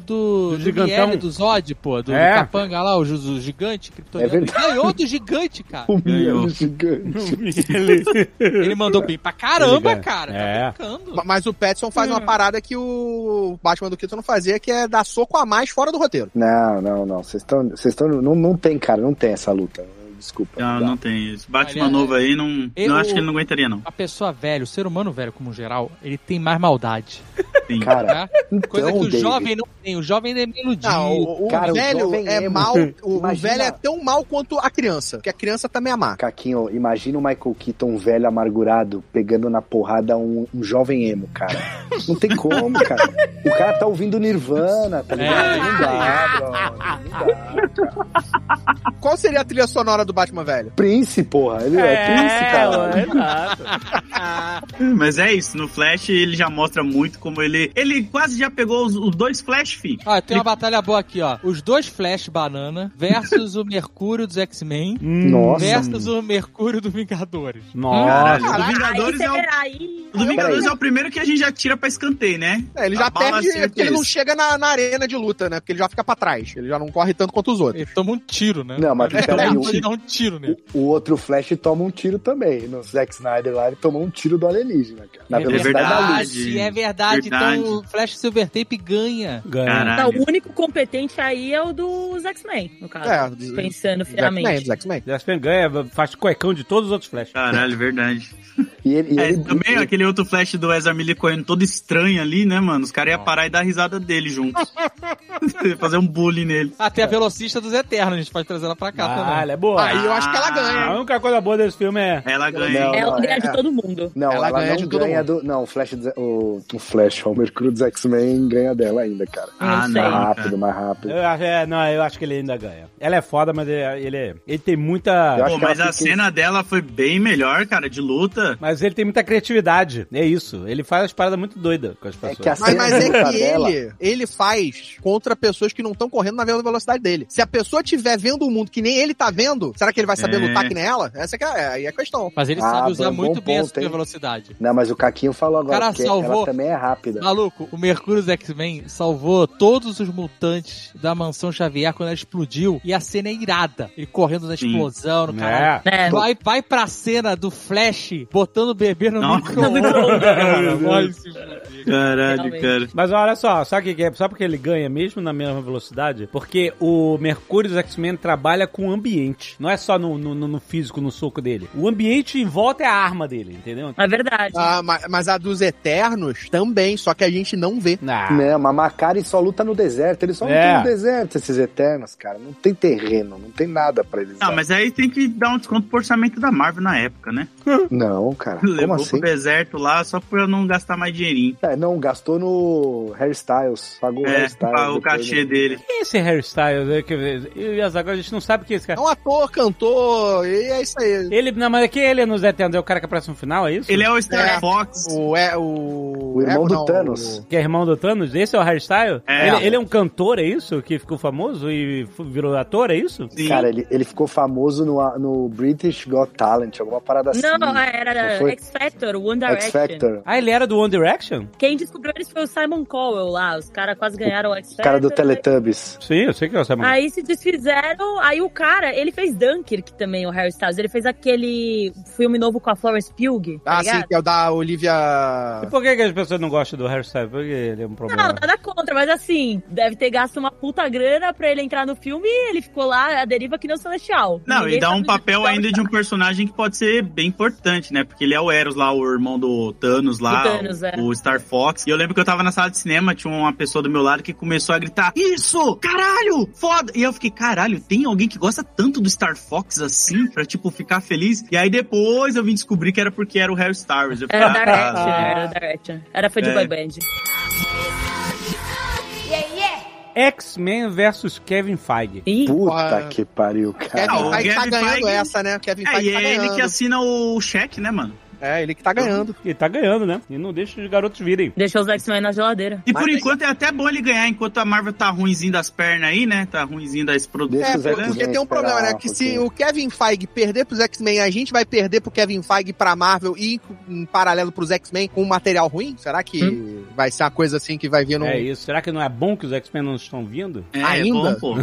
Speaker 2: Do
Speaker 4: do,
Speaker 2: gigantão.
Speaker 4: Miele, do Zod, pô. Do,
Speaker 2: É.
Speaker 4: do Capanga lá, o, ju- o gigante. kryptoniano.
Speaker 6: É verdade.
Speaker 4: Ele Ganhou do gigante, cara.
Speaker 6: Um milhão
Speaker 3: Ganhou.
Speaker 6: gigante.
Speaker 2: Ele-
Speaker 4: Ele mandou bem pra
Speaker 2: Ele
Speaker 4: caramba,
Speaker 2: ganha.
Speaker 4: cara.
Speaker 2: É.
Speaker 4: Tá brincando.
Speaker 5: Ma- Mas o Petson faz
Speaker 3: Hum.
Speaker 5: uma parada que o Batman do Keaton não fazia, que é dar soco a mais fora do roteiro.
Speaker 6: Não, não, não. Vocês estão. Vocês estão. Não, não tem, cara. Não tem essa luta. Desculpa.
Speaker 3: Não, não tem isso. Batman
Speaker 4: Olha,
Speaker 3: novo aí, não,
Speaker 4: eu-
Speaker 3: não acho que ele não aguentaria, não.
Speaker 4: A pessoa velha, o ser humano velho, como geral, ele tem mais maldade.
Speaker 3: Sim.
Speaker 6: Cara,
Speaker 4: né?
Speaker 6: então,
Speaker 4: Coisa que o
Speaker 6: David,
Speaker 4: jovem não tem. O jovem ainda é meio iludido.
Speaker 5: Não, o, o
Speaker 6: Cara, o
Speaker 5: velho
Speaker 6: jovem
Speaker 5: é,
Speaker 6: é-
Speaker 5: mal. O, o
Speaker 6: Imagina-
Speaker 5: velho é tão mal quanto a criança. Porque a criança também é má.
Speaker 6: Caquinho, imagina o Michael Keaton velho amargurado pegando na porrada um, um jovem emo, cara. Não tem como, cara. O cara tá ouvindo Nirvana, tá ligado? Não dá, bro. Não dá.
Speaker 5: Qual seria a trilha sonora do Batman velho?
Speaker 6: Prince, porra. Ele é, Prince, cara.
Speaker 2: ué, exato.
Speaker 3: Mas é isso, no Flash ele já mostra muito como ele. Ele quase já pegou os, os dois Flash, fi.
Speaker 4: Ah, tem uma batalha boa aqui, ó. Os dois Flash Banana versus o Mercúrio dos X-Men
Speaker 6: Nossa.
Speaker 4: versus o Mercúrio do Vingadores.
Speaker 2: Nossa.
Speaker 3: Os Vingadores
Speaker 7: aí,
Speaker 3: é o.
Speaker 7: peraí.
Speaker 3: O do Vingadores é
Speaker 6: Peraí.
Speaker 3: o primeiro que a gente já tira pra escanteio, né?
Speaker 5: É, ele
Speaker 3: A
Speaker 5: já
Speaker 3: bala
Speaker 5: perde,
Speaker 3: acerta
Speaker 5: porque ele não
Speaker 3: isso.
Speaker 5: chega na, na arena de luta, né? Porque ele já fica pra trás. Ele já não corre tanto quanto os outros.
Speaker 4: Ele toma um tiro, né?
Speaker 6: Não, mas peraí, o,
Speaker 4: Ele dá um tiro nele.
Speaker 6: o outro Flash toma um tiro também. No Zack Snyder lá, ele tomou um tiro do alienígena, cara. Na
Speaker 4: É
Speaker 6: velocidade da luz.
Speaker 3: luz.
Speaker 4: É verdade.
Speaker 3: Verdade.
Speaker 4: Então o Flash Silvertape ganha.
Speaker 3: É.
Speaker 2: Ganha.
Speaker 7: Tá,
Speaker 3: Caralho.
Speaker 7: o único competente aí é o dos X-Men, no caso.
Speaker 5: É,
Speaker 7: Pensando
Speaker 5: dos X-Men,
Speaker 7: friamente.
Speaker 5: dos X-men.
Speaker 2: Jasper ganha, faz cuecão de todos os outros Flash.
Speaker 3: Caralho, verdade.
Speaker 6: E ele, e
Speaker 3: É,
Speaker 6: ele-
Speaker 3: também
Speaker 6: ele-
Speaker 3: aquele outro flash do Ezra Miller correndo todo estranho ali, né, mano? Os caras iam parar e dar risada dele junto. (laughs) Fazer um bullying nele.
Speaker 4: Até a velocista dos Eternos, a gente pode trazer ela pra cá também.
Speaker 2: Caralho, é boa.
Speaker 5: Aí eu acho que ela
Speaker 3: Ah,
Speaker 5: ganha.
Speaker 2: A única coisa boa desse filme é.
Speaker 3: Ela ganha.
Speaker 6: Não,
Speaker 7: Ela
Speaker 6: não,
Speaker 7: ganha
Speaker 5: é.
Speaker 7: de todo mundo.
Speaker 6: Não,
Speaker 5: Ela
Speaker 6: ela,
Speaker 5: ganha de
Speaker 6: não
Speaker 5: todo
Speaker 6: ganha do. Não, o Flash. do- O, o Flash, o Mercúrio dos X-Men ganha dela ainda, cara.
Speaker 3: Ah,
Speaker 7: Não
Speaker 3: não.
Speaker 6: mais
Speaker 3: cara.
Speaker 6: rápido, mais rápido.
Speaker 2: Eu acho, é, não, eu acho que ele ainda ganha. Ela é foda, mas ele, ele, ele tem
Speaker 6: Eu
Speaker 2: muita.
Speaker 6: acho
Speaker 3: Pô,
Speaker 6: que
Speaker 3: mas
Speaker 6: ela
Speaker 3: a
Speaker 6: fica-
Speaker 3: cena dela foi bem melhor, cara, de luta.
Speaker 2: Mas ele tem muita criatividade. É isso. Ele faz as paradas muito doidas com as pessoas.
Speaker 6: que a
Speaker 5: Mas, mas é
Speaker 6: Cena
Speaker 5: que
Speaker 6: dela.
Speaker 5: ele, ele faz contra pessoas que não estão correndo na mesma velocidade dele. Se a pessoa estiver vendo o mundo que nem ele tá vendo, será que ele vai saber
Speaker 3: É.
Speaker 5: lutar que nem ela? Essa que é, aí é a questão.
Speaker 4: Mas ele
Speaker 6: Ah,
Speaker 4: sabe usar
Speaker 6: bom
Speaker 4: muito bem a
Speaker 6: ponto,
Speaker 4: super
Speaker 6: hein?
Speaker 4: velocidade.
Speaker 6: Não, mas o Caquinho falou agora
Speaker 4: Cara,
Speaker 6: que
Speaker 4: salvou.
Speaker 6: ela também é rápida.
Speaker 4: Maluco, o Mercúrio dos X-Men salvou todos os mutantes da mansão Xavier quando ela explodiu. E a cena é irada. Ele correndo na
Speaker 3: Sim.
Speaker 4: explosão, no caralho.
Speaker 2: É.
Speaker 7: É.
Speaker 4: Vai, vai pra cena do Flash botando o bebê no
Speaker 3: Não.
Speaker 4: micro-ondas. cara. Vai se fuder.
Speaker 3: Caralho,
Speaker 7: Realmente.
Speaker 3: cara.
Speaker 2: Mas olha só, sabe o que é? Só porque ele ganha mesmo na mesma velocidade? Porque o Mercúrio dos X-Men trabalha com o ambiente. Não é só no, no, no- no físico, no soco dele. O ambiente em volta é a arma dele, entendeu?
Speaker 7: É verdade.
Speaker 5: Ah, ma- mas, a dos Eternos também, só que a gente não vê.
Speaker 2: Ah,
Speaker 6: Não, mas Macari só luta no deserto. Eles
Speaker 2: É.
Speaker 6: só lutam no deserto, esses eternos, cara. Não tem terreno, não tem nada pra eles.
Speaker 3: Ah,
Speaker 6: dar.
Speaker 3: mas aí tem que dar um desconto pro orçamento da Marvel na época, né?
Speaker 6: Não, cara. Como
Speaker 3: Levou
Speaker 6: assim?
Speaker 3: pro deserto lá só pra não gastar mais dinheirinho.
Speaker 6: É, não, gastou no hairstyles. Pagou o
Speaker 3: É,
Speaker 6: hairstyles.
Speaker 3: pra o
Speaker 6: né?
Speaker 3: cachê dele.
Speaker 2: Quem é esse hairstyle? Eu, eu, eu, agora a gente não sabe quem é esse
Speaker 5: É
Speaker 2: cara.
Speaker 5: um ator, cantor, e é isso aí.
Speaker 2: Ele, não, mas quem é ele nos Eternos? É o cara que aparece no final, é isso?
Speaker 3: Ele é o Star
Speaker 5: É.
Speaker 3: Fox.
Speaker 5: O, é, o,
Speaker 6: O irmão
Speaker 5: é,
Speaker 6: do
Speaker 5: não,
Speaker 6: Thanos.
Speaker 5: o-
Speaker 2: Que é irmão do Thanos? Esse é o hairstyle?
Speaker 3: É.
Speaker 2: Ele, ele é um cantor, é isso? Que ficou famoso e fu- virou ator, é isso?
Speaker 3: Sim.
Speaker 6: Cara, ele, ele ficou famoso no, no British Got Talent, alguma parada assim.
Speaker 7: Não, é,
Speaker 6: Não
Speaker 7: era
Speaker 6: foi?
Speaker 7: X Factor, One
Speaker 6: X
Speaker 7: Direction.
Speaker 6: Factor.
Speaker 2: Ah, ele era do One Direction?
Speaker 7: Quem descobriu eles foi o Simon Cowell lá. Os caras quase ganharam o X
Speaker 6: O
Speaker 7: Factor. é
Speaker 6: cara do Teletubbies.
Speaker 2: Sim, eu sei que é o Simon.
Speaker 7: Aí se desfizeram, aí o cara, ele fez Dunkirk também, o Harry Styles. Ele fez aquele filme novo com a Florence Pugh,
Speaker 5: Ah,
Speaker 7: tá
Speaker 5: sim,
Speaker 7: ligado?
Speaker 5: que é o da
Speaker 2: E
Speaker 5: Olivia.
Speaker 2: por que, que as pessoas não gostam do hairstyle? Porque ele é um
Speaker 7: Não,
Speaker 2: problema.
Speaker 7: nada contra, mas assim, deve ter gasto uma puta grana pra ele entrar no filme e ele ficou lá a deriva que nem o Celestial.
Speaker 3: Não,
Speaker 7: Ninguém
Speaker 3: e dá
Speaker 7: sabe
Speaker 3: um
Speaker 7: onde
Speaker 3: papel
Speaker 7: tá.
Speaker 3: ainda de um personagem que pode ser bem importante, né? Porque ele é o Eros lá, o irmão do Thanos lá,
Speaker 7: Do Thanos,
Speaker 3: o,
Speaker 7: é.
Speaker 3: o Star Fox. E eu lembro que eu tava na sala de cinema, tinha uma pessoa do meu lado que começou a gritar: Isso! Caralho! Foda! E eu fiquei, caralho, tem alguém que gosta tanto do Star Fox assim, pra tipo ficar feliz? E aí depois eu vim descobrir que era porque era o Harry Star Wars. Eu fiquei,
Speaker 7: Era
Speaker 3: "Ah,
Speaker 7: da Direction,
Speaker 3: tá."
Speaker 7: era da Direction. Era fã de
Speaker 3: É.
Speaker 7: boy band.
Speaker 2: X-Men versus Kevin Feige.
Speaker 7: Ih,
Speaker 6: Puta
Speaker 5: Porra.
Speaker 6: que pariu,
Speaker 5: Kevin
Speaker 6: cara.
Speaker 3: Ah, o
Speaker 5: Feige tá
Speaker 3: Kevin
Speaker 5: ganhando
Speaker 3: Feige-
Speaker 5: essa, né? Kevin
Speaker 3: É,
Speaker 5: Feige
Speaker 3: e
Speaker 5: tá
Speaker 3: é ele
Speaker 5: ganhando.
Speaker 3: que assina o cheque, né, mano?
Speaker 5: É, ele que tá ganhando.
Speaker 2: E tá ganhando, né? E não deixa os garotos virem.
Speaker 7: deixou os X-Men na geladeira.
Speaker 3: E por enquanto é até bom ele ganhar, enquanto a Marvel tá ruimzinho das pernas aí, né? Tá ruimzinho das
Speaker 6: Deixa
Speaker 3: produções,
Speaker 5: É,
Speaker 6: os X-Men
Speaker 3: né?
Speaker 5: porque tem um
Speaker 6: esperar
Speaker 5: problema, né?
Speaker 6: um
Speaker 5: Que se
Speaker 6: pouquinho.
Speaker 5: o Kevin Feige perder pros X-Men, a gente vai perder pro Kevin Feige pra Marvel e em paralelo pros X-Men com um material ruim? Será que vai ser uma coisa assim que vai vir no.
Speaker 2: É isso. Será que não é bom que os X-Men não estão vindo?
Speaker 3: É,
Speaker 5: ainda?
Speaker 3: é bom, pô.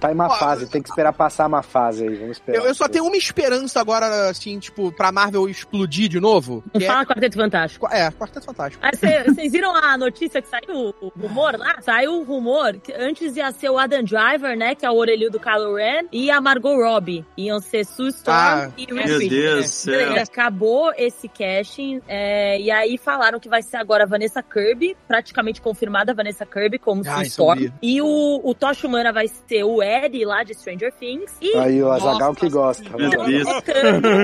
Speaker 6: Tá em uma
Speaker 5: Ó,
Speaker 6: fase, tem que esperar passar uma fase aí. Vamos esperar.
Speaker 5: eu, eu só tenho uma esperança agora, assim, tipo, pra Marvel explodir de novo.
Speaker 7: Não
Speaker 5: que é-
Speaker 7: fala Quarteto Fantástico.
Speaker 5: é, Quarteto Fantástico.
Speaker 7: Aí
Speaker 3: (laughs)
Speaker 7: cê- Vocês viram a notícia que saiu, o rumor lá? Saiu o rumor que antes ia ser o Adam Driver, né? Que é o orelhinho do Kylo Ren, e a Margot Robbie. Iam ser Sue Storm
Speaker 5: Ah,
Speaker 7: e
Speaker 3: Meu
Speaker 7: Reed.
Speaker 3: Deus do
Speaker 7: Beleza,
Speaker 3: céu.
Speaker 7: é, Acabou esse casting, é, e aí falaram que vai ser agora a Vanessa Kirby, praticamente confirmada a Vanessa Kirby como
Speaker 5: Ah,
Speaker 7: Sue
Speaker 5: isso eu
Speaker 7: Storm.
Speaker 5: vi.
Speaker 7: E o, o Tosh Humana vai ser o Ed lá de Stranger Things.
Speaker 5: um.
Speaker 7: E
Speaker 6: Aí, ó, a
Speaker 4: Nossa,
Speaker 6: Zagal que gosta.
Speaker 3: Meu
Speaker 6: Vamos lá.
Speaker 3: Deus.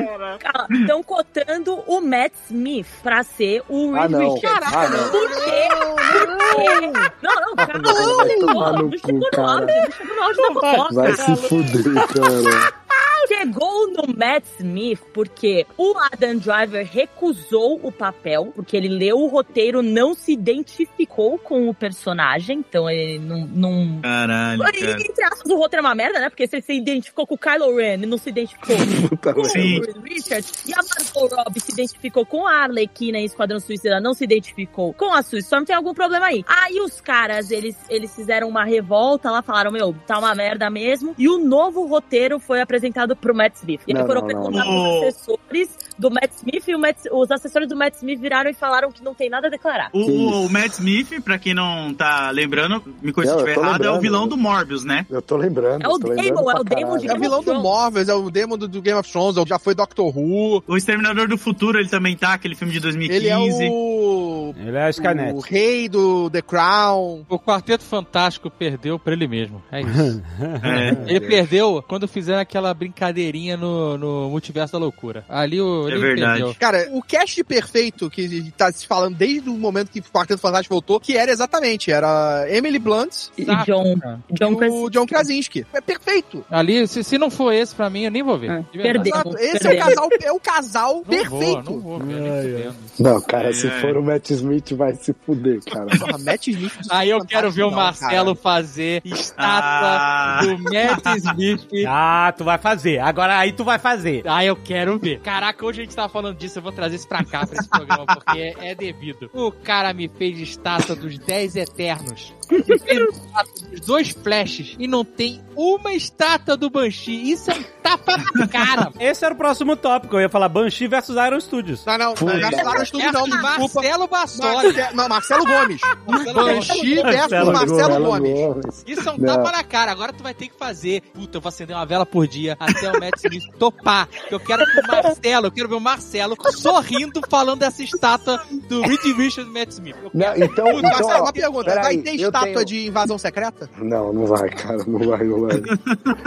Speaker 7: Estão cotando o Matt Smith pra ser o
Speaker 6: Ah,
Speaker 7: Reed
Speaker 6: não.
Speaker 7: Richards.
Speaker 6: Ah, não.
Speaker 7: Por quê? Por quê? Não, não, cara.
Speaker 6: vai tomar
Speaker 7: porra,
Speaker 6: no
Speaker 7: não
Speaker 6: cu,
Speaker 7: chegou no
Speaker 6: cara.
Speaker 7: áudio, não chegou no áudio da fofoca.
Speaker 6: Vai se fuder, cara.
Speaker 7: Chegou no Matt Smith porque o Adam Driver recusou o papel, porque ele leu o roteiro, não se identificou com o personagem, então ele não. não...
Speaker 3: Caralho, cara.
Speaker 7: Entre aspas, o roteiro é uma merda, né? Porque você se identificou com o Kylo Ren e não se identificou
Speaker 6: Puta
Speaker 7: com
Speaker 6: merda.
Speaker 3: Sim.
Speaker 7: o Richard. E a Margot Robbie se identificou com a Arlequina em Esquadrão Suicida, não se identificou com a Sue Storm. Tem algum problema aí. Aí os caras, eles, eles fizeram uma revolta lá, falaram, meu, tá uma merda mesmo. E o novo roteiro foi apresentado pro Matt Smith. E aí
Speaker 6: Não,
Speaker 7: foram
Speaker 6: não,
Speaker 3: não,
Speaker 7: perguntar
Speaker 3: não.
Speaker 7: pros assessores do Matt Smith e o Matt- os assessores do Matt Smith viraram e falaram que não tem nada a declarar.
Speaker 3: O,
Speaker 6: Que
Speaker 3: o- o
Speaker 6: isso.
Speaker 3: Matt Smith, pra quem não tá lembrando, me corrija se
Speaker 6: Não, eu
Speaker 3: estiver
Speaker 6: tô
Speaker 3: errado, é o
Speaker 6: lembrando.
Speaker 3: vilão do Morbius, né?
Speaker 6: Eu tô lembrando.
Speaker 7: É o
Speaker 6: tô lembrando
Speaker 7: Damon, é
Speaker 6: pra
Speaker 7: o
Speaker 5: É
Speaker 7: Damon de
Speaker 5: o
Speaker 6: caralho.
Speaker 5: vilão do
Speaker 7: Thrones.
Speaker 5: Morbius, é o demo do, do Game of Thrones, é o- já foi Doctor Who.
Speaker 3: O Exterminador do Futuro, ele também tá, aquele filme de 2015.
Speaker 5: Ele é o.
Speaker 2: Ele é a
Speaker 5: O
Speaker 2: Skynet.
Speaker 5: rei do The Crown.
Speaker 4: O Quarteto Fantástico perdeu pra ele mesmo. É isso.
Speaker 3: É.
Speaker 4: ele perdeu quando fizeram aquela brincadeirinha no, no Multiverso da Loucura. Ali o.
Speaker 3: É
Speaker 4: ele
Speaker 3: verdade.
Speaker 4: perdeu.
Speaker 5: Cara, o cast perfeito que tá se falando desde o momento que o Quarteto Fantástico voltou, que era exatamente, era Emily Blunt
Speaker 7: E
Speaker 4: Saco,
Speaker 7: John,
Speaker 4: cara.
Speaker 5: e
Speaker 7: John
Speaker 5: o John Krasinski. É perfeito.
Speaker 4: Ali, se, se não for esse pra mim, eu nem vou ver.
Speaker 7: É,
Speaker 4: De verdade.
Speaker 7: perdeu.
Speaker 5: Exato. Esse é o
Speaker 7: perdemos.
Speaker 5: casal, é o casal
Speaker 4: Não vou,
Speaker 5: perfeito.
Speaker 4: não vou, cara, nem
Speaker 6: Ai,
Speaker 4: fudendo.
Speaker 6: Não, cara, se
Speaker 3: É.
Speaker 6: for o Matt Smith, vai se fuder, cara.
Speaker 5: Porra, Matt Smith.
Speaker 4: Aí eu quero ver o
Speaker 5: Não,
Speaker 4: Marcelo fazer estátua
Speaker 3: Ah,
Speaker 4: do
Speaker 3: (laughs)
Speaker 4: Matt Smith.
Speaker 2: Ah, tu vai fazer. Agora aí tu vai fazer.
Speaker 4: Ah, eu quero ver. Caraca, hoje a gente tava falando disso, eu vou trazer isso pra cá, pra esse programa, porque é, é devido. O cara me fez estátua dos 10 Eternos. Me fez estátua dos dois Flashes. E não tem uma estátua do Banshee. Isso é um tapa na
Speaker 5: (laughs)
Speaker 4: cara.
Speaker 2: Esse era o próximo tópico. Eu ia falar Banshee versus Iron Studios.
Speaker 5: Cara. Não, não,
Speaker 6: Foda.
Speaker 5: não é Marcelo Estudo,
Speaker 4: É
Speaker 5: não, desculpa.
Speaker 4: Marcelo Bassoli.
Speaker 5: Marce- Ma- Marcelo Gomes.
Speaker 4: Marcelo Bassoli.
Speaker 5: Banshee versus Marcelo Gomes.
Speaker 4: Isso é um
Speaker 6: Não.
Speaker 4: tapa na cara. Agora tu vai ter que fazer. Puta, eu vou acender uma vela por dia até o Matt Smith topar. Que Eu quero que o Marcelo, eu quero ver o Marcelo sorrindo falando dessa estátua do Reed Richards do Matt Smith. Eu
Speaker 6: Não, então,
Speaker 5: Puta,
Speaker 6: então
Speaker 5: Marcelo,
Speaker 6: ó,
Speaker 5: uma pergunta.
Speaker 6: peraí,
Speaker 5: Vai ter
Speaker 6: eu
Speaker 5: estátua
Speaker 6: tenho-
Speaker 5: de invasão secreta?
Speaker 6: Não, não vai, cara, não vai, não vai.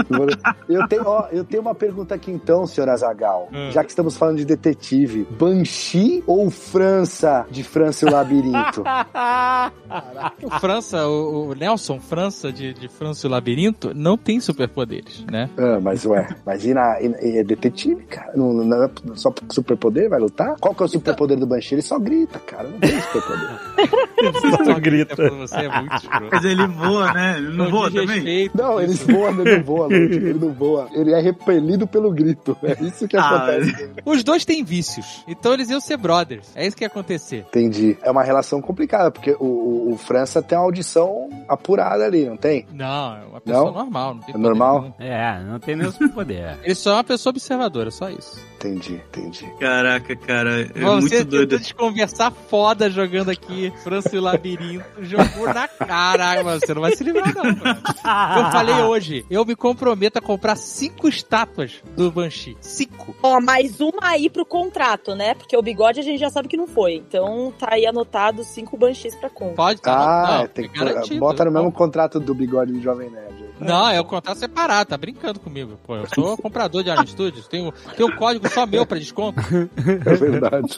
Speaker 6: Não vai. Eu tenho, ó, eu tenho uma pergunta aqui então, senhor Azagal. Já que estamos falando de detetive, Banshee ou França de França e o Labirinto?
Speaker 4: O França, o, o Nelson França de, de França e o Labirinto não tem superpoderes, né?
Speaker 6: (laughs) ah, mas ué, imagina, é é detetive, cara. Não, não- não é só por superpoder vai lutar? Qual que é o superpoder do Banshee? Ele só grita, cara. Não tem superpoder.
Speaker 4: Só grita pra você, é muito escroto.
Speaker 3: mas ele voa, né? Ele (laughs) não voa também?
Speaker 4: Desrespeito.
Speaker 6: Não, ele voa, ele não voa, Lud, ele não voa. Ele é repelido pelo grito. É isso que
Speaker 3: Ah,
Speaker 6: acontece.
Speaker 4: Os dois têm vícios, então eles iam ser brothers. É isso que ia acontecer.
Speaker 6: Entendi. É uma relação complicada, porque o, o- o França tem uma audição apurada ali, não tem?
Speaker 4: Não, é uma pessoa
Speaker 6: Não?
Speaker 4: normal. Não tem
Speaker 6: É
Speaker 4: poder
Speaker 6: normal?
Speaker 4: nenhum.
Speaker 2: É, não tem nenhum superpoder.
Speaker 4: Ele só é uma pessoa observadora, só isso.
Speaker 6: Entendi, entendi.
Speaker 3: Caraca, cara, é
Speaker 4: Você
Speaker 3: muito
Speaker 4: tentou
Speaker 3: doido.
Speaker 4: desconversar foda jogando aqui França e o Labirinto, jogou na cara. (laughs) Mano, você não vai se livrar, não. Mano. Eu falei hoje, eu me comprometo a comprar cinco estátuas do Banshee. Cinco.
Speaker 7: Ó, mais uma aí pro contrato, né? Porque o bigode a gente já sabe que não foi. Então tá aí anotado cinco banshees pra compra.
Speaker 4: Pode?
Speaker 6: Ah,
Speaker 3: é
Speaker 4: não, é
Speaker 6: tem que
Speaker 4: garantido.
Speaker 6: bota
Speaker 3: né?
Speaker 6: no mesmo contrato do bigode do Jovem Nerd.
Speaker 4: (laughs) Não, é o contrato separado, tá brincando comigo. Pô, eu sou comprador de Alien Studios, tenho, tenho um código só meu pra desconto.
Speaker 6: É verdade.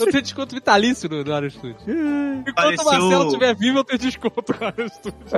Speaker 4: Eu tenho desconto vitalício no, no Alien Studios. Enquanto
Speaker 3: Pareceu-
Speaker 4: o Marcelo estiver vivo, eu tenho desconto no Alien Studios.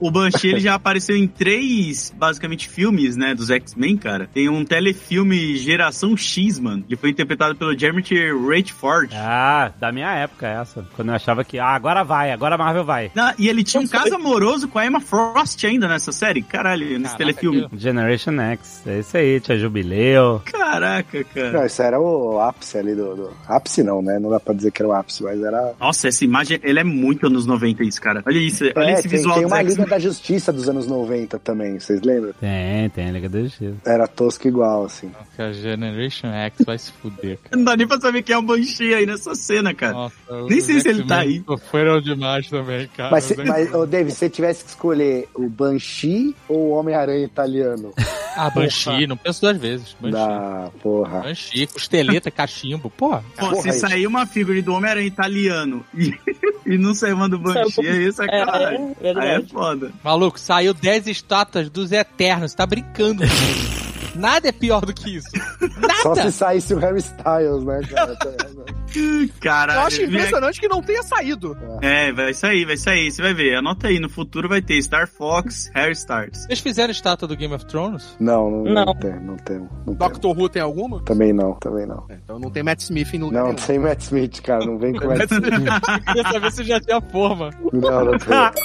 Speaker 3: O Banshee ele já apareceu em três, basicamente, filmes, né, dos X-Men, cara. Tem um telefilme Geração X, mano. Ele foi interpretado pelo Jeremy Rathford.
Speaker 2: (laughs) Ah, da minha época essa. Quando eu achava que, ah, agora vai, agora a Marvel vai.
Speaker 3: Na- e ele tinha um caso amoroso com a Emma Frost ainda nessa série. Caralho, nesse
Speaker 4: Caraca,
Speaker 3: telefilme.
Speaker 2: Generation X, é isso aí, tinha Jubileu.
Speaker 3: Caraca, cara.
Speaker 6: Não, isso era o ápice ali do, do- Ápice não, né? Não dá pra dizer que era o ápice, mas era.
Speaker 3: Nossa, essa imagem, ela é muito anos 90 isso, cara. Olha isso, olha
Speaker 6: É,
Speaker 3: esse
Speaker 6: tem,
Speaker 3: visual
Speaker 6: tem
Speaker 3: dos
Speaker 6: uma Liga
Speaker 3: X-Men.
Speaker 6: da Justiça dos anos 90 também, vocês lembram?
Speaker 2: Tem, tem, Liga da Justiça.
Speaker 6: Era tosco igual, assim.
Speaker 4: Que a Generation X vai se fuder,
Speaker 3: (laughs)
Speaker 4: cara.
Speaker 3: Não dá nem pra saber quem é o Banshee aí nessa cena, cara.
Speaker 4: Nossa,
Speaker 3: Nem
Speaker 4: os
Speaker 3: sei se ele
Speaker 4: X-Men
Speaker 3: tá aí.
Speaker 4: Sofreram demais também, cara.
Speaker 6: Mas, se- mas ô, David, se você tivesse que escolher o Banshee ou o Homem-Aranha italiano,
Speaker 4: Ah, Banshee, não penso duas vezes. Banshee.
Speaker 6: Da porra.
Speaker 4: Banshee, costeleta, cachimbo, porra.
Speaker 3: Pô,
Speaker 6: Porra,
Speaker 3: se
Speaker 6: isso.
Speaker 3: sair uma figura do Homem-Aranha italiano e, (laughs) e não sair uma do Banshee, aí é sacanagem.
Speaker 7: É,
Speaker 3: Aí é
Speaker 7: verdade.
Speaker 3: foda.
Speaker 4: Maluco, saiu 10 estátuas dos Eternos, tá brincando.
Speaker 6: (laughs)
Speaker 4: comigo. Nada é pior do que isso.
Speaker 6: Só se
Speaker 4: Nada!
Speaker 6: saísse o Harry Styles, né, cara?
Speaker 3: Caralho.
Speaker 5: Eu acho
Speaker 3: vem aqui.
Speaker 5: impressionante que não tenha saído.
Speaker 3: É, vai sair, vai sair. Você vai ver. Anota aí, no futuro vai ter Star Fox, Harry
Speaker 4: (laughs)
Speaker 3: Stars.
Speaker 4: Vocês fizeram estátua do Game of (laughs) Thrones?
Speaker 6: Não, não, não.
Speaker 7: Não.
Speaker 6: tem, não tem. Não tem.
Speaker 5: Doctor Who tem alguma?
Speaker 6: Também não, também não.
Speaker 5: É, então não tem Matt Smith em lugar
Speaker 6: Não,
Speaker 5: nenhum.
Speaker 6: sem Matt Smith, cara. Não vem com Matt Smith.
Speaker 4: Queria saber se já tinha forma.
Speaker 6: Não, não tem.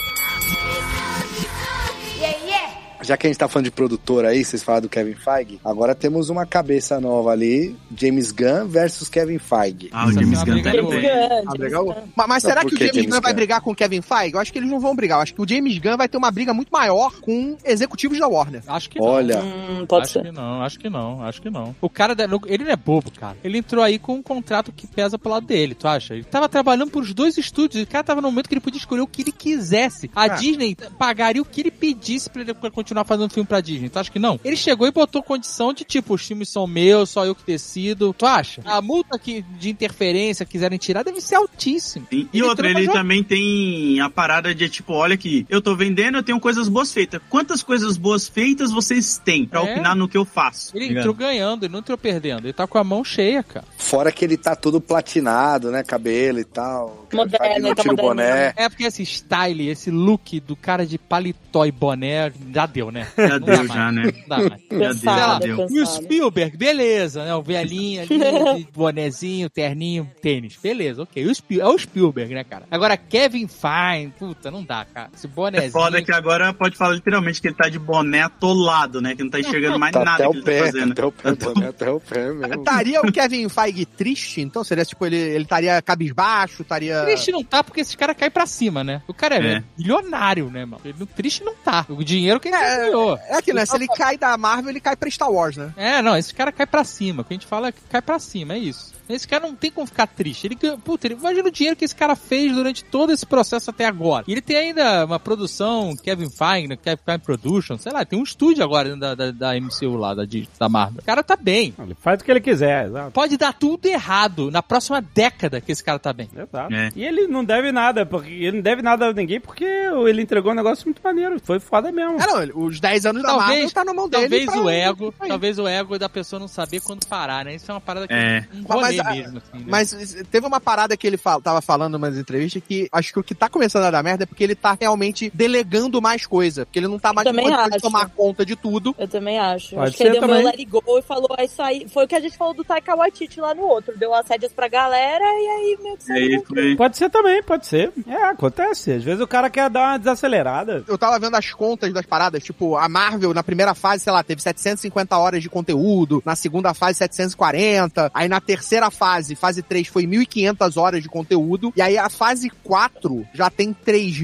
Speaker 6: Já que a gente tá falando de produtor aí, vocês falaram do Kevin Feige, agora temos uma cabeça nova ali, James Gunn versus Kevin Feige.
Speaker 3: Ah, o
Speaker 4: Isso
Speaker 3: James
Speaker 4: é uma
Speaker 3: Gunn tá
Speaker 4: briga
Speaker 3: indo
Speaker 4: boa.
Speaker 3: bem.
Speaker 5: Ah, legal. Mas, mas
Speaker 6: Não,
Speaker 5: será
Speaker 6: por
Speaker 5: que o
Speaker 6: que
Speaker 5: James,
Speaker 6: James
Speaker 5: Gunn vai
Speaker 6: Gunn?
Speaker 5: brigar com o Kevin Feige? Eu acho que eles não vão brigar. Eu acho que o James Gunn vai ter uma briga muito maior com executivos da Warner.
Speaker 4: Acho que não.
Speaker 6: Olha,
Speaker 7: Hum, pode
Speaker 4: acho
Speaker 7: ser.
Speaker 4: que não, acho que não, acho que não. O cara, da- ele não é bobo, cara. Ele entrou aí com um contrato que pesa pro lado dele, tu acha? Ele tava trabalhando pros dois estúdios, o cara tava no momento que ele podia escolher o que ele quisesse. A Disney pagaria o que ele pedisse pra ele continuar fazendo filme pra Disney, tu acha que não? Ele chegou e botou condição de tipo, os filmes são meus, só eu que decido, tu acha? A multa que, de interferência que quiserem tirar deve ser altíssima.
Speaker 3: Sim. E
Speaker 4: Ele
Speaker 3: outra,
Speaker 4: entrou
Speaker 3: ele tá
Speaker 4: pra jogar.
Speaker 3: também tem a parada de tipo, olha aqui, eu tô vendendo, eu tenho coisas boas feitas. Quantas coisas boas feitas vocês têm pra
Speaker 4: É.
Speaker 3: opinar no que eu faço?
Speaker 4: Ele
Speaker 3: Ligado?
Speaker 4: entrou ganhando, ele não entrou perdendo. Ele tá com a mão cheia, cara.
Speaker 6: fora que ele tá todo platinado, né? Cabelo e tal. O Kevin
Speaker 7: Moderno,
Speaker 6: Feige não
Speaker 7: ele tá
Speaker 6: tira o
Speaker 7: moderno.
Speaker 6: boné.
Speaker 4: É porque esse style, esse look do cara de paletó e boné, já deu, né?
Speaker 3: Já
Speaker 4: Não dá
Speaker 3: deu,
Speaker 4: mais.
Speaker 3: já, né?
Speaker 4: Não dá mais.
Speaker 3: Meu Deus,
Speaker 7: Cansada,
Speaker 3: meu
Speaker 4: E o
Speaker 7: cansada.
Speaker 4: Spielberg, beleza, né? O velhinho ali, de bonezinho, terninho, tênis. Beleza, ok. O Spiel, é o Spielberg, né, cara? Agora, Kevin Fine, puta, não dá, cara. Esse bonezinho.
Speaker 3: É foda que agora pode falar literalmente que ele tá de boné atolado, né? Que não tá enxergando mais
Speaker 6: Tá
Speaker 3: nada que
Speaker 6: até o
Speaker 3: ele
Speaker 6: pé,
Speaker 3: tá
Speaker 6: tá
Speaker 3: fazendo.
Speaker 6: até o pé, o boné até o
Speaker 5: (laughs)
Speaker 6: pé mesmo.
Speaker 5: Estaria o Kevin Feige triste? Então seria tipo, ele ele estaria cabisbaixo, estaria...
Speaker 4: Triste não tá, porque esse cara cai pra cima, né? O cara é,
Speaker 3: É.
Speaker 4: milionário, né, mano? Ele, não- triste não tá. O dinheiro que ele
Speaker 5: É,
Speaker 4: ganhou.
Speaker 5: É aquilo, né? Se ele cai da Marvel, ele cai pra Star Wars, né?
Speaker 4: É, não, esse cara cai pra cima. O que a gente fala é que cai pra cima, é isso. Esse cara não tem como ficar triste. Ele ganha, puta, ele, imagina o dinheiro que esse cara fez durante todo esse processo até agora. E ele tem ainda uma produção, Kevin Feige, né, Kevin Feige Production, sei lá, tem um estúdio agora dentro da, da, da MCU lá, da, Disney, da Marvel. O cara tá bem.
Speaker 2: Ele faz o que ele quiser, exato.
Speaker 4: Pode dar tudo errado na próxima década que esse cara tá bem.
Speaker 2: Exato.
Speaker 3: É.
Speaker 2: E ele não deve nada, porque ele não deve nada a ninguém, porque ele entregou um negócio muito maneiro. Foi foda mesmo.
Speaker 5: É, não, ele- os 10 anos da
Speaker 4: Talvez-
Speaker 5: Marvel tá na mão dele.
Speaker 4: Talvez
Speaker 5: pra- tá
Speaker 4: o ego, tá-
Speaker 5: pra-
Speaker 4: talvez o ego da pessoa não saber quando parar, né? Isso é uma parada que
Speaker 3: É.
Speaker 4: um rolê
Speaker 5: Mas- mas-
Speaker 4: mesmo, assim, né?
Speaker 5: Mas eh, teve uma parada que ele fal- tava falando em umas entrevistas que acho que o que tá começando a dar merda é porque ele tá realmente delegando mais coisa. Porque ele não tá mais
Speaker 7: Também
Speaker 5: condições de
Speaker 7: acho.
Speaker 5: tomar conta de tudo.
Speaker 7: Eu também acho.
Speaker 2: Pode
Speaker 7: acho que ele
Speaker 2: ser
Speaker 7: deu meu
Speaker 2: também.
Speaker 7: let it go e falou, é isso aí. Foi o que a gente falou do Taika Waititi lá no outro. Deu as rédeas pra galera e aí, meu que
Speaker 3: E
Speaker 7: saiu.
Speaker 3: aí foi.
Speaker 4: Tá
Speaker 2: Pode ser também, pode ser. É, acontece. Às vezes o cara quer dar uma desacelerada.
Speaker 5: Eu tava vendo as contas das paradas, tipo, a Marvel na primeira fase, sei lá, teve 750 horas de conteúdo, na segunda fase 740, aí na terceira fase, fase 3 foi 1500 horas de conteúdo, e aí a fase 4 já tem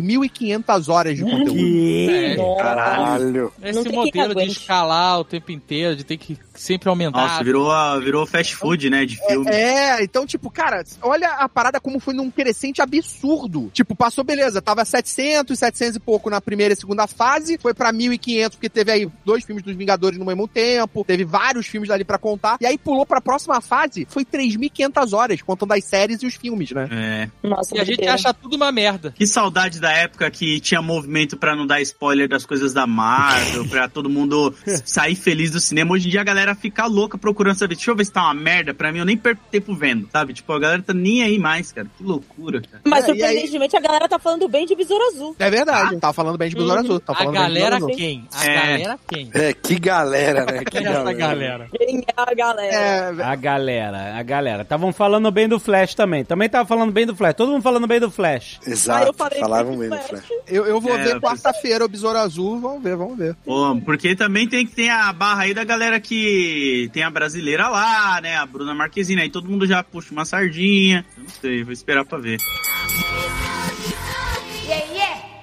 Speaker 5: 3500 horas
Speaker 2: Uhum.
Speaker 5: de conteúdo.
Speaker 4: É.
Speaker 7: Nossa.
Speaker 6: Caralho.
Speaker 4: Esse
Speaker 7: tem quem
Speaker 4: modelo de
Speaker 7: aguente.
Speaker 4: escalar o tempo inteiro, de ter que sempre aumentar.
Speaker 3: Nossa, virou, a- virou fast food, né? De filme.
Speaker 5: É, então, tipo, cara, olha a parada como foi num crescente absurdo. Tipo, passou, beleza, tava 700, 700 e pouco na primeira e segunda fase, foi pra 1500, porque teve aí dois filmes dos Vingadores no mesmo tempo, teve vários filmes dali pra contar, e aí pulou pra próxima fase, foi 3.500 horas, contando as séries e os filmes, né?
Speaker 3: É.
Speaker 7: Nossa,
Speaker 4: E a gente
Speaker 7: doideira.
Speaker 4: acha tudo uma merda.
Speaker 3: Que saudade da época que tinha movimento pra não dar spoiler das coisas da Marvel, pra todo mundo sair feliz do cinema. Hoje em dia a galera fica louca procurando saber. Deixa eu ver se tá uma merda. Pra mim, eu nem perco tempo vendo, sabe? Tipo, a galera tá nem aí mais, cara. Que loucura, cara.
Speaker 7: Mas
Speaker 5: É, e aí-
Speaker 7: surpreendentemente a galera tá falando bem de Besouro Azul.
Speaker 5: É verdade. Tava falando bem de Besouro
Speaker 7: Uhum.
Speaker 5: Azul. Tava
Speaker 4: A
Speaker 5: Tá falando bem de
Speaker 4: galera
Speaker 5: Besouro Azul.
Speaker 4: quem? A
Speaker 3: É.
Speaker 4: galera quem?
Speaker 6: É, que
Speaker 5: (laughs)
Speaker 6: galera, né? Que
Speaker 4: Quem é essa galera?
Speaker 7: Quem é a galera?
Speaker 5: É,
Speaker 2: A galera, a galera. Estavam falando bem do Flash também. Também tava falando bem do Flash. Todo mundo falando bem do Flash.
Speaker 7: Aí Ah, eu
Speaker 6: Exato,
Speaker 7: falei
Speaker 6: falavam né?
Speaker 7: que
Speaker 6: mesmo,
Speaker 7: foi-
Speaker 6: Flash.
Speaker 5: eu, eu vou
Speaker 3: É,
Speaker 5: ver
Speaker 3: eu
Speaker 5: quarta-feira o Besouro Azul, vamos ver, vamos ver.
Speaker 3: Pô, porque também tem que ter a barra aí da galera que tem a brasileira lá, né? A Bruna Marquezine. Aí todo mundo já puxa uma sardinha. Eu Não sei, vou esperar pra ver.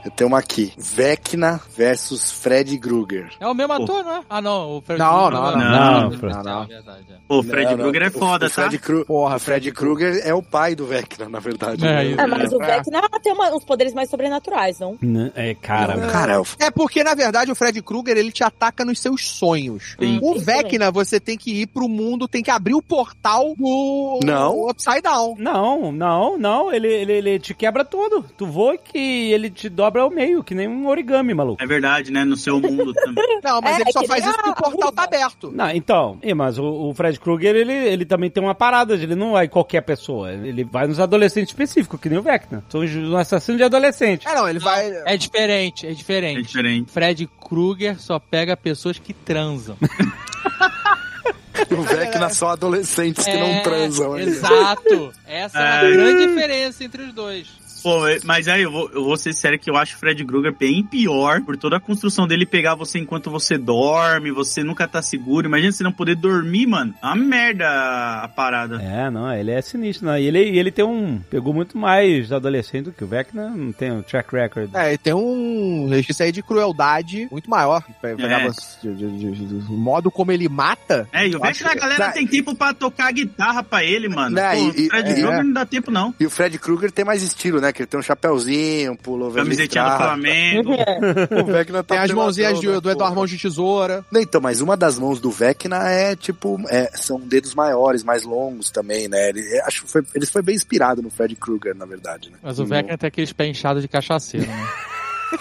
Speaker 6: Eu tenho uma aqui. Vecna versus Fred Krueger.
Speaker 4: É o mesmo ator, não é? Ah, não. é. O Fred
Speaker 5: Não, não,
Speaker 3: não.
Speaker 4: Krueger
Speaker 2: Não,
Speaker 4: não,
Speaker 5: não,
Speaker 4: não.
Speaker 5: não.
Speaker 4: É verdade, é.
Speaker 3: Pô, o Fred
Speaker 6: Não, não.
Speaker 3: Krueger é
Speaker 6: O-
Speaker 3: foda,
Speaker 6: o
Speaker 3: tá?
Speaker 6: Fred Kru...
Speaker 5: Porra,
Speaker 6: O Fred Krueger é o pai do Vecna, na verdade.
Speaker 4: É,
Speaker 6: né?
Speaker 4: isso.
Speaker 7: É, mas o
Speaker 5: É.
Speaker 7: Vecna tem uma- uns poderes mais sobrenaturais, não?
Speaker 2: Né? É, cara.
Speaker 6: Cara, eu-
Speaker 5: É porque, na verdade, o Fred Krueger, ele te ataca nos seus sonhos.
Speaker 3: Sim.
Speaker 5: O Vecna, você tem que ir pro mundo, tem que abrir o portal do
Speaker 6: Não.
Speaker 5: do Upside Down.
Speaker 2: Não, não, não. Ele, ele, ele te quebra todo. Tu voa que ele te dobra ao meio, que nem um origami, maluco.
Speaker 3: É verdade, né? No seu mundo também.
Speaker 5: Não, mas
Speaker 7: É,
Speaker 5: ele só
Speaker 7: que
Speaker 5: faz
Speaker 7: nem
Speaker 5: isso porque
Speaker 7: a-
Speaker 5: o portal tá aberto.
Speaker 2: Não, então, é, mas o, o Fred Krueger, ele, ele também tem uma parada, ele não vai em qualquer pessoa, ele vai nos adolescentes específicos, que nem o Vecna. São os- um assassino de adolescente.
Speaker 5: É, não, ele vai...
Speaker 4: É diferente, é
Speaker 3: É
Speaker 4: diferente.
Speaker 3: diferente.
Speaker 4: Fred Krueger só pega pessoas que transam.
Speaker 6: o Vecna
Speaker 7: É.
Speaker 6: só adolescentes que não
Speaker 4: É,
Speaker 6: transam. né?
Speaker 4: Exato. Essa é a
Speaker 3: É.
Speaker 4: grande diferença entre os dois.
Speaker 3: Pô, é- mas aí eu vou, eu vou ser sério que eu acho o Fred Krueger bem pior por toda a construção dele pegar você enquanto você dorme, você nunca tá seguro. Imagina você não poder dormir, mano. É uma merda a parada.
Speaker 2: É, não, ele é sinistro, né? E ele, e ele tem um. Pegou muito mais adolescente do que o Vecna, não tem um track record.
Speaker 5: É, e tem um registro aí de crueldade muito maior. Pra- pra-
Speaker 3: É.
Speaker 5: de- de- de- de- o modo como ele mata.
Speaker 3: É, e o
Speaker 5: Eu
Speaker 3: Vecna,
Speaker 5: acho
Speaker 3: a
Speaker 5: que-
Speaker 3: galera
Speaker 6: Tá.
Speaker 3: tem tempo pra tocar a guitarra pra ele, mano.
Speaker 6: Não,
Speaker 3: Pô,
Speaker 6: e-
Speaker 3: o Fred
Speaker 6: e-
Speaker 3: Krueger
Speaker 6: é.
Speaker 3: não dá tempo, não.
Speaker 6: E o Fred Krueger tem mais estilo, né? Que ele tem um chapéuzinho, um pullover
Speaker 3: Camisetinha do
Speaker 6: listrado.
Speaker 3: Flamengo.
Speaker 6: O Vecna tá
Speaker 5: Tem as
Speaker 6: peladão,
Speaker 5: mãozinhas de-
Speaker 6: né,
Speaker 5: do Eduardo
Speaker 6: porra?
Speaker 5: Mão de Tesoura.
Speaker 6: Não, Então, mas uma das mãos do Vecna é tipo. é, são dedos maiores, mais longos também, né? Ele, é, acho que foi, ele foi bem inspirado no Fred Krueger, na verdade, né?
Speaker 4: Mas o
Speaker 6: No-
Speaker 4: Vecna tem aqueles pés inchados de cachaceiro, né?
Speaker 2: (laughs)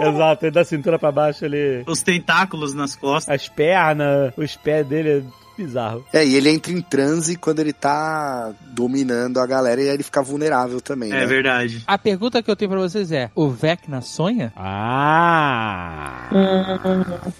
Speaker 2: Exato, ele da cintura pra baixo, ele.
Speaker 3: Os tentáculos nas costas.
Speaker 2: As pernas, os pés dele é bizarro.
Speaker 6: É, e ele entra em transe quando ele tá dominando a galera e aí ele fica vulnerável também.
Speaker 3: É
Speaker 6: né?
Speaker 3: verdade.
Speaker 4: A pergunta que eu tenho pra vocês é, o Vecna sonha?
Speaker 2: Ah!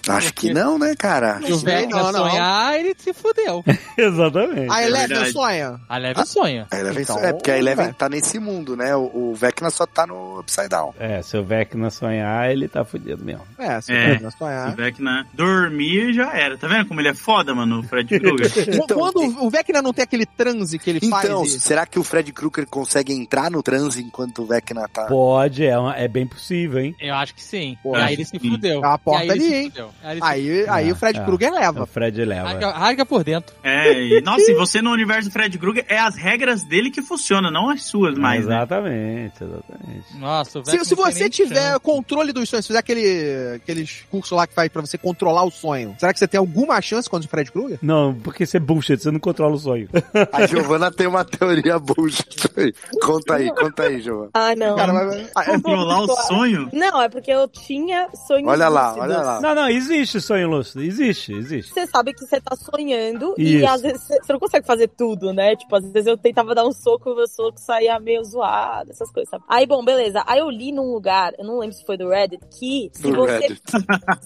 Speaker 6: Acho que não, né, cara?
Speaker 4: Se o
Speaker 5: sei,
Speaker 4: Vecna
Speaker 5: não, não.
Speaker 4: sonhar, ele se fudeu.
Speaker 2: (laughs)
Speaker 6: É
Speaker 2: Exatamente.
Speaker 5: A Eleven
Speaker 3: verdade.
Speaker 5: sonha.
Speaker 4: A Leve sonha.
Speaker 6: A Eleven
Speaker 5: Então,
Speaker 6: só- é, porque a Eleven
Speaker 5: cara.
Speaker 6: tá nesse mundo, né? O, o Vecna só tá no Upside Down.
Speaker 2: É, se o Vecna sonhar, ele tá fudido mesmo.
Speaker 5: É, se
Speaker 3: É.
Speaker 5: não
Speaker 3: O
Speaker 5: sonhar.
Speaker 3: Vecna né, dormir já era. Tá vendo como ele é foda, mano, o Fred Krueger?
Speaker 6: Então,
Speaker 5: Quando o Vecna não tem aquele transe que ele
Speaker 6: Então,
Speaker 5: faz. e-
Speaker 6: será que o Fred Krueger consegue entrar no transe enquanto o Vecna tá.
Speaker 2: Pode, é, uma- é bem possível, hein?
Speaker 4: Eu acho que sim.
Speaker 5: Pô,
Speaker 4: e aí
Speaker 3: acho
Speaker 4: ele
Speaker 3: que
Speaker 4: se
Speaker 3: sim.
Speaker 4: fudeu.
Speaker 5: É uma
Speaker 4: E
Speaker 5: porta
Speaker 4: aí ele
Speaker 5: ali,
Speaker 4: se
Speaker 5: hein?
Speaker 4: fudeu. Aí ele se
Speaker 5: Aí,
Speaker 6: é.
Speaker 5: aí o Fred
Speaker 2: Ah,
Speaker 5: Krueger
Speaker 2: O
Speaker 5: leva.
Speaker 2: Fred leva.
Speaker 4: Rasga, rasga por dentro.
Speaker 3: É, e, nossa, e você no universo do Fred Krueger, é as regras dele que funcionam, não as suas mais, né?
Speaker 2: exatamente, exatamente.
Speaker 4: Nossa, o Vecna
Speaker 5: Se, se
Speaker 4: não tem
Speaker 5: você
Speaker 4: nem
Speaker 5: tiver
Speaker 4: chance.
Speaker 5: controle dos sonhos, se fizer aquele, aqueles cursos lá que faz pra você controlar o sonho, será que você tem alguma chance contra o Fred Krueger?
Speaker 2: Não, porque você é bullshit, você não controla o sonho.
Speaker 6: A Giovana tem uma teoria bullshit aí. Conta aí, conta aí, Giovana.
Speaker 7: Ah, não.
Speaker 5: Cara, mas- ah, é-
Speaker 3: (laughs) Controlar o sonho?
Speaker 7: Não, é porque eu tinha sonhos
Speaker 6: Olha lá,
Speaker 7: lúcidos.
Speaker 6: olha lá.
Speaker 2: Não, não, existe sonho lúcido, existe, existe.
Speaker 7: Você sabe que você tá sonhando e
Speaker 2: Isso.
Speaker 7: às vezes você você não consegue fazer tudo, né? Tipo, às vezes eu tentava dar um soco e o meu soco saía meio zoado, essas coisas, sabe? Aí, bom, beleza. Aí eu li num lugar, eu não lembro se foi do Reddit, que se
Speaker 6: Do
Speaker 7: você.
Speaker 6: Reddit.
Speaker 7: (laughs)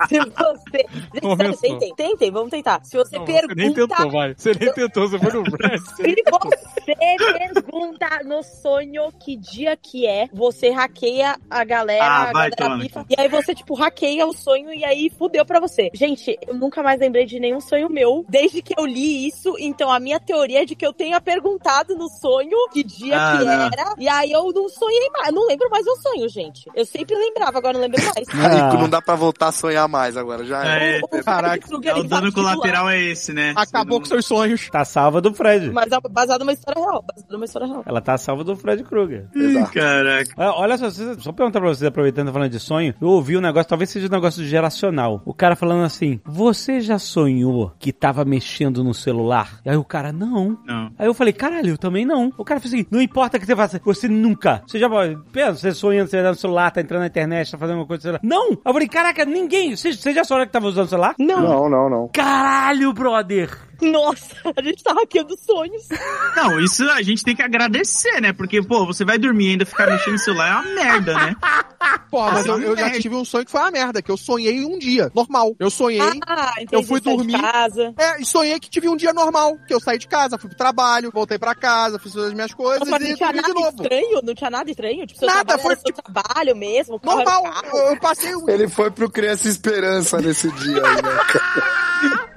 Speaker 7: Se você. Gente, sério,
Speaker 4: Começou.
Speaker 7: tentem, tentem, vamos tentar. Se você
Speaker 4: Não,
Speaker 7: pergunta.
Speaker 4: Você nem tentou, vai. Você nem tentou, você foi no Brest.
Speaker 7: Se você pergunta no sonho que dia que é, você hackeia a galera,
Speaker 3: Ah,
Speaker 7: a
Speaker 3: vai
Speaker 7: galera
Speaker 3: tomar no
Speaker 7: FIFA, e aí você, tipo, hackeia o sonho e aí fudeu pra você. Gente, eu nunca mais lembrei de nenhum sonho meu desde que eu li isso, então a minha teoria é de que eu tenha perguntado no sonho que dia
Speaker 3: Ah,
Speaker 7: que
Speaker 3: não.
Speaker 7: era, e aí eu não sonhei mais, eu não lembro mais o sonho, gente. Eu sempre lembrava, agora eu não lembro mais.
Speaker 2: Ah.
Speaker 6: Aí não dá pra voltar a sonhar mais agora, já é.
Speaker 3: É,
Speaker 7: Fred
Speaker 5: Caraca,
Speaker 7: Krueger,
Speaker 3: é, o
Speaker 7: ele tá
Speaker 3: dano
Speaker 7: titular,
Speaker 3: colateral é esse, né?
Speaker 5: Acabou com seus sonhos.
Speaker 2: Tá salva do Fred.
Speaker 7: Mas é baseado numa história real, baseado numa história real.
Speaker 2: Ela tá salva do Fred Krueger.
Speaker 6: Exato.
Speaker 3: Caraca.
Speaker 2: Ah, Olha só, vocês- só perguntar pra vocês, aproveitando falando de sonho, eu ouvi um negócio, talvez seja um negócio geracional. O cara falando assim: Você já sonhou que tava mexendo no celular? E aí o cara, não.
Speaker 3: Não.
Speaker 2: Aí eu falei, caralho, eu também não. O cara falou assim: não importa o que você faça, você nunca. Você já pensa, você sonhando, você tá no celular, tá entrando na internet, tá fazendo alguma coisa, sei lá. Não! Aí eu falei, caraca, ninguém. Você, você já sonhou que tava usando o celular?
Speaker 6: Não, não, não.
Speaker 2: Caralho, brother!
Speaker 7: Nossa, a gente tá hackeando sonhos.
Speaker 3: Não, isso a gente tem que agradecer, né? Porque, pô, você vai dormir e ainda ficar mexendo no celular é uma merda, né?
Speaker 5: Porra, mas
Speaker 3: Ah,
Speaker 5: eu, eu já
Speaker 3: merda.
Speaker 5: tive um sonho que foi uma merda, que eu sonhei um dia, normal. Eu sonhei.
Speaker 7: Ah, entendi.
Speaker 5: Eu fui
Speaker 7: sai de
Speaker 5: dormir.
Speaker 7: casa.
Speaker 5: É, e sonhei que tive um dia normal, que eu saí de casa, fui pro trabalho, voltei pra casa, fiz todas as minhas coisas
Speaker 7: Mas
Speaker 5: e
Speaker 7: não tinha
Speaker 5: dormi
Speaker 7: nada
Speaker 5: de novo.
Speaker 7: estranho, não tinha nada estranho. Tipo, seu
Speaker 5: Nada,
Speaker 7: trabalho
Speaker 5: foi,
Speaker 7: era seu trabalho mesmo. o carro era
Speaker 5: Normal,
Speaker 7: o carro.
Speaker 5: eu, eu passei um
Speaker 6: Ele foi pro Criança Esperança nesse dia aí, né?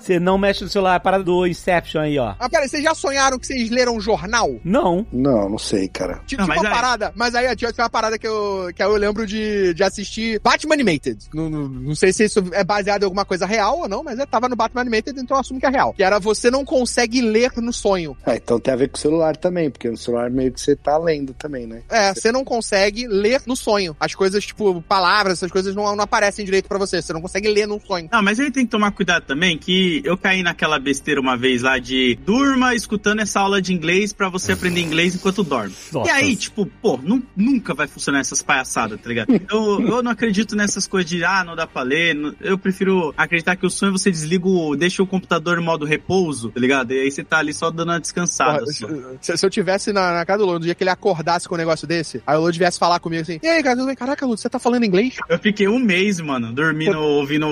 Speaker 2: Você não mexe no celular, é a parada do Inception aí, ó.
Speaker 5: Ah, peraí, vocês já sonharam que vocês leram um jornal?
Speaker 2: Não.
Speaker 6: (laughs) Não, não sei, cara.
Speaker 5: Tinha
Speaker 3: Não,
Speaker 5: Tipo, tinha
Speaker 3: mas
Speaker 5: uma
Speaker 3: aí-
Speaker 5: parada, mas aí tinha tinha uma parada que eu, que eu lembro de, de assistir Batman Animated. Não, não- não sei se isso é baseado em alguma coisa real ou não, mas eu tava no Batman Animated, então eu assumo que é real. Que era você não consegue ler no sonho.
Speaker 6: Ah, então tem a ver com o celular também, porque no celular meio que você tá lendo também, né?
Speaker 5: É, você não consegue ler no sonho. As coisas, tipo, palavras, essas coisas não, não aparecem direito pra você. Você não consegue ler num sonho.
Speaker 3: Não, mas aí tem que tomar cuidado também, que eu caí naquela besteira uma vez lá de durma escutando essa aula de inglês pra você aprender inglês enquanto dorme. E aí, tipo, pô, nu- nunca vai funcionar essas palhaçadas, tá ligado? Eu, eu não acredito nessas coisas de, ah, não dá pra ler. não- Eu prefiro acreditar que o sonho você desliga, o, deixa o computador em modo repouso, tá ligado? E aí você tá ali só dando uma descansada.
Speaker 5: Porra,
Speaker 3: só.
Speaker 5: se, se eu tivesse na, na casa do Lô, no dia que ele acordasse com um negócio desse, aí o Lô viesse falar comigo assim, e aí, cara, tudo bem? caraca, Lô, você tá falando inglês?
Speaker 3: Eu fiquei um mês, mano, dormindo, ouvindo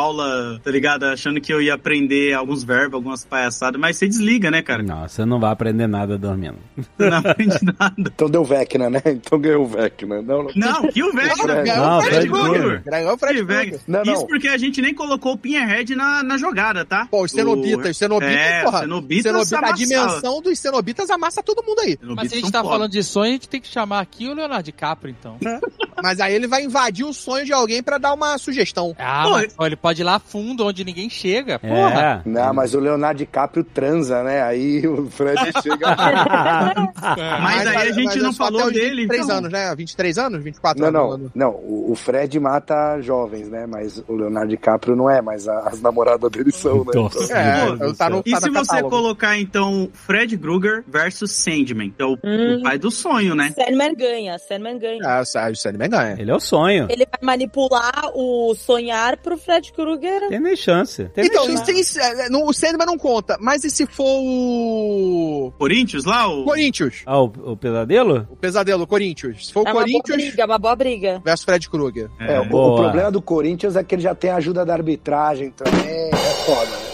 Speaker 3: videoaula, tá ligado? Achando que eu ia aprender alguns verbos, algumas palhaçadas, mas você desliga, né, cara?
Speaker 2: Não, você não vai aprender nada dormindo.
Speaker 3: Você não (laughs) aprende nada.
Speaker 6: Então deu Vecna, né? (laughs) Então ganhou o Vecna. Não, não.
Speaker 5: (laughs)
Speaker 3: Não, que o velho,
Speaker 5: Não,
Speaker 3: né?
Speaker 5: ganhou
Speaker 2: Não,
Speaker 5: o Fred
Speaker 2: Fred
Speaker 5: Krueger.
Speaker 3: Krueger.
Speaker 5: Ganhou o Fred
Speaker 3: Que
Speaker 5: Krueger.
Speaker 3: velho.
Speaker 6: Não,
Speaker 3: Isso
Speaker 6: não.
Speaker 3: porque a gente nem colocou o Pinhead na, na jogada, tá?
Speaker 5: Pô, os cenobitas, os cenobitas,
Speaker 3: É,
Speaker 5: porra.
Speaker 3: cenobitas
Speaker 5: Cenobita, a
Speaker 3: amassava.
Speaker 5: dimensão dos cenobitas amassa todo mundo aí.
Speaker 3: O-
Speaker 4: Mas a gente
Speaker 3: são
Speaker 4: tá
Speaker 3: foda.
Speaker 4: falando de sonho, a gente tem que chamar aqui o Leonardo DiCaprio, então.
Speaker 5: Mas aí ele vai invadir o sonho de alguém pra dar uma sugestão.
Speaker 4: Ah,
Speaker 3: Pô,
Speaker 4: mas, ó, ele pode ir lá fundo, onde ninguém
Speaker 7: É.
Speaker 4: chega,
Speaker 2: É,
Speaker 4: porra.
Speaker 2: Porra.
Speaker 6: Não, mas o Leonardo DiCaprio transa, né? Aí o Fred chega.
Speaker 7: É.
Speaker 3: Mas aí a gente
Speaker 5: mas
Speaker 3: não
Speaker 5: só até
Speaker 3: falou
Speaker 5: os
Speaker 3: dele,
Speaker 5: 23
Speaker 3: então.
Speaker 5: anos, né? 23 anos? 24
Speaker 6: Não,
Speaker 5: anos?
Speaker 6: não, não. O o Fred mata jovens, né? Mas o Leonardo DiCaprio não é, mas a- as namoradas dele são, né?
Speaker 2: Nossa.
Speaker 6: Então,
Speaker 5: É,
Speaker 3: Meu Deus
Speaker 5: tá no,
Speaker 3: E
Speaker 5: tá
Speaker 3: se
Speaker 5: no
Speaker 3: você
Speaker 5: catálogo.
Speaker 3: colocar, então, Fred Krueger versus Sandman? Que é o,
Speaker 7: Hum.
Speaker 4: Uhum.
Speaker 3: o pai do sonho, né?
Speaker 7: Sandman ganha, Sandman ganha.
Speaker 5: Ah, o Sandman ganha.
Speaker 2: Ele é o sonho.
Speaker 7: Ele vai manipular o sonhar pro Fred Krueger.
Speaker 2: Tem nem chance. Tem
Speaker 5: Então,
Speaker 2: nem
Speaker 5: isso
Speaker 2: chance.
Speaker 5: tem, é, não- o Sandman não conta, mas e se for o.
Speaker 3: Corinthians lá, o...
Speaker 5: Corinthians?
Speaker 2: Ah, o, o pesadelo?
Speaker 5: O pesadelo, o Corinthians. Se for
Speaker 7: É
Speaker 5: o
Speaker 7: uma boa
Speaker 5: Corinthians
Speaker 7: briga, uma boa briga.
Speaker 5: versus Fred Krueger.
Speaker 6: É, o, o
Speaker 2: Boa.
Speaker 6: problema do Corinthians é que ele já tem a ajuda da arbitragem também. É foda.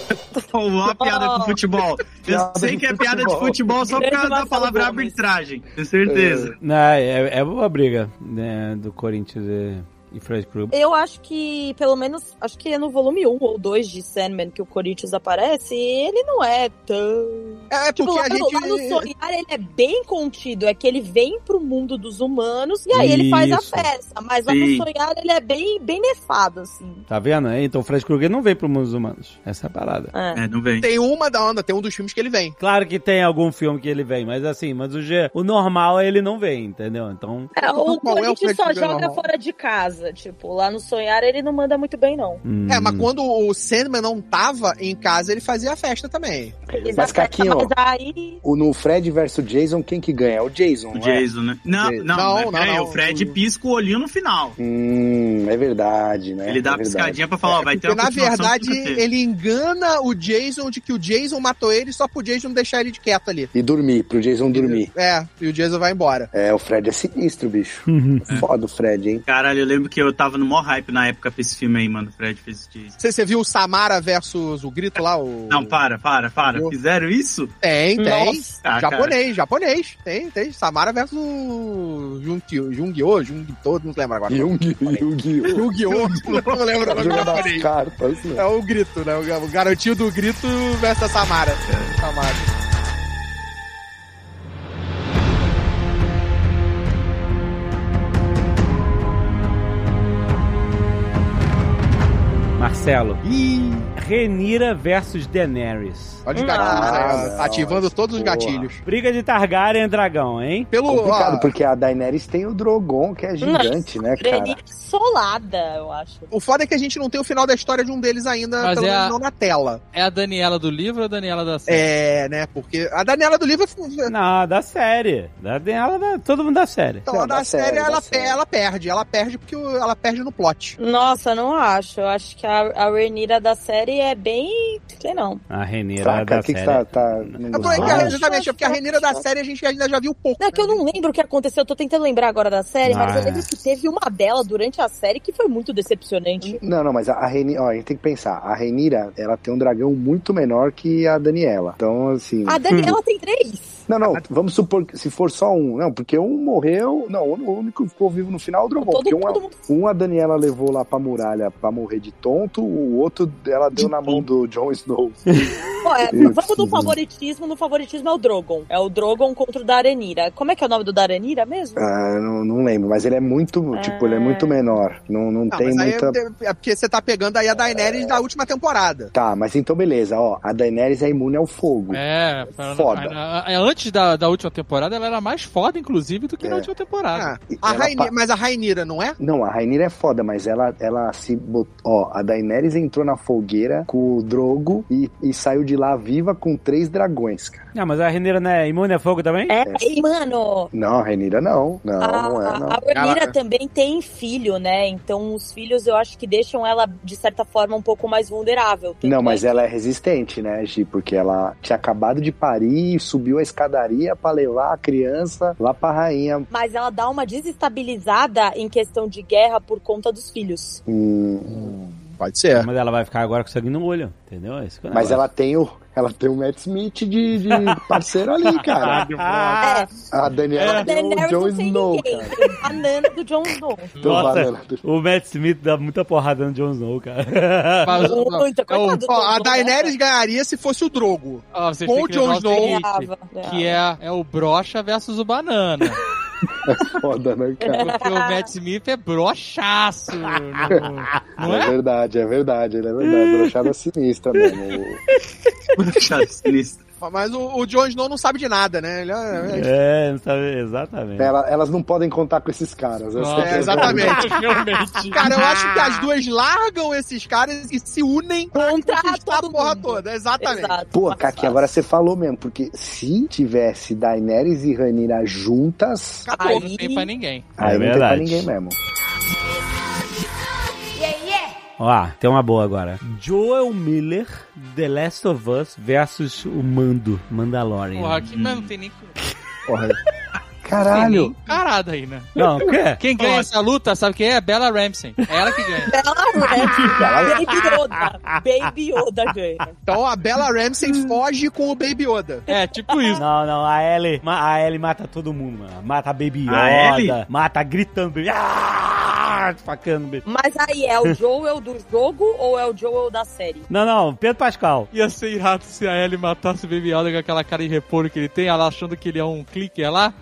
Speaker 3: (laughs) Uma piada com
Speaker 5: (laughs)
Speaker 3: futebol. Eu
Speaker 6: Piada
Speaker 3: sei
Speaker 6: com
Speaker 3: que é piada de
Speaker 6: futebol.
Speaker 3: futebol só por
Speaker 7: Grande
Speaker 3: causa da
Speaker 7: Marcelo
Speaker 3: palavra
Speaker 7: Gomes.
Speaker 3: arbitragem. Com certeza.
Speaker 2: Não, é, é boa briga né, do Corinthians e, e Fred Krueger.
Speaker 7: Eu acho que, pelo menos, acho que é no volume 1 ou 2 de Sandman que o Corinthians aparece, e ele não é tão.
Speaker 5: É, é porque
Speaker 7: Tipo, lá,
Speaker 5: a
Speaker 7: no- lá no
Speaker 5: gente.
Speaker 7: sonhar ele é bem contido, é que ele vem pro mundo dos humanos e aí ele faz a
Speaker 2: Isso.
Speaker 7: festa. Mas lá
Speaker 3: Sim.
Speaker 7: no sonhar ele é bem, bem nefado, assim.
Speaker 2: Tá vendo? Então o Fred Krueger não vem pro mundo dos humanos. Essa é a parada.
Speaker 7: É.
Speaker 3: É, não vem.
Speaker 5: Tem uma da onda, tem um dos filmes que ele vem.
Speaker 2: Claro que tem algum filme que ele vem, mas assim, mas o, G, o normal é ele não vem, entendeu? Então.
Speaker 7: É, o
Speaker 5: Qual é o
Speaker 7: Corinthians só
Speaker 5: Fred
Speaker 7: joga
Speaker 5: Normal?
Speaker 7: fora de casa. Tipo, lá no sonhar ele não manda muito bem, não.
Speaker 2: hum.
Speaker 5: É, mas quando o Sandman não tava em casa, ele fazia a festa também.
Speaker 7: Eles
Speaker 6: Mas,
Speaker 7: acertam,
Speaker 6: Caquinho,
Speaker 7: mas aí.
Speaker 6: O, no Fred versus Jason, quem que ganha? É o Jason,
Speaker 3: O
Speaker 6: não é?
Speaker 3: Jason, né? Não,
Speaker 6: Jason.
Speaker 3: não,
Speaker 5: Não,
Speaker 3: mas
Speaker 5: não,
Speaker 3: peraí,
Speaker 5: não.
Speaker 3: o Fred pisca o olhinho no final.
Speaker 6: Hum, é verdade, né?
Speaker 3: Ele dá
Speaker 6: é
Speaker 3: a
Speaker 6: verdade.
Speaker 3: piscadinha pra falar, ó, vai ter
Speaker 5: Porque,
Speaker 3: uma
Speaker 5: na
Speaker 3: continuação
Speaker 5: verdade,
Speaker 3: que nunca teve.
Speaker 5: ele engana o Jason de que o Jason matou ele só pro Jason deixar ele de quieto ali.
Speaker 6: E dormir, pro Jason dormir.
Speaker 5: É, e o Jason vai embora.
Speaker 6: É, o Fred é sinistro, bicho.
Speaker 2: Uhum.
Speaker 6: É Foda o Fred, hein?
Speaker 3: Caralho, eu lembro que eu tava no maior hype na época pra esse filme aí, mano. Fred fez isso.
Speaker 5: Você, você viu o Samara versus o Grito lá? O...
Speaker 3: Não, para, para, para.
Speaker 5: Eu-
Speaker 3: Fizeram isso? (laughs)
Speaker 5: Tem, tem.
Speaker 3: Ah, cara.
Speaker 5: japonês, japonês. Tem, tem. Samara versus o Jung- Jung-Oh, Jung-Todo, não lembro agora.
Speaker 6: Jung, Yu-Gi-Oh!
Speaker 5: Yu-Gi-Oh! (laughs) não lembro agora.
Speaker 6: Jogando as cartas. né?
Speaker 5: É o grito, né? O garotinho do grito versus a Samara.
Speaker 3: É.
Speaker 5: Samara.
Speaker 2: Marcelo. Renira versus Daenerys.
Speaker 5: Olha os gatilhos aí, ó.
Speaker 6: Ah,
Speaker 5: ativando todos os
Speaker 6: boa.
Speaker 5: gatilhos.
Speaker 2: Briga de Targaryen e dragão, hein?
Speaker 5: Pelo.
Speaker 6: Complicado,
Speaker 5: ó,
Speaker 6: porque a Daenerys tem o Drogon, que é gigante, né, cara?
Speaker 7: Granit solada, eu acho.
Speaker 5: O foda é que a gente não tem o final da história de um deles ainda,
Speaker 4: Mas
Speaker 5: pelo
Speaker 4: é a-
Speaker 5: menos não na tela.
Speaker 4: É a Daniela do livro ou a Daniela da série?
Speaker 5: É, né? Porque a Daniela do livro.
Speaker 2: Não, da série. Da, dela, da- todo mundo da série.
Speaker 5: Então,
Speaker 6: Não,
Speaker 5: a da,
Speaker 6: da
Speaker 5: série,
Speaker 6: série, da
Speaker 5: ela,
Speaker 6: série.
Speaker 5: ela perde. Ela perde porque o- ela perde no plot.
Speaker 7: Nossa, não acho. Eu acho que a, a Renira da série é bem. Sei não.
Speaker 2: A Renira
Speaker 6: Fraca,
Speaker 2: da
Speaker 6: o que que
Speaker 2: série.
Speaker 6: tá... tá não
Speaker 5: É por aí que
Speaker 6: gostou?
Speaker 5: a,
Speaker 7: Nossa.
Speaker 5: exatamente, é porque a Renira da série a gente ainda já viu pouco.
Speaker 7: Não, é que eu não lembro o que aconteceu, eu tô tentando lembrar agora da série, mas
Speaker 2: Ah,
Speaker 7: eu lembro que teve uma dela durante a série que foi muito decepcionante.
Speaker 6: Não, não, mas a a Renira, ó, a gente tem que pensar, a
Speaker 7: Ah,
Speaker 6: Renira, ela tem um dragão muito menor que a Daniela. Então, assim,
Speaker 7: A Daniela tem três.
Speaker 6: Não, não, vamos supor que se for só um. Não, porque um morreu. Não, o único que ficou vivo no final é o Drummond.
Speaker 7: Todo
Speaker 6: Porque um,
Speaker 7: mundo-
Speaker 6: a- um a Daniela levou lá pra muralha pra morrer de tonto, o outro ela deu na mão do Jon Snow.
Speaker 7: Pô, é,
Speaker 6: Isso.
Speaker 7: vamos no favoritismo. No favoritismo é o Drogon. É o Drogon contra o Darenira. Como é que é o nome do Darenira mesmo?
Speaker 6: Ah, não, não lembro, mas ele é muito. Tipo, ele é muito menor. Não, não,
Speaker 5: Não,
Speaker 6: tem
Speaker 5: mas aí
Speaker 6: muita. É.
Speaker 5: é porque você tá pegando aí a Daenerys da última temporada.
Speaker 6: Tá, mas então beleza, ó. A Daenerys é imune ao fogo.
Speaker 4: É, pra-
Speaker 6: Foda.
Speaker 4: a- a- antes da, da última temporada, ela era mais foda, inclusive, do que na
Speaker 6: É.
Speaker 4: última temporada.
Speaker 5: Ah, a
Speaker 6: Ela
Speaker 5: Rainira-
Speaker 6: pa-
Speaker 5: Mas a Rainira, não é?
Speaker 6: Não, a Rainira é foda, mas ela, ela se botou. Ó, a Daenerys entrou na fogueira com o Drogo e, e saiu de lá viva com três dragões, cara.
Speaker 2: Não, mas a Reneira não é imune a fogo também?
Speaker 7: É, e, mano.
Speaker 6: Não, a Rainira não. Não,
Speaker 7: A,
Speaker 6: não é, não.
Speaker 7: a Rhaenyra
Speaker 5: Ela-
Speaker 7: também tem filho, né? Então os filhos eu acho que deixam ela, de certa forma, um pouco mais vulnerável. Tanto
Speaker 6: Não, mas
Speaker 7: é.
Speaker 6: ela é resistente, né, Gi? Porque ela tinha acabado de parir e subiu a escadaria pra levar a criança lá pra rainha.
Speaker 7: Mas ela dá uma desestabilizada em questão de guerra por conta dos filhos.
Speaker 6: Hum,
Speaker 5: Pode ser.
Speaker 2: Mas ela vai ficar agora com sangue no olho, entendeu? Esse que é o
Speaker 6: mas
Speaker 2: negócio.
Speaker 6: ela tem o. Ela tem o Matt Smith de, de parceiro ali, cara.
Speaker 2: Ah,
Speaker 7: é,
Speaker 6: A Daniela
Speaker 7: a
Speaker 6: tem Tá o
Speaker 7: Daenerys
Speaker 6: Jon
Speaker 7: não é. tem
Speaker 6: Snow,
Speaker 7: ninguém. Tá
Speaker 6: cara.
Speaker 7: Tem A Nana do Jon
Speaker 4: (laughs)
Speaker 7: Snow.
Speaker 6: Tô
Speaker 2: Nossa.
Speaker 6: falando do-
Speaker 2: o Matt Smith dá muita porrada no Jon Snow, cara.
Speaker 4: Mas-
Speaker 7: Muita,
Speaker 4: é o-
Speaker 7: coitado do
Speaker 5: Ó, a
Speaker 7: Jon Snow, né?
Speaker 5: Daenerys ganharia se fosse o Drogo.
Speaker 4: Ó, vocês
Speaker 5: Com
Speaker 4: têm
Speaker 5: o
Speaker 4: é, que lembrar
Speaker 5: Jon Snow,
Speaker 4: seguinte,
Speaker 7: Ganhava, ganhava.
Speaker 4: que é, é o brocha versus o banana.
Speaker 6: foda, né, cara?
Speaker 7: (laughs)
Speaker 4: Porque o Matt Smith é brochaço. Não
Speaker 6: é?
Speaker 4: é?
Speaker 6: verdade, é verdade, ele é verdade. Brochada sinistra mesmo.
Speaker 5: Mas o, o Jon Snow não sabe de nada, né? Ele é-
Speaker 2: É, não sabe exatamente.
Speaker 6: Ela- elas não podem contar com esses caras. essa
Speaker 4: Nossa,
Speaker 5: é,
Speaker 6: a verdade.
Speaker 5: exatamente. Ah.
Speaker 4: Realmente.
Speaker 5: Cara, eu acho que as duas largam esses caras e se unem pra
Speaker 7: Contra
Speaker 5: conquistar a
Speaker 7: todo
Speaker 5: porra
Speaker 7: mundo.
Speaker 5: toda. Exatamente.
Speaker 7: Exato.
Speaker 6: Pô, Kaki, agora você falou mesmo, porque se tivesse Daenerys e Rhaenyra juntas,
Speaker 5: Acabou.
Speaker 4: Não tem pra ninguém.
Speaker 6: aí não tem pra
Speaker 2: verdade.
Speaker 6: ninguém mesmo.
Speaker 2: Ó, tem uma boa agora. Joel Miller, The Last of Us versus o Mando, Mandalorian.
Speaker 4: Porra, aqui não tem nem,
Speaker 6: Porra.
Speaker 4: tem nem
Speaker 6: Caralho,
Speaker 4: carada aí, né?
Speaker 2: Não, o quê?
Speaker 4: Quem ganha essa luta, sabe quem é? Bella Ramsey. É ela que
Speaker 7: (laughs)
Speaker 4: ganha.
Speaker 7: Ela é Baby Yoda. (laughs) Baby Yoda ganha.
Speaker 5: Então a Bella Ramsey foge com o Baby Yoda.
Speaker 4: É, tipo
Speaker 2: (laughs)
Speaker 4: isso.
Speaker 2: Não, não, a Ellie, ma- a Ellie mata todo mundo, mano. Mata a Baby
Speaker 3: A
Speaker 2: Yoda,
Speaker 3: Ellie?
Speaker 2: mata gritando, baby. Ah, facando, baby.
Speaker 7: Mas aí, é o Joel do jogo ou é o Joel da série?
Speaker 2: Não, não, Pedro Pascal.
Speaker 4: Ia ser irado se a Ellie matasse o Baby Yoda com aquela cara de repolho que ele tem, ela achando que ele é um clicker lá.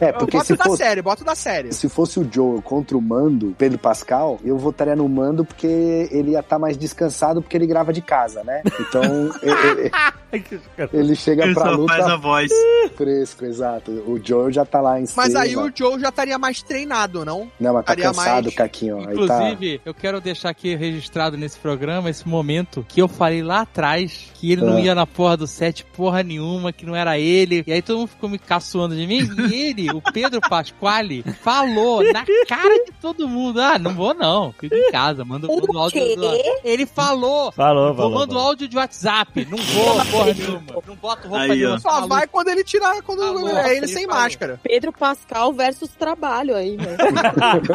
Speaker 6: é porque
Speaker 5: Bota
Speaker 6: se
Speaker 5: o da
Speaker 6: fosse,
Speaker 5: série, bota o da série.
Speaker 6: se fosse o Joel contra o Mando, Pedro Pascal, eu votaria no Mando porque ele ia estar mais descansado porque ele grava de casa, né? Então ele,
Speaker 2: Ai, que escra-
Speaker 6: ele chega
Speaker 3: Ele
Speaker 6: pra
Speaker 3: só faz a
Speaker 6: luta
Speaker 3: voz.
Speaker 6: fresco, exato. O Joel já tá lá em cima.
Speaker 5: Mas aí o Joe já estaria mais treinado, não?
Speaker 6: Não, mas tá
Speaker 5: Faria
Speaker 6: cansado,
Speaker 5: mais.
Speaker 6: Caquinho. Aí tá. (laughs)
Speaker 4: Inclusive, (laughs) eu quero deixar aqui registrado nesse programa esse momento que eu falei lá atrás que ele não
Speaker 6: Ah.
Speaker 4: ia na porra do set porra nenhuma, que não era ele. E aí todo mundo ficou me caçoando de mim.
Speaker 5: (laughs)
Speaker 4: E ele, o Pedro Pasquale, falou na cara de todo mundo: Ah, não vou não, fica em casa, manda, manda o áudio. do- Ele falou.
Speaker 2: Falou,
Speaker 4: Vou
Speaker 2: falou.
Speaker 4: mando
Speaker 2: falou.
Speaker 4: áudio de WhatsApp. Não vou, porra
Speaker 7: acredito.
Speaker 4: nenhuma. Não boto roupa
Speaker 3: Aí, ó.
Speaker 4: nenhuma.
Speaker 5: Só vai quando ele tirar, quando
Speaker 4: Falou.
Speaker 5: é ele
Speaker 4: Ele
Speaker 5: sem
Speaker 4: falou.
Speaker 5: máscara.
Speaker 7: Pedro Pascal versus trabalho aí, né? velho.
Speaker 4: (laughs)